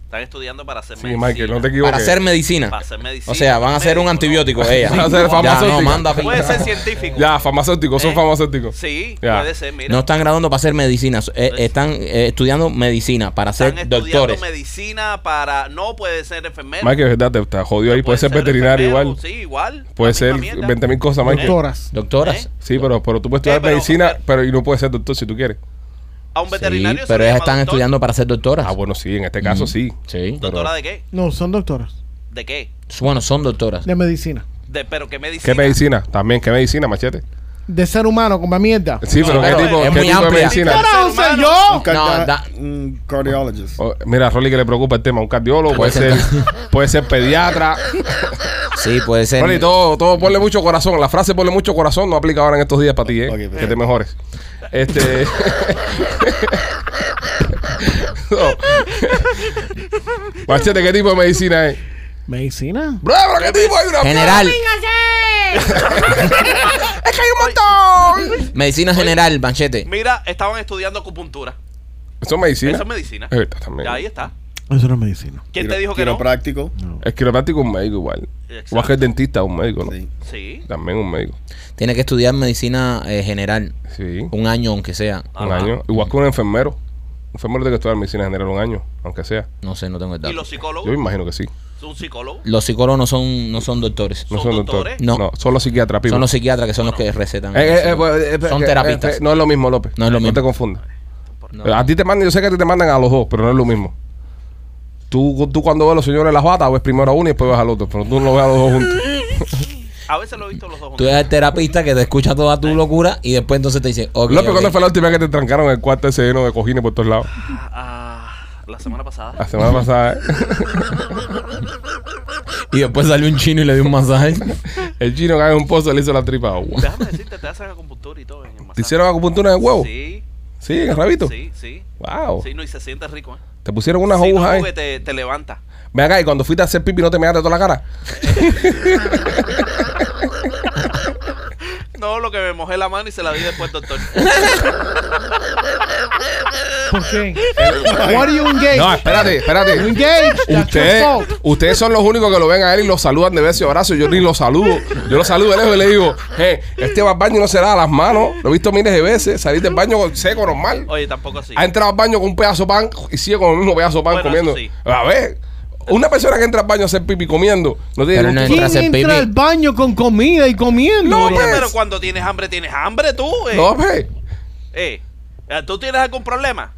Speaker 5: Están estudiando para hacer
Speaker 1: Sí,
Speaker 5: medicina.
Speaker 1: Michael, no te equivoques.
Speaker 2: Para hacer medicina.
Speaker 5: Para hacer medicina.
Speaker 2: O sea, van a hacer un
Speaker 5: médico,
Speaker 2: antibiótico ella.
Speaker 1: Van a hacer
Speaker 2: ya,
Speaker 1: farmacéutica.
Speaker 2: no, manda
Speaker 5: ¿no?
Speaker 2: pinta.
Speaker 5: Puede ser científico.
Speaker 1: Ya, farmacéuticos, son
Speaker 5: Eh,
Speaker 1: farmacéuticos.
Speaker 5: Sí,
Speaker 1: Ya.
Speaker 5: puede ser, mira.
Speaker 2: No están graduando para ser medicina, eh, están eh, estudiando medicina para
Speaker 5: están
Speaker 2: ser
Speaker 5: estudiando
Speaker 2: doctores.
Speaker 5: medicina para. No puede ser enfermero.
Speaker 1: Mike, es verdad, te, te jodió ahí. Puede ser veterinario
Speaker 5: enfermero,
Speaker 1: igual.
Speaker 5: Sí, igual.
Speaker 1: Puede
Speaker 5: la
Speaker 1: ser
Speaker 5: misma mierda.
Speaker 1: 20.000 cosas, Mike.
Speaker 4: Doctoras.
Speaker 2: Doctoras.
Speaker 5: ¿Eh?
Speaker 1: Sí, pero, pero tú puedes estudiar
Speaker 5: Eh, pero-
Speaker 1: medicina, pero y no puedes ser doctor si tú quieres.
Speaker 5: A un veterinario
Speaker 2: Sí,
Speaker 5: se
Speaker 2: pero
Speaker 5: le
Speaker 2: ellas
Speaker 5: llama
Speaker 2: están
Speaker 5: doctor.
Speaker 2: estudiando para ser doctoras.
Speaker 1: Ah, bueno, sí, en este caso sí.
Speaker 2: Sí.
Speaker 5: ¿Doctora de qué?
Speaker 4: No, son doctoras.
Speaker 5: ¿De qué?
Speaker 2: Bueno, son doctoras.
Speaker 4: De medicina.
Speaker 5: De, ¿Pero qué medicina?
Speaker 1: ¿Qué medicina? También, ¿qué medicina, machete?
Speaker 4: De ser humano, con la mierda.
Speaker 1: Sí,
Speaker 5: No,
Speaker 1: pero ¿qué
Speaker 5: pero
Speaker 1: tipo,
Speaker 2: es
Speaker 1: qué
Speaker 2: muy
Speaker 1: tipo de
Speaker 2: amplia.
Speaker 1: medicina?
Speaker 4: ¡Carajo,
Speaker 5: Ser
Speaker 4: soy
Speaker 5: humano.
Speaker 4: yo!
Speaker 3: Un, cardia-
Speaker 2: No, da-
Speaker 3: un cardiologist.
Speaker 1: O- Oh, mira, a Rolly que le preocupa el tema, un cardiólogo, puede
Speaker 2: Puede
Speaker 1: ser,
Speaker 2: ser
Speaker 1: puede ser pediatra.
Speaker 2: Sí, puede ser.
Speaker 1: Rolly, todo, todo, ponle mucho corazón. La frase ponle mucho corazón no aplica ahora en estos días para ti, ¿eh?
Speaker 3: Ok,
Speaker 1: que te
Speaker 3: perfecto.
Speaker 1: mejores. Este. [LAUGHS] No. Machete, ¿qué tipo de medicina es?
Speaker 4: ¿Medicina?
Speaker 1: Bro, pero ¿qué tipo hay una
Speaker 2: General.
Speaker 1: Es que hay un montón.
Speaker 2: Medicina general, manchete.
Speaker 5: Mira, estaban estudiando acupuntura.
Speaker 1: Eso es medicina.
Speaker 5: Eso es medicina.
Speaker 1: Eh, está también.
Speaker 5: Ya, ahí está.
Speaker 4: Eso no es medicina.
Speaker 5: ¿Quién te dijo que no?
Speaker 3: práctico.
Speaker 1: El quiropráctico es un médico igual.
Speaker 5: Exacto.
Speaker 1: Igual que el dentista es un médico, ¿no?
Speaker 3: Sí.
Speaker 5: Sí.
Speaker 1: También un médico.
Speaker 2: Tiene que estudiar medicina eh, general.
Speaker 1: Sí.
Speaker 2: Un año, aunque sea.
Speaker 1: Un
Speaker 5: Ajá.
Speaker 1: año. Igual que un enfermero. Un enfermero tiene que estudiar medicina general un año, aunque sea.
Speaker 2: No sé, no tengo el
Speaker 5: ¿Y
Speaker 2: dato.
Speaker 5: los
Speaker 2: Los,
Speaker 1: Yo
Speaker 5: psicólogos?
Speaker 1: me imagino que sí.
Speaker 5: ¿Un psicólogo?
Speaker 2: psicólogos no son, no son doctores.
Speaker 1: No
Speaker 5: ¿Son
Speaker 1: son doctores. No.
Speaker 5: doctores?
Speaker 2: No.
Speaker 1: son los psiquiatras, pibo.
Speaker 2: Son los psiquiatras que son los que recetan.
Speaker 1: Eh, eh, eh, eh, eh,
Speaker 2: Son
Speaker 1: eh,
Speaker 2: terapistas.
Speaker 1: eh, no es lo mismo, López.
Speaker 2: No es lo mismo.
Speaker 1: te confundas. Eh,
Speaker 2: No.
Speaker 1: A ti te mandan, yo sé que a ti te mandan a los dos, pero no es lo mismo. Tú, tú cuando ves a los señores en las batas, ves primero a uno y después ves al otro, pero tú no ves a los dos juntos.
Speaker 5: A veces lo he visto los dos
Speaker 2: Tú
Speaker 5: juntos.
Speaker 2: eres el terapista que te escucha toda tu locura y después entonces te dice, ok.
Speaker 1: López,
Speaker 2: ok.
Speaker 1: ¿cuándo fue la última vez que te trancaron en el cuarto ese lleno de cojines por todos lados?
Speaker 5: Ah, la semana pasada.
Speaker 1: La semana pasada, ¿eh? [LAUGHS]
Speaker 2: Y después salió un chino y le dio un [LAUGHS] masaje.
Speaker 1: El chino cae en un pozo le hizo la tripa. agua.
Speaker 5: Déjame decirte, te hacen acupuntura y todo en el masaje.
Speaker 1: ¿Te hicieron acupuntura en el huevo? Sí.
Speaker 5: Sí,
Speaker 1: en el rabito?
Speaker 5: sí, sí.
Speaker 1: Wow.
Speaker 5: Sí, no, y se siente rico, ¿eh?
Speaker 1: ¿Te pusieron unas
Speaker 5: Sí, no,
Speaker 1: agujas
Speaker 5: porque
Speaker 1: ahí?
Speaker 5: te, te levanta.
Speaker 1: Ven acá, y cuando fuiste a hacer pipi no te measte toda la cara.
Speaker 5: No, lo que me mojé la mano y se la di después,
Speaker 1: [LAUGHS]
Speaker 5: doctor.
Speaker 4: ¿Por
Speaker 1: [LAUGHS]
Speaker 4: qué? What are you engaged?
Speaker 1: No, espérate, espérate.
Speaker 4: Engaged. That's your
Speaker 1: Ustedes,
Speaker 4: fault.
Speaker 1: ustedes son los únicos que lo ven a él y lo saludan de beso y abrazo. Yo ni lo saludo. Yo lo saludo de lejos y le digo, hey, este va al baño y no se lava las manos. Lo he visto miles de veces. Salir del baño con- seco, normal.
Speaker 5: Oye, tampoco así.
Speaker 1: Ha entrado al baño con un pedazo de pan y sigue con el mismo pedazo de pan
Speaker 5: Bueno,
Speaker 1: comiendo.
Speaker 5: eso sí.
Speaker 1: A ver, una persona que entra al baño a hacer pipi comiendo no tiene
Speaker 2: Pero
Speaker 1: ningún
Speaker 2: no
Speaker 1: chiste.
Speaker 4: ¿Quién
Speaker 2: Entras en
Speaker 4: entra
Speaker 2: pipi.
Speaker 4: al baño con comida y comiendo?
Speaker 1: No,
Speaker 5: Oye,
Speaker 1: pues.
Speaker 5: pero cuando tienes hambre, tienes hambre tú, eh.
Speaker 1: López.
Speaker 5: Eh, ¿Tú tienes algún problema?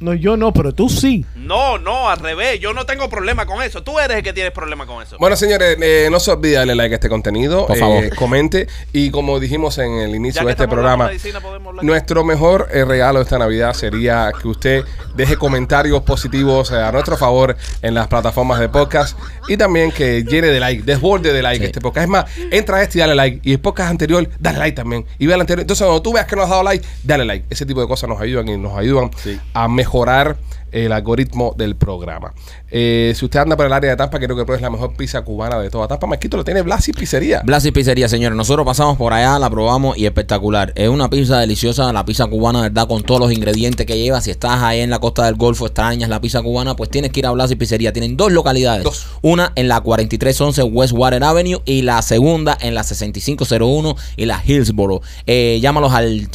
Speaker 4: No, yo no, pero tú sí.
Speaker 5: No, no, al revés. Yo no tengo problema con eso. Tú eres el que tienes problema con eso.
Speaker 1: Bueno, señores, eh, no se olviden darle like a este contenido.
Speaker 2: Por
Speaker 1: eh,
Speaker 2: favor.
Speaker 1: comente. Y como dijimos en el inicio
Speaker 5: Ya
Speaker 1: de
Speaker 5: que
Speaker 1: este
Speaker 5: estamos hablando
Speaker 1: programa,
Speaker 5: de medicina, podemos hablar.
Speaker 1: nuestro mejor eh, regalo de esta Navidad sería que usted deje comentarios positivos eh, a nuestro favor en las plataformas de podcast y también que llene de like, desborde de like
Speaker 2: Sí.
Speaker 1: este podcast. Es más, entra a este y dale like. Y el podcast anterior, dale like también. Y ve al anterior. Entonces, cuando tú veas que no has dado like, dale like. Ese tipo de cosas nos ayudan y nos ayudan
Speaker 3: Sí.
Speaker 1: a mejorar el algoritmo del programa. Eh, si usted anda por el área de Tampa, creo que pruebes la mejor pizza cubana de toda Tampa. Maquito lo tiene Blasi Pizzería.
Speaker 2: Blas y Pizzería, señores. Nosotros pasamos por allá, la probamos y espectacular. Es una pizza deliciosa, la pizza cubana, ¿verdad? Con todos los ingredientes que lleva. Si estás ahí en la costa del Golfo, extrañas la pizza cubana, pues tienes que ir a Blas y Pizzería. Tienen dos localidades.
Speaker 1: Dos.
Speaker 2: Una en la 4311 Westwater Avenue y la segunda en la 6501 y la Hillsboro. Eh, llámalos al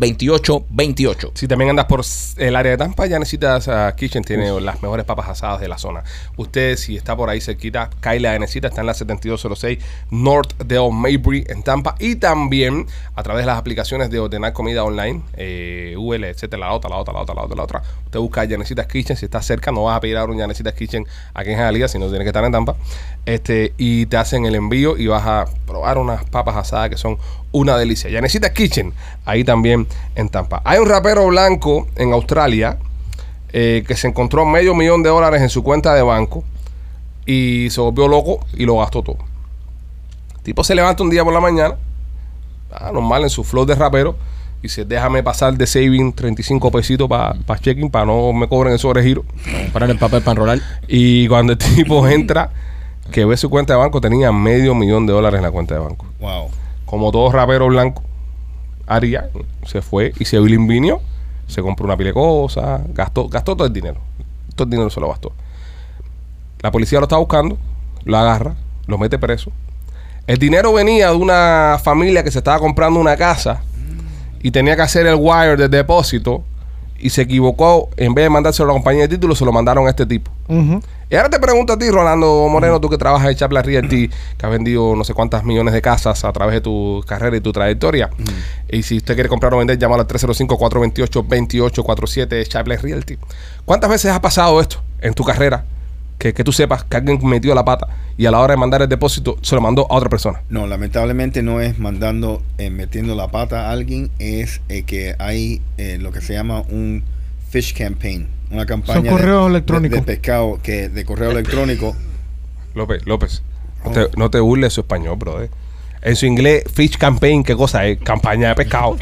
Speaker 2: 813-863-2828.
Speaker 1: Si también andas por el área de Tampa, ya necesitas a Kitchen, tiene las mejores papas asadas de la zona. Usted, si está por ahí cerquita, Kaila Necesita está en la 7206 North Dale Maybury en Tampa. Y también a través de las aplicaciones de ordenar comida online, eh, UL, etcétera, la otra, la otra, la otra, la otra, la otra. Usted busca Yanecitas Kitchen, si está cerca, no vas a pedir ahora un Yanecitas Kitchen aquí en Jalía, sino tienes que estar en Tampa. Este, y te hacen el envío y vas a probar unas papas asadas que son una delicia. Yanecita Kitchen, ahí también en Tampa. Hay un rapero blanco en Australia eh, que se encontró medio millón de dólares en su cuenta de banco y se volvió loco y lo gastó todo. El tipo se levanta un día por la mañana, ah, normal en su flow de rapero, y dice, déjame pasar de saving 35 pesitos para checking, para no me cobren el sobregiro.
Speaker 2: Parar el papel para enrolar.
Speaker 1: Y cuando el [LAUGHS] tipo entra, que ve su cuenta de banco, tenía medio millón de dólares en la cuenta de banco.
Speaker 3: Wow.
Speaker 1: Como todo rapero blanco, Aria se fue y se vino se compró una pila de cosas, gastó, gastó todo el dinero. Todo el dinero se lo gastó. La policía lo está buscando, lo agarra, lo mete preso. El dinero venía de una familia que se estaba comprando una casa y tenía que hacer el wire de depósito y se equivocó, en vez de mandárselo a la compañía de títulos, se lo mandaron a este tipo.
Speaker 4: Ujú.
Speaker 1: Y ahora te pregunto a ti, Rolando Moreno, tú que trabajas en Chapla Realty, que has vendido no sé cuántas millones de casas a través de tu carrera y tu trayectoria. Y si usted quiere comprar o vender, llámalo al 305-428-2847 de Chapla Realty. ¿Cuántas veces ha pasado esto en tu carrera? Que, que tú sepas que alguien metió la pata y a la hora de mandar el depósito se lo mandó a otra persona.
Speaker 3: No, lamentablemente no es mandando, eh, metiendo la pata a alguien, es eh, que hay eh, lo que se llama un fish campaign, una campaña de-
Speaker 4: correos
Speaker 3: de,
Speaker 4: electrónicos.
Speaker 3: de pescado, que de
Speaker 1: [LAUGHS]
Speaker 3: correo electrónico.
Speaker 1: López, López, no te, no te burles de su español, brother. En su inglés, fish campaign, ¿qué cosa es? Campaña de pescado.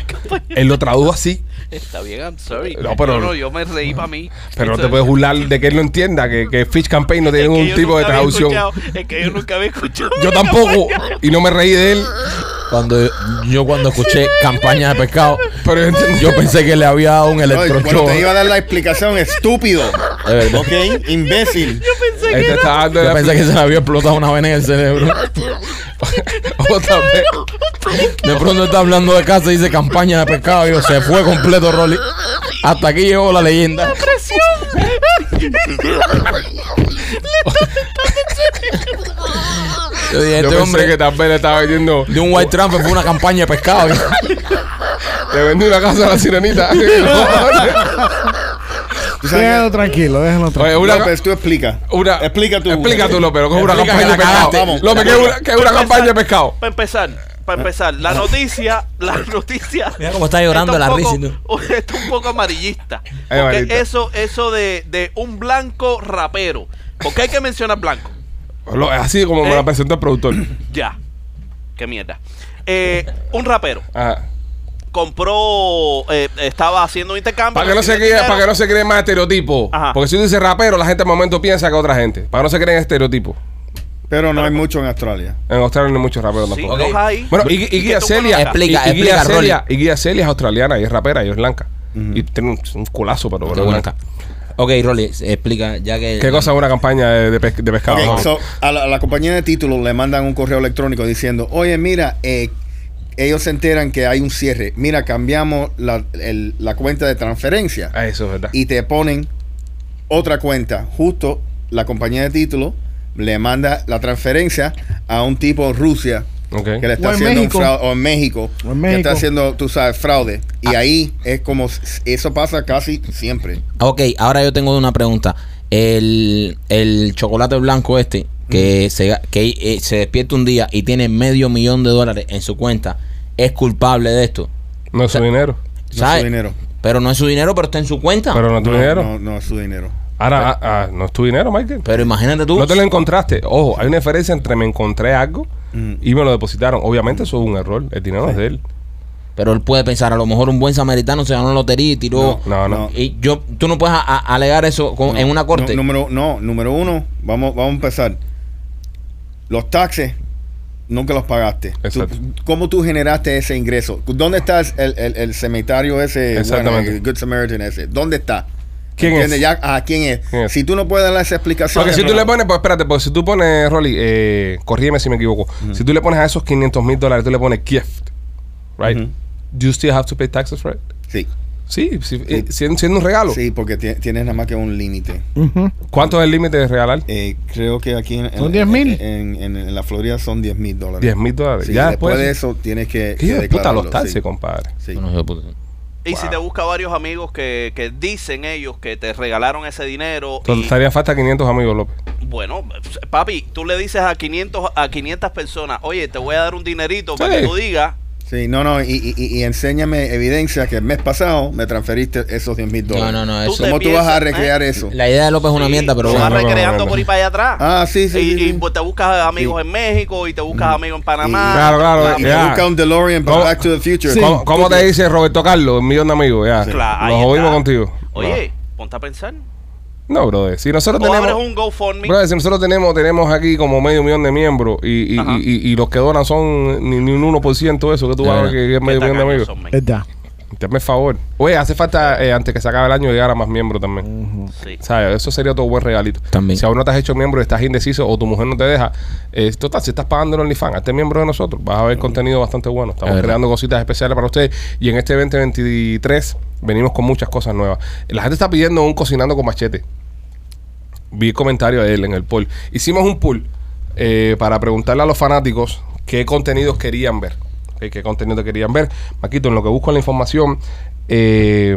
Speaker 1: Él lo tradujo así.
Speaker 5: Está bien, I'm sorry.
Speaker 1: No, pero-
Speaker 5: no, yo me reí para mí.
Speaker 1: Pero no
Speaker 5: Eso-
Speaker 1: te puedes burlar de que él no entienda que, que Fish Campaign no tiene
Speaker 5: es que
Speaker 1: ningún
Speaker 5: yo
Speaker 1: tipo de
Speaker 5: nunca había
Speaker 1: traducción.
Speaker 5: escuchado- Es que yo nunca había escuchado.
Speaker 1: [LAUGHS]
Speaker 5: [LAUGHS]
Speaker 1: Yo
Speaker 5: una
Speaker 1: tampoco.
Speaker 5: campaña.
Speaker 1: Y no me reí de él.
Speaker 6: Cuando yo cuando escuché campaña de pescado,
Speaker 1: Pero
Speaker 5: [LAUGHS]
Speaker 1: yo entendí.
Speaker 6: yo pensé que le había dado un
Speaker 3: Ay, Cuando
Speaker 6: electrochoque.
Speaker 3: te iba a dar la explicación, estúpido.
Speaker 6: De verdad.
Speaker 3: ¿Ok? Imbécil.
Speaker 1: Él te está dando
Speaker 6: Yo
Speaker 1: la-
Speaker 6: pensé que se le había explotado una vena en el cerebro. [LAUGHS]
Speaker 1: otra vez.
Speaker 6: De pronto está hablando de casa y dice campaña de pescado. Y yo, se fue completo, Rolly. Hasta aquí llegó la leyenda. Yo dije, este
Speaker 1: Yo pensé
Speaker 6: hombre
Speaker 1: que también le estaba vendiendo.
Speaker 6: de un white transfer fue una campaña de pescado.
Speaker 1: Le vendí una casa a la
Speaker 6: [LAUGHS]
Speaker 1: sirenita. [LAUGHS]
Speaker 3: Tú sabes
Speaker 4: Déjalo tranquilo, déjalo
Speaker 1: Oye,
Speaker 4: tranquilo.
Speaker 3: que-
Speaker 1: una,
Speaker 3: López, tú explica.
Speaker 1: una-
Speaker 3: explica tú.
Speaker 1: Explica tú, López, lo que es una
Speaker 6: pues, Explica que
Speaker 1: campaña de
Speaker 6: la
Speaker 1: pescado.
Speaker 6: cagaste.
Speaker 3: Vamos.
Speaker 1: López, que es una, que es una
Speaker 5: Para
Speaker 1: campaña de
Speaker 5: empezar-
Speaker 1: pescado.
Speaker 5: Para empezar, para empezar, la noticia,
Speaker 1: [LAUGHS]
Speaker 5: la noticia.
Speaker 2: Mira cómo está llorando
Speaker 5: un
Speaker 2: la
Speaker 5: poco-
Speaker 2: risa,
Speaker 5: [LAUGHS] Está un poco amarillista.
Speaker 1: Es
Speaker 5: Porque
Speaker 1: amarillista.
Speaker 5: eso, eso de, de un blanco rapero. Porque hay que mencionar blanco.
Speaker 1: Lo- es Así como me
Speaker 5: Eh.
Speaker 1: la presentó el productor.
Speaker 5: Ya. Qué mierda. Eh, un rapero
Speaker 1: Ajá.
Speaker 5: compró, eh, estaba haciendo un intercambio.
Speaker 1: Para que, no se
Speaker 5: recibió
Speaker 1: crea,
Speaker 5: dinero.
Speaker 1: para que no se cree más estereotipo.
Speaker 5: Ajá.
Speaker 1: Porque si tú dices rapero, la gente al momento piensa que otra gente. Para que no se creen estereotipos.
Speaker 3: Pero no hay mucho en Australia.
Speaker 1: En Australia no hay muchos raperos
Speaker 5: Sí,
Speaker 1: tampoco.
Speaker 5: los hay.
Speaker 1: Bueno, y, y
Speaker 5: que
Speaker 1: Guía
Speaker 5: tú
Speaker 1: Celia.
Speaker 5: conozcas.
Speaker 2: Explica,
Speaker 1: y, y Guía
Speaker 2: explica,
Speaker 1: Celia, y Guía Celia es australiana y es rapera y es blanca. Y tiene un, un colazo, pero, pero blanca.
Speaker 2: Ok, Rolly, explica, ya que.
Speaker 1: ¿Qué cosa es una campaña de, de pes- de pescado?
Speaker 3: Ok,
Speaker 1: Ajá.
Speaker 3: so, a, la, a la compañía de títulos le mandan un correo electrónico diciendo, oye, mira, eh, ellos se enteran que hay un cierre. Mira, cambiamos la, el- la cuenta de transferencia
Speaker 1: Ah, eso es verdad.
Speaker 3: y te ponen otra cuenta. Justo la compañía de títulos le manda la transferencia a un tipo en Rusia
Speaker 1: Ok.
Speaker 3: que le está
Speaker 4: O en
Speaker 3: haciendo un
Speaker 4: México.
Speaker 3: fraude, o en México,
Speaker 4: O en
Speaker 3: que está
Speaker 4: México.
Speaker 3: haciendo, tú sabes, fraude. Y ahí es como, eso pasa casi siempre.
Speaker 2: Ok, ahora yo tengo una pregunta. El, el chocolate blanco este, que, se, que eh, se despierta un día y tiene medio millón de dólares en su cuenta, es culpable de esto.
Speaker 1: No es su dinero.
Speaker 3: No es
Speaker 2: ¿Sabe?
Speaker 3: su dinero.
Speaker 2: Pero no es su dinero, pero está en su cuenta.
Speaker 1: Pero
Speaker 2: Pero,
Speaker 1: no es tu
Speaker 3: No,
Speaker 1: dinero.
Speaker 3: no, no es su dinero.
Speaker 1: Ahora, ah, ah, no es tu dinero, Michael.
Speaker 2: imagínate tú.
Speaker 1: No te lo encontraste. Ojo, hay una diferencia entre me encontré algo
Speaker 3: Mm.
Speaker 1: y me lo depositaron. Obviamente eso es un error. El dinero no es de él.
Speaker 2: Pero él puede pensar, a lo mejor un buen samaritano se ganó la lotería y tiró.
Speaker 1: No, no.
Speaker 3: No.
Speaker 2: Y yo, tú no puedes a- a- alegar eso con- en una corte.
Speaker 3: No, número, no, número uno, vamos, vamos a empezar. Los taxes nunca los pagaste. Tú-
Speaker 1: Exacto.
Speaker 3: ¿Cómo tú generaste ese ingreso? ¿Dónde está el, el, el cementerio ese?
Speaker 1: Exactamente.
Speaker 3: el Good Samaritan ese. ¿Dónde está?
Speaker 1: ¿Quién
Speaker 3: ¿Entiendes?
Speaker 1: es?
Speaker 3: Ya, ah, ¿quién, es?
Speaker 1: ¿Quién es?
Speaker 3: Si tú no puedes dar esa explicación.
Speaker 1: Porque si tú le pones, pues espérate, porque si tú pones, Rolly, eh, corrígeme si me equivoco. Si tú le pones a esos 500 mil dólares, tú le pones gift, right?
Speaker 3: Ujú.
Speaker 1: Do you still have to pay taxes, right?
Speaker 3: Sí,
Speaker 1: Sí, sí, eh, siendo, siendo un regalo.
Speaker 3: sí, porque ti- tienes nada más que un límite.
Speaker 4: Ujú.
Speaker 1: ¿Cuánto es el límite de regalar?
Speaker 3: Eh, creo que aquí en, en-
Speaker 4: ¿Son 10,000?
Speaker 3: En, en- en la Florida son 10 mil dólares.
Speaker 1: 10 mil dólares.
Speaker 3: Sí,
Speaker 1: ya
Speaker 3: después
Speaker 1: después.
Speaker 3: de eso tienes que.
Speaker 1: ¿Qué hijo de puta los
Speaker 3: declararlo,
Speaker 1: taxis,
Speaker 3: sí.
Speaker 1: compadre?
Speaker 3: Sí.
Speaker 2: No sé por qué.
Speaker 5: Y si te busca varios amigos que, que dicen ellos que te regalaron ese dinero.
Speaker 1: Entonces,
Speaker 5: y-
Speaker 1: estaría falta 500 amigos, López.
Speaker 5: Bueno, papi, tú le dices a 500 a 500 personas, oye, te voy a dar un dinerito para
Speaker 1: Sí.
Speaker 5: que tú digas
Speaker 3: Sí, no, no, y, y- y- y enséñame evidencia que el mes pasado me transferiste esos 10 mil
Speaker 2: No,
Speaker 3: dólares.
Speaker 2: no, no, eso.
Speaker 3: ¿Cómo tú vas a recrear
Speaker 5: ¿eh?
Speaker 3: eso?
Speaker 2: La idea de López es una
Speaker 5: Sí,
Speaker 2: mierda, pero
Speaker 5: te
Speaker 2: bueno.
Speaker 5: vas
Speaker 6: no,
Speaker 5: recreando
Speaker 6: no, no.
Speaker 5: por ahí para allá atrás.
Speaker 3: Ah, sí, sí,
Speaker 5: Y,
Speaker 3: sí,
Speaker 5: y,
Speaker 3: sí. Mm.
Speaker 5: pues, te buscas amigos en México y te buscas amigos en Panamá.
Speaker 3: Y-
Speaker 1: Claro, claro.
Speaker 3: Y te
Speaker 1: ya.
Speaker 3: busca un DeLorean para
Speaker 1: ¿Cómo-
Speaker 3: Back to the Future.
Speaker 1: ¿Cómo, cómo te dice Roberto Carlos, un millón de amigos? Ya.
Speaker 5: Claro, ahí
Speaker 1: Nos
Speaker 5: está.
Speaker 1: jodimos contigo.
Speaker 5: Oye, ponte a pensar.
Speaker 1: No, brother. Si nosotros
Speaker 5: O abres
Speaker 1: tenemos.
Speaker 5: un GoFundMe.
Speaker 1: Brother, si nosotros tenemos, tenemos aquí como medio millón de miembros y, y,
Speaker 5: Ajá.
Speaker 1: y, y- y los que donan son ni, ni un 1% de eso que tú
Speaker 2: De
Speaker 1: vas a ver
Speaker 2: verdad.
Speaker 1: que es
Speaker 5: Qué
Speaker 1: medio millón de
Speaker 5: tacaños
Speaker 1: amigos.
Speaker 5: son,
Speaker 3: Eh,
Speaker 5: men.
Speaker 4: ¿Verdad?
Speaker 1: Dame favor. Oye, hace falta eh, antes que se acabe el año llegar a más miembros también.
Speaker 5: Sí.
Speaker 1: ¿Sabes? Eso sería todo buen regalito.
Speaker 2: También.
Speaker 1: Si aún no te has hecho miembro y estás indeciso o tu mujer no te deja, eh, total, si estás pagando en OnlyFans, hazte miembro de nosotros. Vas a ver contenido bastante bueno. Estamos
Speaker 2: Es verdad.
Speaker 1: creando cositas especiales para ustedes. Y en este 2023 venimos con muchas cosas nuevas. La gente está pidiendo un cocinando con machete. Vi el comentario de él en el poll. Hicimos un poll eh, para preguntarle a los fanáticos qué contenidos querían ver. Ok, ¿Qué contenido querían ver? Maquito, en lo que busco la información, eh,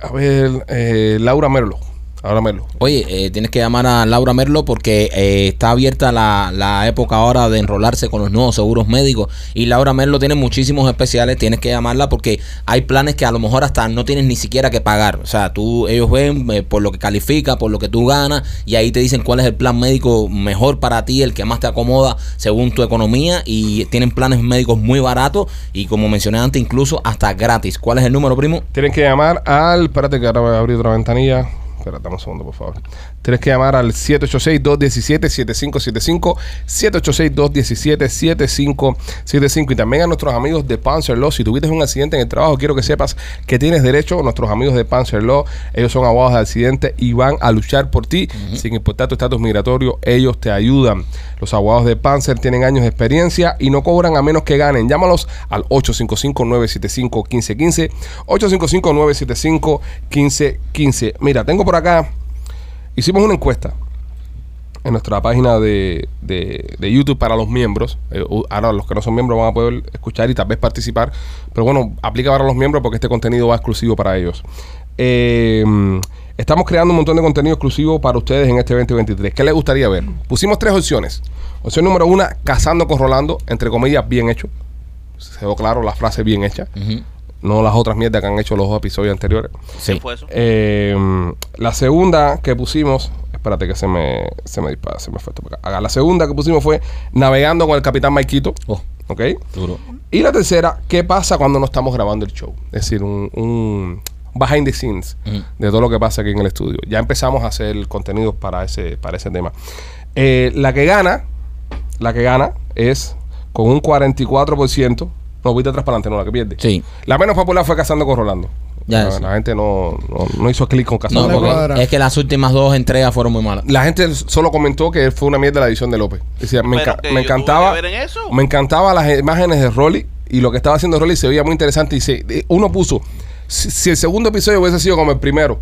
Speaker 1: a ver, eh, Laura Merlo. Laura Merlo.
Speaker 2: Oye, eh, tienes que llamar a Laura Merlo porque eh, está abierta la, la época ahora de enrolarse con los nuevos seguros médicos y Laura Merlo tiene muchísimos especiales, tienes que llamarla porque hay planes que a lo mejor hasta no tienes ni siquiera que pagar, o sea, tú ellos ven eh, por lo que califica, por lo que tú ganas y ahí te dicen cuál es el plan médico mejor para ti, el que más te acomoda según tu economía y tienen planes médicos muy baratos y como mencioné antes incluso hasta gratis. ¿Cuál es el número, primo?
Speaker 1: Tienen que llamar al. Espérate, que ahora voy a abrir otra ventanilla. Espérate dame un segundo, por favor. Tienes que llamar al 786-217-7575. 786-217-7575. Y también a nuestros amigos de Panzer Law. Si tuviste un accidente en el trabajo, quiero que sepas que tienes derecho. Nuestros amigos de Panzer Law, ellos son abogados de accidente y van a luchar por ti. Sin importar tu estatus migratorio, ellos te ayudan. Los abogados de Panzer tienen años de experiencia y no cobran a menos que ganen. Llámalos al 855-975-1515. 855-975-1515. Mira, tengo por acá. Hicimos una encuesta en nuestra página de, de- de YouTube para los miembros. Eh, u- ahora los que no son miembros van a poder escuchar y tal vez participar. Pero bueno, aplica para los miembros porque este contenido va exclusivo para ellos. Eh, estamos creando un montón de contenido exclusivo para ustedes en este 2023. ¿Qué les gustaría ver? Pusimos tres opciones. Opción número una, cazando con Rolando, entre comillas, bien hecho. Se quedó claro la frase bien hecha. No las otras mierdas que han hecho los dos episodios anteriores.
Speaker 5: ¿Qué fue eso?
Speaker 1: Eh, la segunda que pusimos, espérate que se me, se me dispara, se me fue esto para acá. Acá, La segunda que pusimos fue navegando con el capitán Maikito.
Speaker 2: Oh,
Speaker 1: ¿Ok?
Speaker 2: duro.
Speaker 1: Y la tercera, ¿qué pasa cuando no estamos grabando el show? Es decir, un, un behind the scenes
Speaker 2: Ujú.
Speaker 1: de todo lo que pasa aquí en el estudio. Ya empezamos a hacer contenidos para ese, para ese tema. Eh, la que gana, la que gana es con un 44%. No, voy de atrás para adelante, no, la que pierde.
Speaker 2: Sí.
Speaker 1: La menos popular fue Casando con Rolando.
Speaker 2: Ya,
Speaker 1: la,
Speaker 2: sí.
Speaker 1: la gente no, no, no hizo clic con
Speaker 2: No,
Speaker 1: Casando
Speaker 4: No le
Speaker 1: con Rolando.
Speaker 4: cuadra.
Speaker 2: porque es que las últimas dos entregas fueron muy malas.
Speaker 1: La gente solo comentó que fue una mierda la edición de López. Decía, me,
Speaker 5: Pero
Speaker 1: enca- me
Speaker 5: que yo tuve
Speaker 1: encantaba.
Speaker 5: que ver en eso.
Speaker 1: Me encantaba las imágenes de Rolly y lo que estaba haciendo Rolly se veía muy interesante. Y se, eh, uno puso, si, si el segundo episodio hubiese sido como el primero,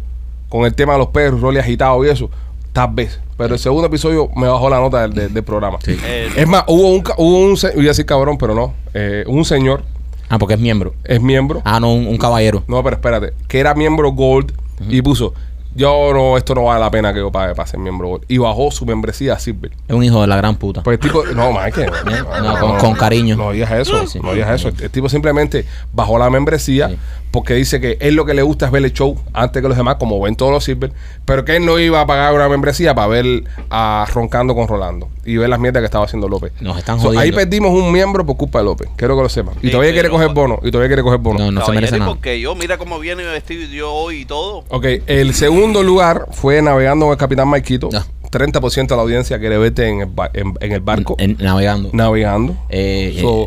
Speaker 1: con el tema de los perros, Rolly agitado y eso, tal vez. Pero el segundo episodio me bajó la nota del, del- del programa.
Speaker 5: Eh,
Speaker 1: Es más, hubo un, ca- hubo un, se- voy a decir cabrón, pero no, eh, un señor
Speaker 2: Ah, porque es miembro.
Speaker 1: es miembro.
Speaker 2: Ah, no, un, un caballero.
Speaker 1: No, pero espérate. Que era miembro Gold y puso, yo no, esto no vale la pena que yo pague para ser miembro Gold. Y bajó su membresía a Silver.
Speaker 2: Es un hijo de la gran puta.
Speaker 1: Pues el tipo, no, más que.
Speaker 2: [LAUGHS] No, con- con cariño.
Speaker 1: No digas eso,
Speaker 2: Sí.
Speaker 1: no digas eso. El, el tipo simplemente bajó la membresía
Speaker 2: Sí.
Speaker 1: porque dice que él lo que le gusta es ver el show antes que los demás, como ven todos los silver, pero que él no iba a pagar una membresía para ver a Roncando con Rolando y ver las mierdas que estaba haciendo López.
Speaker 2: Nos están
Speaker 1: So, Ahí
Speaker 2: jodiendo.
Speaker 1: perdimos un miembro por culpa de López, quiero que lo sepan. Y
Speaker 5: Sí,
Speaker 1: todavía quiere
Speaker 5: pero-
Speaker 1: coger bono, y todavía quiere coger bono.
Speaker 2: No, no se
Speaker 5: caballero,
Speaker 2: merece
Speaker 5: ¿y
Speaker 2: nada.
Speaker 5: Porque yo, mira cómo viene vestido yo hoy y todo.
Speaker 1: Ok, el segundo lugar fue Navegando con el Capitán Maikito.
Speaker 2: Ya.
Speaker 1: 30% de la audiencia quiere verte en el, ba- en- en el barco.
Speaker 2: En- navegando.
Speaker 1: navegando.
Speaker 2: Eh,
Speaker 1: So,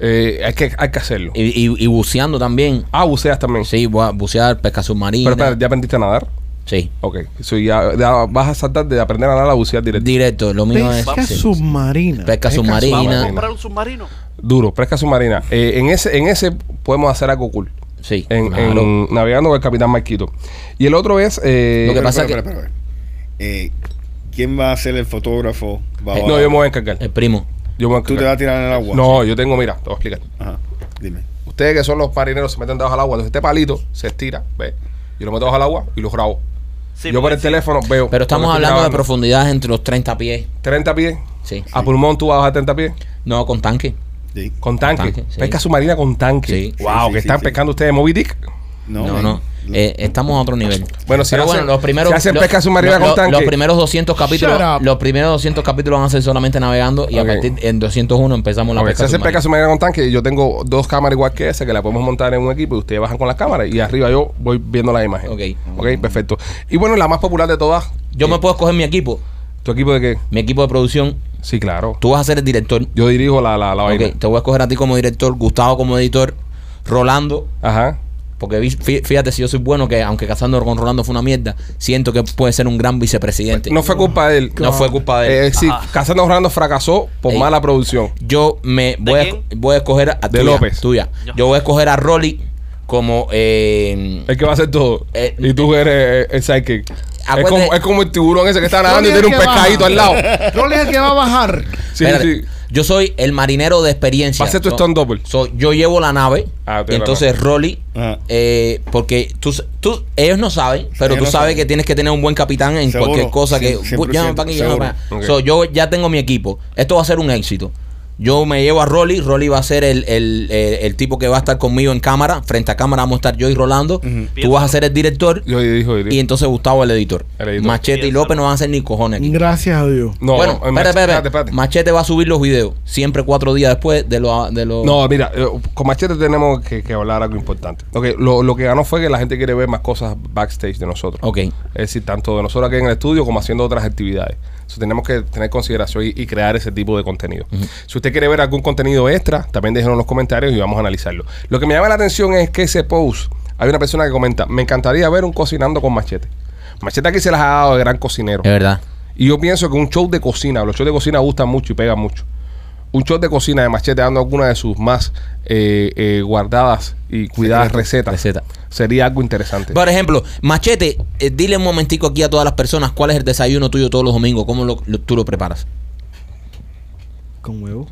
Speaker 1: eh, hay, que, hay que hacerlo.
Speaker 2: Y, y- y buceando también.
Speaker 1: Ah, buceas también.
Speaker 2: Sí, voy a bucear, pesca submarina.
Speaker 1: Pero espera, ¿ya aprendiste a nadar?
Speaker 2: sí.
Speaker 1: Ok. So, ya, ya vas a saltar de aprender a nadar a bucear directo.
Speaker 2: Directo, lo mío es.
Speaker 4: Pesca
Speaker 2: sí.
Speaker 4: submarina.
Speaker 2: Pesca
Speaker 5: Vamos a
Speaker 2: submarina.
Speaker 5: comprar un submarino.
Speaker 1: Duro, pesca submarina. Eh, en, ese, en ese podemos hacer algo cool.
Speaker 2: Sí.
Speaker 1: En,
Speaker 2: claro.
Speaker 1: en Navegando con el Capitán Marquito. Y el otro es... eh,
Speaker 2: Lo que pasa
Speaker 3: Espera,
Speaker 2: que-
Speaker 3: espera, espera, espera. Eh, ¿Quién va a ser el
Speaker 2: Eh,
Speaker 3: fotógrafo? Va- va-
Speaker 1: no, yo me voy a encargar.
Speaker 2: El primo.
Speaker 1: Yo me voy a
Speaker 3: Tú te vas a
Speaker 1: encargar.
Speaker 3: tirar en el agua.
Speaker 1: No, yo tengo, mira, te voy a explicar.
Speaker 3: Ajá, dime.
Speaker 1: Ustedes que son los marineros se meten debajo al agua. Entonces este palito se estira, ¿ves? Yo lo meto debajo al agua y lo grabo.
Speaker 5: Sí,
Speaker 1: yo por
Speaker 5: porque
Speaker 1: el
Speaker 5: sí.
Speaker 1: teléfono veo.
Speaker 2: Pero estamos
Speaker 1: lo que estoy
Speaker 2: hablando de
Speaker 1: grabando. Ah,
Speaker 2: profundidades entre los 30 pies.
Speaker 1: 30 pies.
Speaker 2: Sí.
Speaker 1: A pulmón tú vas a 30 pies.
Speaker 2: No, con tanque.
Speaker 3: Sí.
Speaker 1: Con tanque.
Speaker 2: Con tanque, sí.
Speaker 1: Pesca submarina con tanque.
Speaker 2: Sí.
Speaker 1: Wow,
Speaker 3: Sí, sí,
Speaker 1: que
Speaker 3: sí,
Speaker 1: están
Speaker 3: sí.
Speaker 1: pescando ustedes Moby Dick.
Speaker 3: No,
Speaker 2: No,
Speaker 3: man.
Speaker 2: no. Eh, estamos a otro nivel.
Speaker 1: Bueno, si
Speaker 2: Pero
Speaker 1: hacen-
Speaker 2: bueno, los primeros.
Speaker 1: si hacen
Speaker 2: lo-
Speaker 1: pesca submarina
Speaker 2: lo-
Speaker 1: con
Speaker 2: lo-
Speaker 1: tanque.
Speaker 2: Los primeros 200
Speaker 4: Shut
Speaker 2: capítulos.
Speaker 4: up.
Speaker 2: Los primeros 200 capítulos van a ser solamente navegando. Y
Speaker 1: Ok.
Speaker 2: a partir en 201 empezamos la
Speaker 1: Ok,
Speaker 2: pesca.
Speaker 1: se hace pesca
Speaker 2: submarina.
Speaker 1: submarina con tanque. Yo tengo dos cámaras igual que esa que la podemos montar en un equipo y ustedes bajan con las cámaras y arriba yo voy viendo la imagen.
Speaker 2: Ok.
Speaker 1: Ok, perfecto. Y bueno, la más popular de todas,
Speaker 2: Yo me puedo escoger mi equipo.
Speaker 1: ¿tu equipo de qué?
Speaker 2: Mi equipo de producción.
Speaker 1: Sí, claro.
Speaker 2: Tú vas a ser el director.
Speaker 1: Yo dirijo la, la, la
Speaker 2: Ok,
Speaker 1: vaina.
Speaker 2: te voy a escoger a ti como director, Gustavo como editor, Rolando.
Speaker 1: Ajá.
Speaker 2: Porque vi- fí- fíjate, si yo soy bueno, que aunque casando con Rolando fue una mierda, siento que puede ser un gran vicepresidente.
Speaker 1: No fue culpa de él.
Speaker 2: No fue culpa de él.
Speaker 1: Eh, sí,
Speaker 5: Ajá.
Speaker 1: Casando Orlando fracasó por
Speaker 2: Ey.
Speaker 1: mala producción.
Speaker 2: Yo me voy a,
Speaker 5: quién?
Speaker 2: voy a escoger a
Speaker 1: De
Speaker 2: tuya,
Speaker 1: López.
Speaker 2: tuya. Yo voy a escoger a Rolly como eh,
Speaker 1: El que va a hacer todo.
Speaker 2: Eh,
Speaker 1: y tú eres eh, el sidekick. Es
Speaker 2: acuérdate-
Speaker 1: como, es como el tiburón ese que está nadando y
Speaker 4: Rolly
Speaker 1: tiene
Speaker 4: es
Speaker 1: un
Speaker 4: el que
Speaker 1: pescadito
Speaker 4: baja.
Speaker 1: al [LAUGHS] lado.
Speaker 4: Rolly es el que va a bajar.
Speaker 1: Sí,
Speaker 2: Espérate,
Speaker 1: sí.
Speaker 2: Yo soy el marinero de experiencia.
Speaker 1: Va a ser tu
Speaker 2: So-
Speaker 1: stunt double.
Speaker 2: so, yo llevo la nave.
Speaker 1: Ah, tú llevas
Speaker 2: y
Speaker 1: la
Speaker 2: entonces Rolly,
Speaker 3: Ajá.
Speaker 2: eh, porque tú, tú, ellos no saben, pero
Speaker 3: Ellos
Speaker 2: tú
Speaker 3: no
Speaker 2: sabes
Speaker 3: saben.
Speaker 2: que tienes que tener un buen capitán en
Speaker 3: Seguro,
Speaker 2: cualquier cosa que.
Speaker 3: cien-
Speaker 2: Uy, Llama para aquí, llama
Speaker 3: 100%,
Speaker 2: para allá.
Speaker 1: seguro.
Speaker 2: So,
Speaker 1: Ok.
Speaker 2: yo ya tengo mi equipo. Esto va a ser un éxito. Yo me llevo a Rolly, Rolly va a ser el, el, eh, el tipo que va a estar conmigo en cámara, frente a cámara vamos a estar yo y Rolando, tú vas a ser el director
Speaker 1: Yo dirijo, dirijo.
Speaker 2: y entonces Gustavo el editor.
Speaker 1: El editor.
Speaker 2: Machete y
Speaker 5: Piénsalo.
Speaker 2: López no van a hacer ni cojones aquí
Speaker 4: Gracias a Dios.
Speaker 1: no, eh,
Speaker 2: bueno, espérate, espérate,
Speaker 1: espérate, espérate.
Speaker 2: Machete va a subir los videos. Siempre cuatro días después de los. De los
Speaker 1: No, mira, eh, con Machete tenemos que, que hablar algo importante. Ok, lo, lo que ganó fue que la gente quiere ver más cosas backstage de nosotros.
Speaker 2: Ok.
Speaker 1: Es decir, tanto de nosotros aquí en el estudio como haciendo otras actividades. Entonces tenemos que tener consideración y, y crear ese tipo de contenido. Si usted quiere ver algún contenido extra, también déjenlo en los comentarios y vamos a analizarlo. Lo que me llama la atención es que ese post, hay una persona que comenta, me encantaría ver un cocinando con machete. Machete aquí se las ha dado de gran cocinero.
Speaker 2: Es verdad.
Speaker 1: Y yo pienso que un show de cocina, los shows de cocina gustan mucho y pegan mucho. Un show de cocina de machete dando algunas de sus más eh, eh, guardadas y cuidadas recetas
Speaker 2: Receta.
Speaker 1: sería algo interesante.
Speaker 2: Por ejemplo, Machete, eh, dile un momentico aquí a todas las personas cuál es el desayuno tuyo todos los domingos, cómo lo- lo- tú lo preparas.
Speaker 4: Con huevo.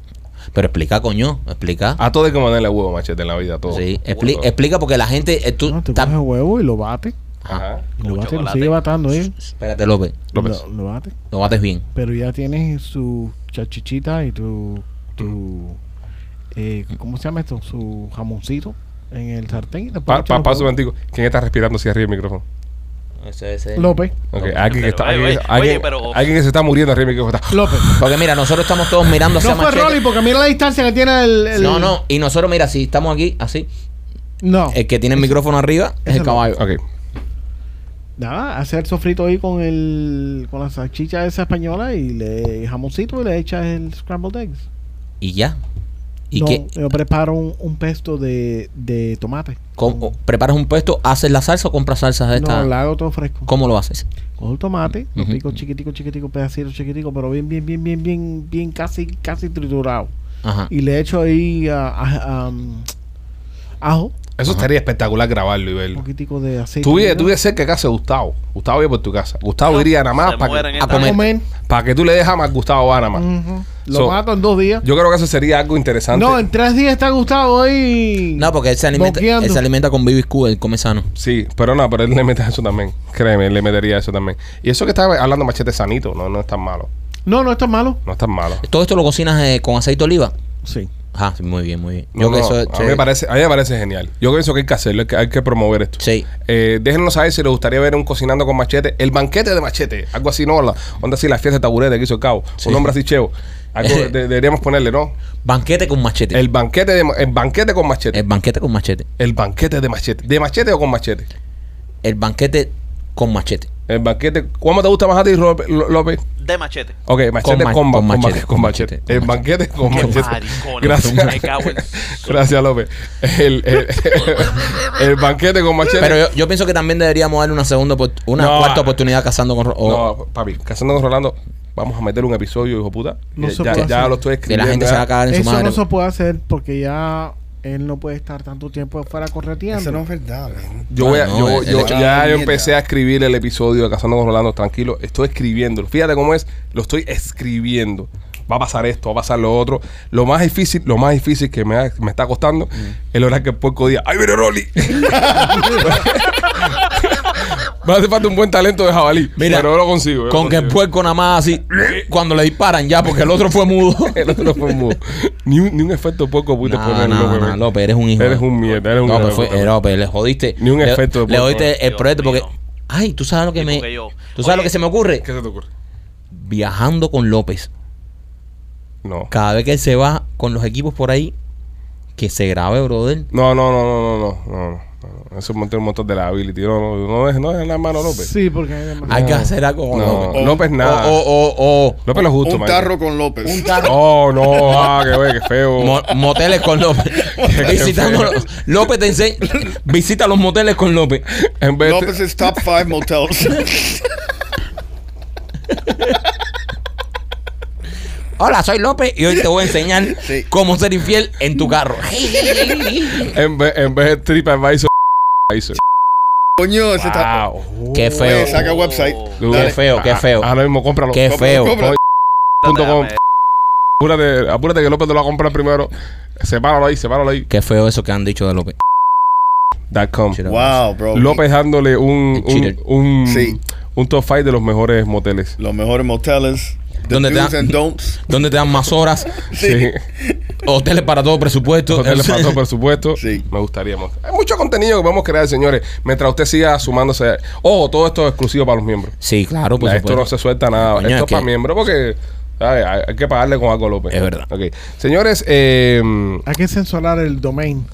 Speaker 2: Pero explica, coño, explica.
Speaker 1: a todo hay que ponerle huevo machete en la vida, a todo.
Speaker 2: Sí, expli-
Speaker 1: Todo.
Speaker 2: explica porque la gente. eh, tú,
Speaker 4: No, te
Speaker 2: ta-
Speaker 4: coges huevo y lo bate.
Speaker 1: Ajá.
Speaker 4: Y
Speaker 5: Como
Speaker 4: lo bate, lo
Speaker 5: chocolate.
Speaker 4: sigue batando, ¿eh?
Speaker 2: espérate, López,
Speaker 1: López.
Speaker 4: Lo, lo bate.
Speaker 2: lo bates bien.
Speaker 4: Pero ya tienes su chachichita y tu. tu eh, ¿Cómo se llama esto? Su jamoncito en el sartén. y después
Speaker 1: Pa,
Speaker 4: le echas
Speaker 1: pa,
Speaker 4: los
Speaker 1: pausa un
Speaker 4: huevos.
Speaker 1: momentico. ¿Quién está respirando hacia arriba el micrófono?
Speaker 2: Eso es, eh.
Speaker 4: López.
Speaker 1: Ok, alguien que está.
Speaker 5: Pero,
Speaker 1: alguien-
Speaker 5: oye, oye,
Speaker 1: alguien-
Speaker 5: pero-
Speaker 1: alguien que se está muriendo arriba del micrófono. Está-
Speaker 4: López.
Speaker 2: Porque mira, nosotros estamos todos mirando hacia
Speaker 4: No fue
Speaker 2: Machete.
Speaker 4: Rolly pues. porque mira la distancia que tiene el. el-
Speaker 2: No, Eh. no, y nosotros, mira, si estamos aquí, así,
Speaker 4: No.
Speaker 2: el que tiene el micrófono arriba es
Speaker 4: eso
Speaker 2: el
Speaker 4: no.
Speaker 2: caballo.
Speaker 1: Ok.
Speaker 4: Nada, hacer sofrito ahí con el con la salchicha esa española y le jamoncito y le echas el scrambled eggs.
Speaker 2: Y ya. ¿Y
Speaker 4: no,
Speaker 2: qué?
Speaker 4: yo preparo un, un pesto de, de tomate.
Speaker 2: Com- o- ¿Preparas un puesto, haces la salsa o compras salsas de esta?
Speaker 4: No, la hago todo fresco.
Speaker 2: ¿Cómo lo haces?
Speaker 4: Cojo el tomate, lo
Speaker 2: Ujú.
Speaker 4: pico chiquitico, chiquitico, pedacito chiquitico, pero bien, bien, bien, bien, bien, bien, casi, casi triturado.
Speaker 2: Ajá.
Speaker 4: Y le echo ahí ah, ah, ah, mm, ajo,
Speaker 1: Eso estaría espectacular grabarlo y
Speaker 4: un
Speaker 1: verlo.
Speaker 4: poquitico de aceite.
Speaker 1: Tú vives
Speaker 4: oliva,
Speaker 1: tú vives cerca de casa de Gustavo. Gustavo vive por tu casa. Gustavo
Speaker 5: No,
Speaker 1: iría nada más
Speaker 5: se
Speaker 1: para
Speaker 5: mueren
Speaker 1: que,
Speaker 5: en
Speaker 2: a
Speaker 5: esta-
Speaker 2: comer.
Speaker 4: a comer.
Speaker 1: para que tú le dejes a más Gustavo va nada más.
Speaker 4: Ujú. Lo
Speaker 1: So-
Speaker 4: mato en dos días.
Speaker 1: Yo creo que eso sería algo interesante.
Speaker 4: Mm. No, en tres días está Gustavo ahí.
Speaker 2: No, porque él se alimenta,
Speaker 4: boqueando.
Speaker 2: él se alimenta con Baby Q, él come sano.
Speaker 1: Sí, pero no, pero él le mete eso también. Créeme, él le metería eso también. Y eso que estaba hablando machete sanito, no, no es tan malo.
Speaker 4: No, no está malo.
Speaker 1: No es tan malo.
Speaker 2: ¿Todo esto lo cocinas eh, con aceite de oliva?
Speaker 4: Sí.
Speaker 2: Ajá, sí, muy bien, muy bien.
Speaker 1: No, no,
Speaker 2: soy-
Speaker 1: a, mí me parece, a mí me parece genial. Yo pienso que hay que hacerlo, hay que, hay que promover esto.
Speaker 2: Sí.
Speaker 1: Eh, déjenos saber si les gustaría ver un cocinando con machete, el banquete de machete, algo así, no, la onda así, la fiesta de taburete que hizo el cabo,
Speaker 2: Sí.
Speaker 1: un nombre así chevo.
Speaker 2: [LAUGHS]
Speaker 1: Algo de- de- deberíamos ponerle, ¿no?
Speaker 2: Banquete con machete.
Speaker 1: El banquete, de, ma- el banquete con machete.
Speaker 2: El banquete con machete.
Speaker 1: El banquete de machete. ¿De machete o con machete?
Speaker 2: El banquete con machete.
Speaker 1: El banquete. ¿Cómo te gusta más a ti, Rope- Lo- López?
Speaker 5: de machete.
Speaker 1: Ok, machete
Speaker 2: ma-
Speaker 1: con, ma- con
Speaker 2: con machete,
Speaker 1: machete.
Speaker 2: con
Speaker 1: Con machete.
Speaker 2: machete,
Speaker 1: El
Speaker 2: con
Speaker 1: banquete con
Speaker 5: Qué
Speaker 1: machete.
Speaker 5: maricones, me
Speaker 1: Gracias. [LAUGHS]
Speaker 5: cago en-
Speaker 1: Gracias, López. El, el- el banquete con machete.
Speaker 2: Pero yo, yo pienso que también deberíamos darle una segunda opor- una
Speaker 1: No,
Speaker 2: cuarta
Speaker 1: ah.
Speaker 2: oportunidad cazando con ro- o-
Speaker 1: No, papi, casando con Rolando, vamos a meter un episodio, hijo puta.
Speaker 4: No
Speaker 1: ya,
Speaker 4: se
Speaker 1: ya-
Speaker 4: puede
Speaker 1: ya
Speaker 4: hacer.
Speaker 1: lo estoy
Speaker 2: que
Speaker 1: escribiendo.
Speaker 2: la gente se va a
Speaker 1: ya.
Speaker 2: cagar en su
Speaker 4: Eso
Speaker 2: madre.
Speaker 4: no se puede hacer porque ya él no puede estar tanto tiempo fuera
Speaker 3: Eso
Speaker 4: correteando.
Speaker 3: no es verdad, man.
Speaker 1: Yo voy a-
Speaker 2: Ah, no,
Speaker 1: yo-
Speaker 2: el
Speaker 1: yo-
Speaker 2: hecho-
Speaker 1: ya
Speaker 3: Ah,
Speaker 1: yo
Speaker 3: mierda.
Speaker 1: empecé a escribir el episodio de Casando con Rolando, tranquilo, estoy escribiéndolo. Fíjate cómo es, lo estoy escribiendo. Va a pasar esto, va a pasar lo otro. Lo más difícil, lo más difícil que me, ha- me está costando,
Speaker 2: Mm.
Speaker 1: [LAUGHS] el hora que el puerco diga, ¡ay, viene Rolly! Me hace falta un buen talento de jabalí.
Speaker 6: Mira,
Speaker 1: pero yo lo consigo. yo lo
Speaker 6: Con que el
Speaker 1: consigo. [LAUGHS]
Speaker 6: puerco nada más así, cuando le disparan ya, porque el otro fue mudo.
Speaker 1: [LAUGHS] El otro fue mudo. Ni un, ni un efecto poco pudiste
Speaker 2: No,
Speaker 1: poner,
Speaker 2: no,
Speaker 1: López.
Speaker 2: no, López, eres un hijo.
Speaker 1: Eres un mierda, eres un
Speaker 2: No,
Speaker 1: hijo
Speaker 2: pero
Speaker 1: de
Speaker 2: fue,
Speaker 1: puta.
Speaker 2: eh, López, le jodiste.
Speaker 1: Ni un
Speaker 2: Le-
Speaker 1: efecto de
Speaker 2: Le
Speaker 1: puerco.
Speaker 2: jodiste el
Speaker 5: Dios
Speaker 2: proyecto porque.
Speaker 5: mío.
Speaker 2: Ay, tú sabes lo que
Speaker 5: Sí,
Speaker 2: me.
Speaker 5: porque yo-
Speaker 2: Tú sabes lo
Speaker 5: Oye.
Speaker 2: que se me ocurre.
Speaker 1: ¿Qué se te ocurre?
Speaker 2: Viajando con López.
Speaker 1: No.
Speaker 2: Cada vez que él se va con los equipos por ahí, que se grabe, brother.
Speaker 1: No, no, no, no, no, no, no, no, no. Eso es un montón de la ability. No, no, no es, no es la mano
Speaker 3: pues.
Speaker 1: López.
Speaker 4: Sí, porque hay demasiado.
Speaker 2: Hay que hacer algo con
Speaker 1: No,
Speaker 2: López.
Speaker 1: López nada.
Speaker 6: O, o, o,
Speaker 1: López lo justo,
Speaker 3: un
Speaker 1: Mike.
Speaker 3: tarro con López. [LAUGHS] Un tarro.
Speaker 1: Oh, no, ah, qué, wey, qué
Speaker 6: o
Speaker 2: [LAUGHS]
Speaker 1: feo.
Speaker 6: mo- moteles con
Speaker 1: [LAUGHS]
Speaker 6: López. Visitando.
Speaker 1: feo.
Speaker 6: López te enseña. Visita los moteles con López.
Speaker 1: en vez
Speaker 3: López es top 5 motels.
Speaker 1: [LAUGHS]
Speaker 2: Hola, soy López y hoy te voy a enseñar
Speaker 1: [LAUGHS]
Speaker 3: Sí.
Speaker 6: Cómo ser infiel en tu carro.
Speaker 1: de, en vez, en vez de TripAdvisor. Advisor.
Speaker 3: Coño, ese está.
Speaker 1: Wow.
Speaker 2: [LAUGHS] Qué feo.
Speaker 3: Oye, Eh, saca website.
Speaker 1: Qué
Speaker 3: Dale.
Speaker 2: feo, qué
Speaker 1: Ah,
Speaker 2: feo.
Speaker 1: Ahora mismo cómpralo.
Speaker 2: Qué
Speaker 3: Compra-
Speaker 2: feo.
Speaker 3: compra.
Speaker 1: Punto com.
Speaker 5: Déjame-
Speaker 1: Apúrate, apúrate que López te lo va a comprar primero. Sepáralo ahí, sepáralo ahí.
Speaker 2: Qué feo eso que han dicho de López.
Speaker 1: Dot com.
Speaker 3: Wow, bro.
Speaker 1: López dándole un,
Speaker 2: Cheater.
Speaker 1: un, un,
Speaker 3: Sí.
Speaker 1: un top 5 de los mejores moteles.
Speaker 3: Los mejores moteles. The
Speaker 6: ¿Dónde te
Speaker 3: do's
Speaker 6: dan-
Speaker 3: and don'ts.
Speaker 6: Donde te dan más horas.
Speaker 1: Sí. [LAUGHS]
Speaker 6: Hoteles para todo presupuesto.
Speaker 1: Hoteles para todo presupuesto.
Speaker 3: Sí.
Speaker 1: Me gustaría. mo- Hay mucho contenido que podemos crear, señores. Mientras usted siga sumándose. Ojo, todo esto es exclusivo para los miembros.
Speaker 2: Sí, claro, por
Speaker 1: esto
Speaker 2: supuesto.
Speaker 1: no se suelta nada.
Speaker 2: Coño,
Speaker 1: esto
Speaker 2: es
Speaker 1: es para
Speaker 2: que-
Speaker 1: miembros porque ¿sabes? hay hay que pagarle con algo López.
Speaker 2: Es verdad.
Speaker 1: Ok. Señores, eh,
Speaker 4: Hay que censurar el domain.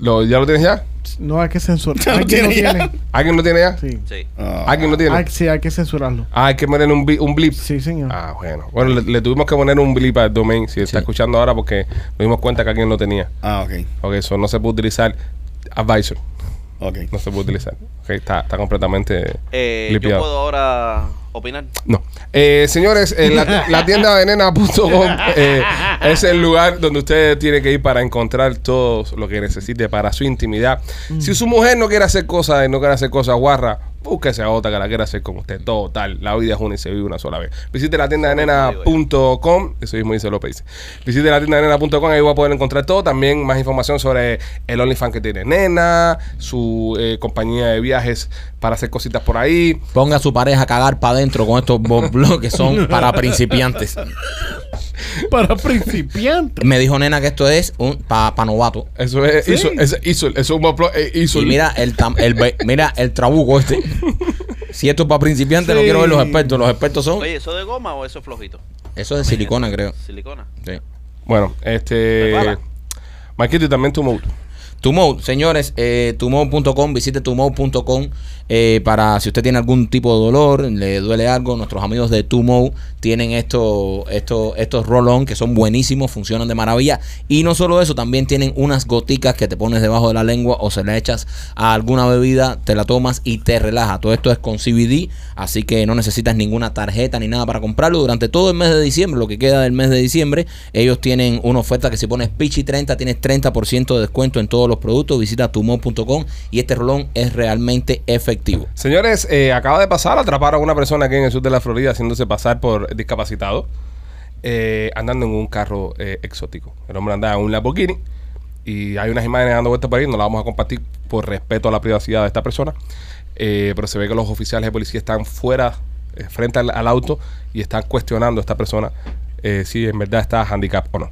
Speaker 1: ¿lo- ¿ya lo tienes ya?
Speaker 4: No hay que censurar.
Speaker 3: [LAUGHS] Ya lo
Speaker 4: ¿Alguien
Speaker 3: tiene ya.
Speaker 4: lo tiene?
Speaker 1: ¿Alguien lo tiene ya?
Speaker 4: Sí.
Speaker 5: Sí.
Speaker 3: Ah.
Speaker 1: ¿Alguien lo tiene?
Speaker 4: Hay, sí, hay que censurarlo.
Speaker 1: Ah, hay que ponerle un, bi- un blip.
Speaker 4: Sí, señor.
Speaker 1: Ah, bueno. Bueno, le, le tuvimos que poner un blip al domain si está escuchando ahora porque nos dimos cuenta que alguien lo tenía.
Speaker 3: Ah, ok.
Speaker 1: Ok, eso no se puede utilizar. Advisor,
Speaker 3: Ok.
Speaker 1: no se puede utilizar. Ok, está, está completamente
Speaker 5: Eh, yo
Speaker 1: blipeado.
Speaker 5: puedo ahora opinar.
Speaker 1: No. Eh, señores, eh, la, la tienda de nena.com eh, es el lugar donde usted tiene que ir para encontrar todo lo que necesite para su intimidad. Si su mujer no quiere hacer cosas y no quiere hacer cosas guarra, búsquese a otra que la quiera hacer con usted. Todo tal. La vida es una y se vive una sola vez. Visite la tienda de nena.com. Eso mismo dice López. Visite la tienda de nena.com. Ahí va a poder encontrar todo. También más información sobre el OnlyFans que tiene Nena, su eh, compañía de viajes para hacer cositas por ahí.
Speaker 6: Ponga a su pareja a cagar para adentro con estos
Speaker 1: [LAUGHS]
Speaker 6: bo- blogs que son para principiantes.
Speaker 4: Para principiantes.
Speaker 2: Me dijo nena que esto es un para novato.
Speaker 1: Eso es
Speaker 4: Sí.
Speaker 1: hizo, es, hizo, eso es un buen plo- eh, hizo.
Speaker 6: Y mira el, tam- el be- mira el trabuco este. Si esto es para principiantes, no
Speaker 4: Sí.
Speaker 6: quiero ver los expertos. Los expertos son.
Speaker 5: Oye, ¿eso de goma o eso es flojito?
Speaker 2: Eso es de Oh. silicona, creo.
Speaker 5: Silicona.
Speaker 6: Sí.
Speaker 1: Bueno, este.
Speaker 5: Prepara.
Speaker 1: Maquito y también tu mode.
Speaker 2: Tumor, señores, eh, tumor.com, visite tumor.com eh, para si usted tiene algún tipo de dolor, le duele algo, nuestros amigos de Tumor tienen estos estos estos roll-on que son buenísimos, funcionan de maravilla y no solo eso, también tienen unas goticas que te pones debajo de la lengua o se le echas a alguna bebida, te la tomas y te relaja. Todo esto es con CBD, así que no necesitas ninguna tarjeta ni nada para comprarlo durante todo el mes de diciembre, lo que queda del mes de diciembre, ellos tienen una oferta que si pones Pichi 30 tienes 30% de descuento en todos los productos. Visita tumor.com y este rolón es realmente efectivo.
Speaker 1: Señores, eh, acaba de pasar, atraparon a una persona aquí en el sur de la Florida haciéndose pasar por discapacitado, eh, andando en un carro eh, exótico. El hombre andaba en un Lamborghini y hay unas imágenes dando vueltas por ahí, no las vamos a compartir por respeto a la privacidad de esta persona, eh, pero se ve que los oficiales de policía están fuera, eh, frente al, al auto y están cuestionando a esta persona eh, si en verdad está handicap o no.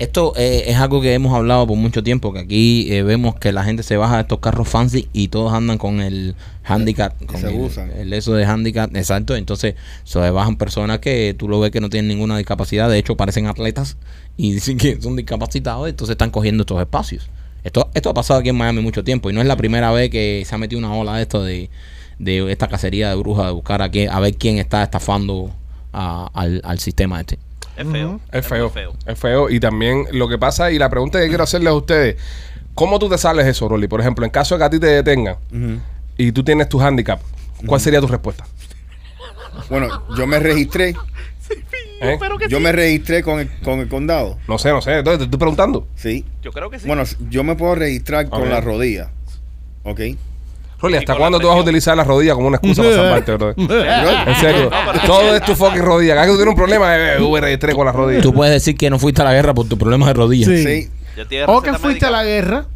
Speaker 2: Esto eh, es algo que hemos hablado por mucho tiempo, que aquí eh, vemos que la gente se baja de estos carros fancy y todos andan con el handicap, con
Speaker 3: se
Speaker 2: el,
Speaker 3: abusan.
Speaker 2: el eso de handicap, exacto. Entonces se bajan personas que tú lo ves que no tienen ninguna discapacidad, de hecho parecen atletas y dicen que son discapacitados, entonces están cogiendo estos espacios. Esto, esto ha pasado aquí en Miami mucho tiempo y no es la primera vez que se ha metido una ola de esto de, de esta cacería de brujas, de buscar a, qué- a ver quién está estafando a- al, al sistema este.
Speaker 5: Es feo.
Speaker 1: Es feo,
Speaker 5: muy
Speaker 1: es feo. Y también lo que pasa, y la pregunta que quiero hacerles a ustedes, ¿cómo tú te sales de eso, Rolly? Por ejemplo, en caso de que a ti te detengan
Speaker 3: Ujú.
Speaker 1: y tú tienes tu handicap, ¿cuál sería tu respuesta?
Speaker 3: Bueno, yo me registré.
Speaker 1: ¿Eh?
Speaker 3: Yo me registré con el, con el condado.
Speaker 1: No sé, no sé. Entonces te estoy preguntando.
Speaker 3: Sí.
Speaker 5: Yo creo que sí. [LAUGHS]
Speaker 3: Bueno, yo me puedo registrar
Speaker 1: Ok.
Speaker 3: con la rodilla. Ok.
Speaker 1: Rolly,
Speaker 5: Y
Speaker 1: ¿hasta
Speaker 5: con
Speaker 1: cuándo
Speaker 5: la
Speaker 1: tú vas a
Speaker 5: presión.
Speaker 1: utilizar la rodilla como una excusa
Speaker 4: [LAUGHS]
Speaker 1: para salvarte, brother? En serio.
Speaker 5: No, pero-
Speaker 1: Todo es tu fucking rodilla. Cada vez que tú tienes un problema, eh, VR3 con la rodilla.
Speaker 6: Tú puedes decir que no fuiste a la guerra por tus problemas de rodillas.
Speaker 4: Sí.
Speaker 3: Sí.
Speaker 5: Yo tiene
Speaker 4: O Oh, que
Speaker 5: receta
Speaker 4: fuiste a
Speaker 5: médica.
Speaker 4: la guerra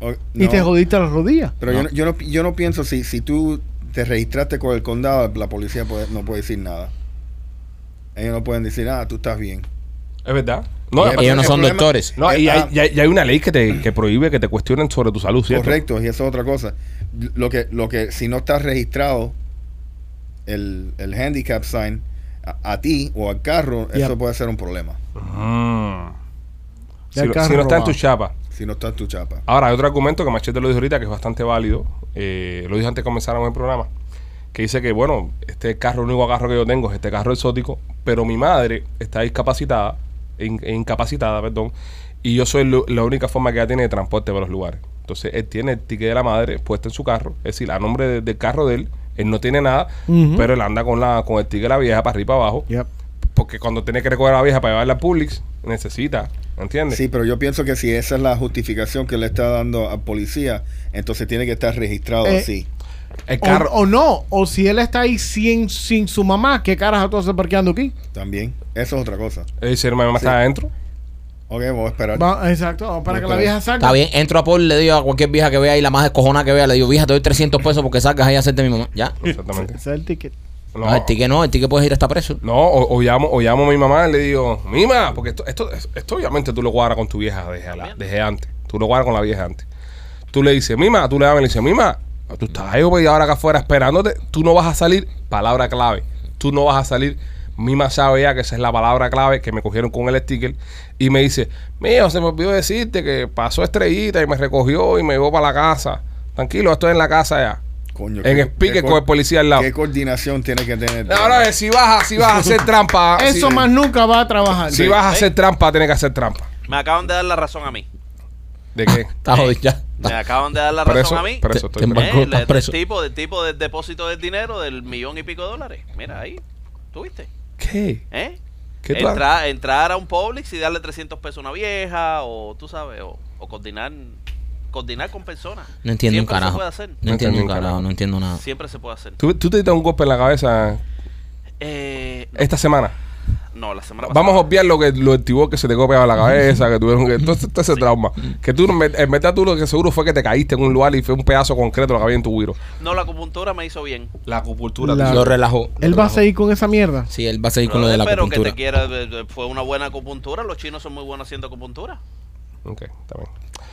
Speaker 3: O-
Speaker 4: y
Speaker 3: no.
Speaker 4: te jodiste las rodillas.
Speaker 3: Pero Yo, no, yo, no, yo no pienso si, si tú te registraste con el condado, la policía puede- no puede decir nada. Ellos no pueden decir, ah, tú estás bien.
Speaker 1: Es verdad. No,
Speaker 3: Ellos-
Speaker 4: Eh,
Speaker 1: aparte-
Speaker 2: ellos no
Speaker 3: el
Speaker 2: son
Speaker 3: problema-
Speaker 2: doctores.
Speaker 1: no, y,
Speaker 3: Eh,
Speaker 1: hay,
Speaker 3: ah,
Speaker 1: y hay- y hay una ley que te que prohíbe que te cuestionen sobre tu salud, ¿cierto?
Speaker 3: Correcto, y eso es otra cosa. Lo que, lo que si no estás registrado el, el handicap sign a, a ti o al carro,
Speaker 4: Y a-
Speaker 3: eso puede ser un problema.
Speaker 1: Mm. Si,
Speaker 4: Ya el
Speaker 1: no-
Speaker 4: carro
Speaker 1: si no está en
Speaker 4: robado.
Speaker 1: tu chapa.
Speaker 3: Si no está en tu chapa.
Speaker 1: Ahora, hay otro argumento que Machete lo dijo ahorita, que es bastante válido. eh, lo dije antes de comenzar el programa. Que dice que, bueno, este carro, el único carro que yo tengo es este carro exótico, pero mi madre está discapacitada, in- incapacitada, perdón, y yo soy lo- la única forma que ella tiene de transporte para los lugares. Entonces, él tiene el ticket de la madre puesto en su carro, es decir, a nombre de- del carro de él, él no tiene nada,
Speaker 4: Ujú.
Speaker 1: pero él anda con, la, con el ticket de la vieja para arriba y para abajo,
Speaker 4: Yep.
Speaker 1: porque cuando tiene que recoger a la vieja para llevarla a Publix, necesita, ¿entiendes?
Speaker 3: Sí, pero yo pienso que si esa es la justificación que le está dando al policía, entonces tiene que estar registrado
Speaker 4: Eh,
Speaker 3: así.
Speaker 1: El
Speaker 4: O,
Speaker 1: carro,
Speaker 4: o no, o si él está ahí sin, sin su mamá, ¿qué carajo tú haces parqueando aquí?
Speaker 3: También. Eso es otra cosa.
Speaker 1: es decir, mi mamá está adentro.
Speaker 3: Ok, vamos a esperar.
Speaker 4: Va- exacto, vamos para que la
Speaker 3: Pero-
Speaker 4: vieja salga.
Speaker 2: Está bien, entro a Paul, le digo a cualquier vieja que vea ahí, la más descojonada que vea, le digo, vieja, te doy 300 pesos porque salgas ahí a hacerte mi mamá. Ya.
Speaker 1: Exactamente.
Speaker 4: Ese es el ticket.
Speaker 1: No,
Speaker 2: No, Ah, el tique no, el tique puedes ir hasta preso.
Speaker 1: no, o, o llamo, o llamo a mi mamá y le digo, Mima, porque esto, esto, esto obviamente tú lo guardas con tu vieja desde, la- desde antes. Tú lo guardas con la vieja antes. Tú le dices, Mima, tú le llamas y le dices, Mima, tú estás ahí güey, ahora acá afuera esperándote. Tú no vas a salir, palabra clave. Tú no vas a salir. Mima sabe ya que esa es la palabra clave que me cogieron con el sticker y me dice, mío, se me olvidó decirte que pasó estrellita y me recogió y me llevó para la casa. Tranquilo, estoy en la casa ya.
Speaker 3: Coño,
Speaker 1: En
Speaker 3: qué-
Speaker 1: speaker
Speaker 3: qué
Speaker 1: con
Speaker 3: co-
Speaker 1: el policía al lado.
Speaker 3: ¿Qué coordinación tiene que tener?
Speaker 1: Ahora, si vas, a- si vas a hacer trampa.
Speaker 4: [LAUGHS] Eso
Speaker 1: si-
Speaker 4: más nunca va a trabajar.
Speaker 1: Si
Speaker 4: Ah, eh. Sí.
Speaker 1: vas a
Speaker 5: ¿Eh?
Speaker 1: hacer trampa, tienes que hacer trampa.
Speaker 5: Me acaban de dar la razón a mí.
Speaker 1: ¿De qué?
Speaker 2: Está jodido, ya.
Speaker 5: Me acaban de dar la razón
Speaker 1: Preso,
Speaker 5: a mí.
Speaker 1: preso,
Speaker 2: Ah. Te-
Speaker 1: estoy
Speaker 2: te
Speaker 1: preso.
Speaker 5: Eh,
Speaker 2: Banco, estás
Speaker 5: le-
Speaker 2: preso.
Speaker 5: Del tipo, del tipo del depósito del dinero del millón y pico de dólares. Mira, ahí, tuviste.
Speaker 1: ¿Qué?
Speaker 5: ¿Eh?
Speaker 1: ¿Qué tú
Speaker 5: Entra- entrar a un Publix y darle 300 pesos a una vieja o tú sabes, o, o coordinar, coordinar con personas.
Speaker 2: No entiendo un
Speaker 5: Siempre
Speaker 2: carajo.
Speaker 5: Se puede hacer.
Speaker 2: No entiendo un carajo, no entiendo nada.
Speaker 5: Siempre se puede hacer.
Speaker 1: ¿Tú, tú te diste un golpe en la cabeza
Speaker 5: Eh, no,
Speaker 1: esta semana.
Speaker 5: no, la semana
Speaker 1: Vamos a
Speaker 5: pasada.
Speaker 1: obviar lo que lo del tibó que se te golpeaba la cabeza, que tuvieron que. Todo, ese- todo ese trauma. Que tú, en ver- en verdad, tú lo que seguro fue que te caíste en un lugar y fue un pedazo concreto lo que había en tu guiro.
Speaker 5: No, la acupuntura me hizo bien.
Speaker 1: La acupuntura.
Speaker 4: La-
Speaker 1: tío.
Speaker 2: Lo relajó. lo
Speaker 4: Él va a
Speaker 2: relajó.
Speaker 4: seguir con esa mierda.
Speaker 2: Sí, él va a seguir con lo de la
Speaker 5: Pero que
Speaker 2: acupuntura.
Speaker 5: te quiera, eh, eh, fue una buena acupuntura. Los chinos son muy buenos haciendo acupuntura.
Speaker 1: Ok, está bien.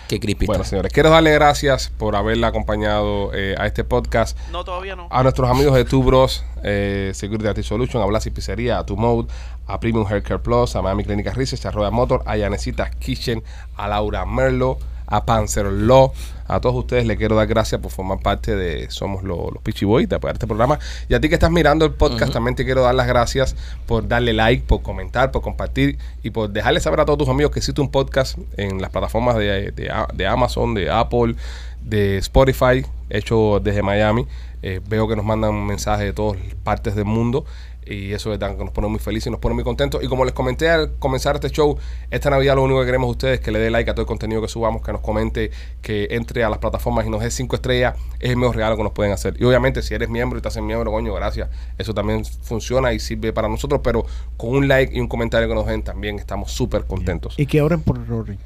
Speaker 2: Qué creepy.
Speaker 1: Bueno,
Speaker 2: está.
Speaker 1: señores, quiero darle gracias por haberla acompañado eh, a este podcast.
Speaker 5: No, todavía no.
Speaker 1: A nuestros amigos de Two Bros, eh, Security IT Solution, a Blasi Pizzería, a Two Mode, a Premium Haircare Plus, a Miami Clínica Research, a Royal Motor, a Yanecita Kitchen, a Laura Merlo, a Panzer Law. A todos ustedes les quiero dar gracias por formar parte de Somos lo- los Pichi Boys, de apoyar este programa. Y a ti que estás mirando el podcast, también te quiero dar las gracias por darle like, por comentar, por compartir y por dejarle saber a todos tus amigos que existe un podcast en las plataformas de, de A- de Amazon, de Apple, de Spotify, hecho desde Miami. Eh, veo que nos mandan mensajes de todas partes del mundo y eso es tan que nos pone muy felices y nos pone muy contentos. Y como les comenté al comenzar este show, esta Navidad lo único que queremos de ustedes es que le dé like a todo el contenido que subamos, que nos comente, que entre a las plataformas y nos dé cinco estrellas. Es el mejor regalo que nos pueden hacer. Y obviamente si eres miembro y te hacen miembro, coño, gracias. Eso también funciona y sirve para nosotros, pero con un like y un comentario que nos den también estamos súper contentos.
Speaker 4: Y que oren por Rory.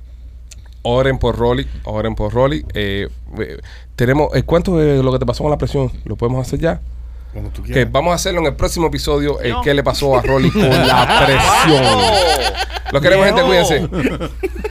Speaker 1: Oren por Rolly, oren por Rolly. Eh, eh, tenemos, eh, ¿cuánto es lo que te pasó con la presión? ¿Lo podemos hacer ya?
Speaker 3: Cuando tú
Speaker 1: Que
Speaker 3: quieras.
Speaker 1: vamos a hacerlo en el próximo episodio. eh,
Speaker 5: No. [LAUGHS]
Speaker 1: ¿Qué le pasó a Rolly con la presión? Los queremos, gente,
Speaker 5: Viejo.
Speaker 1: cuídense.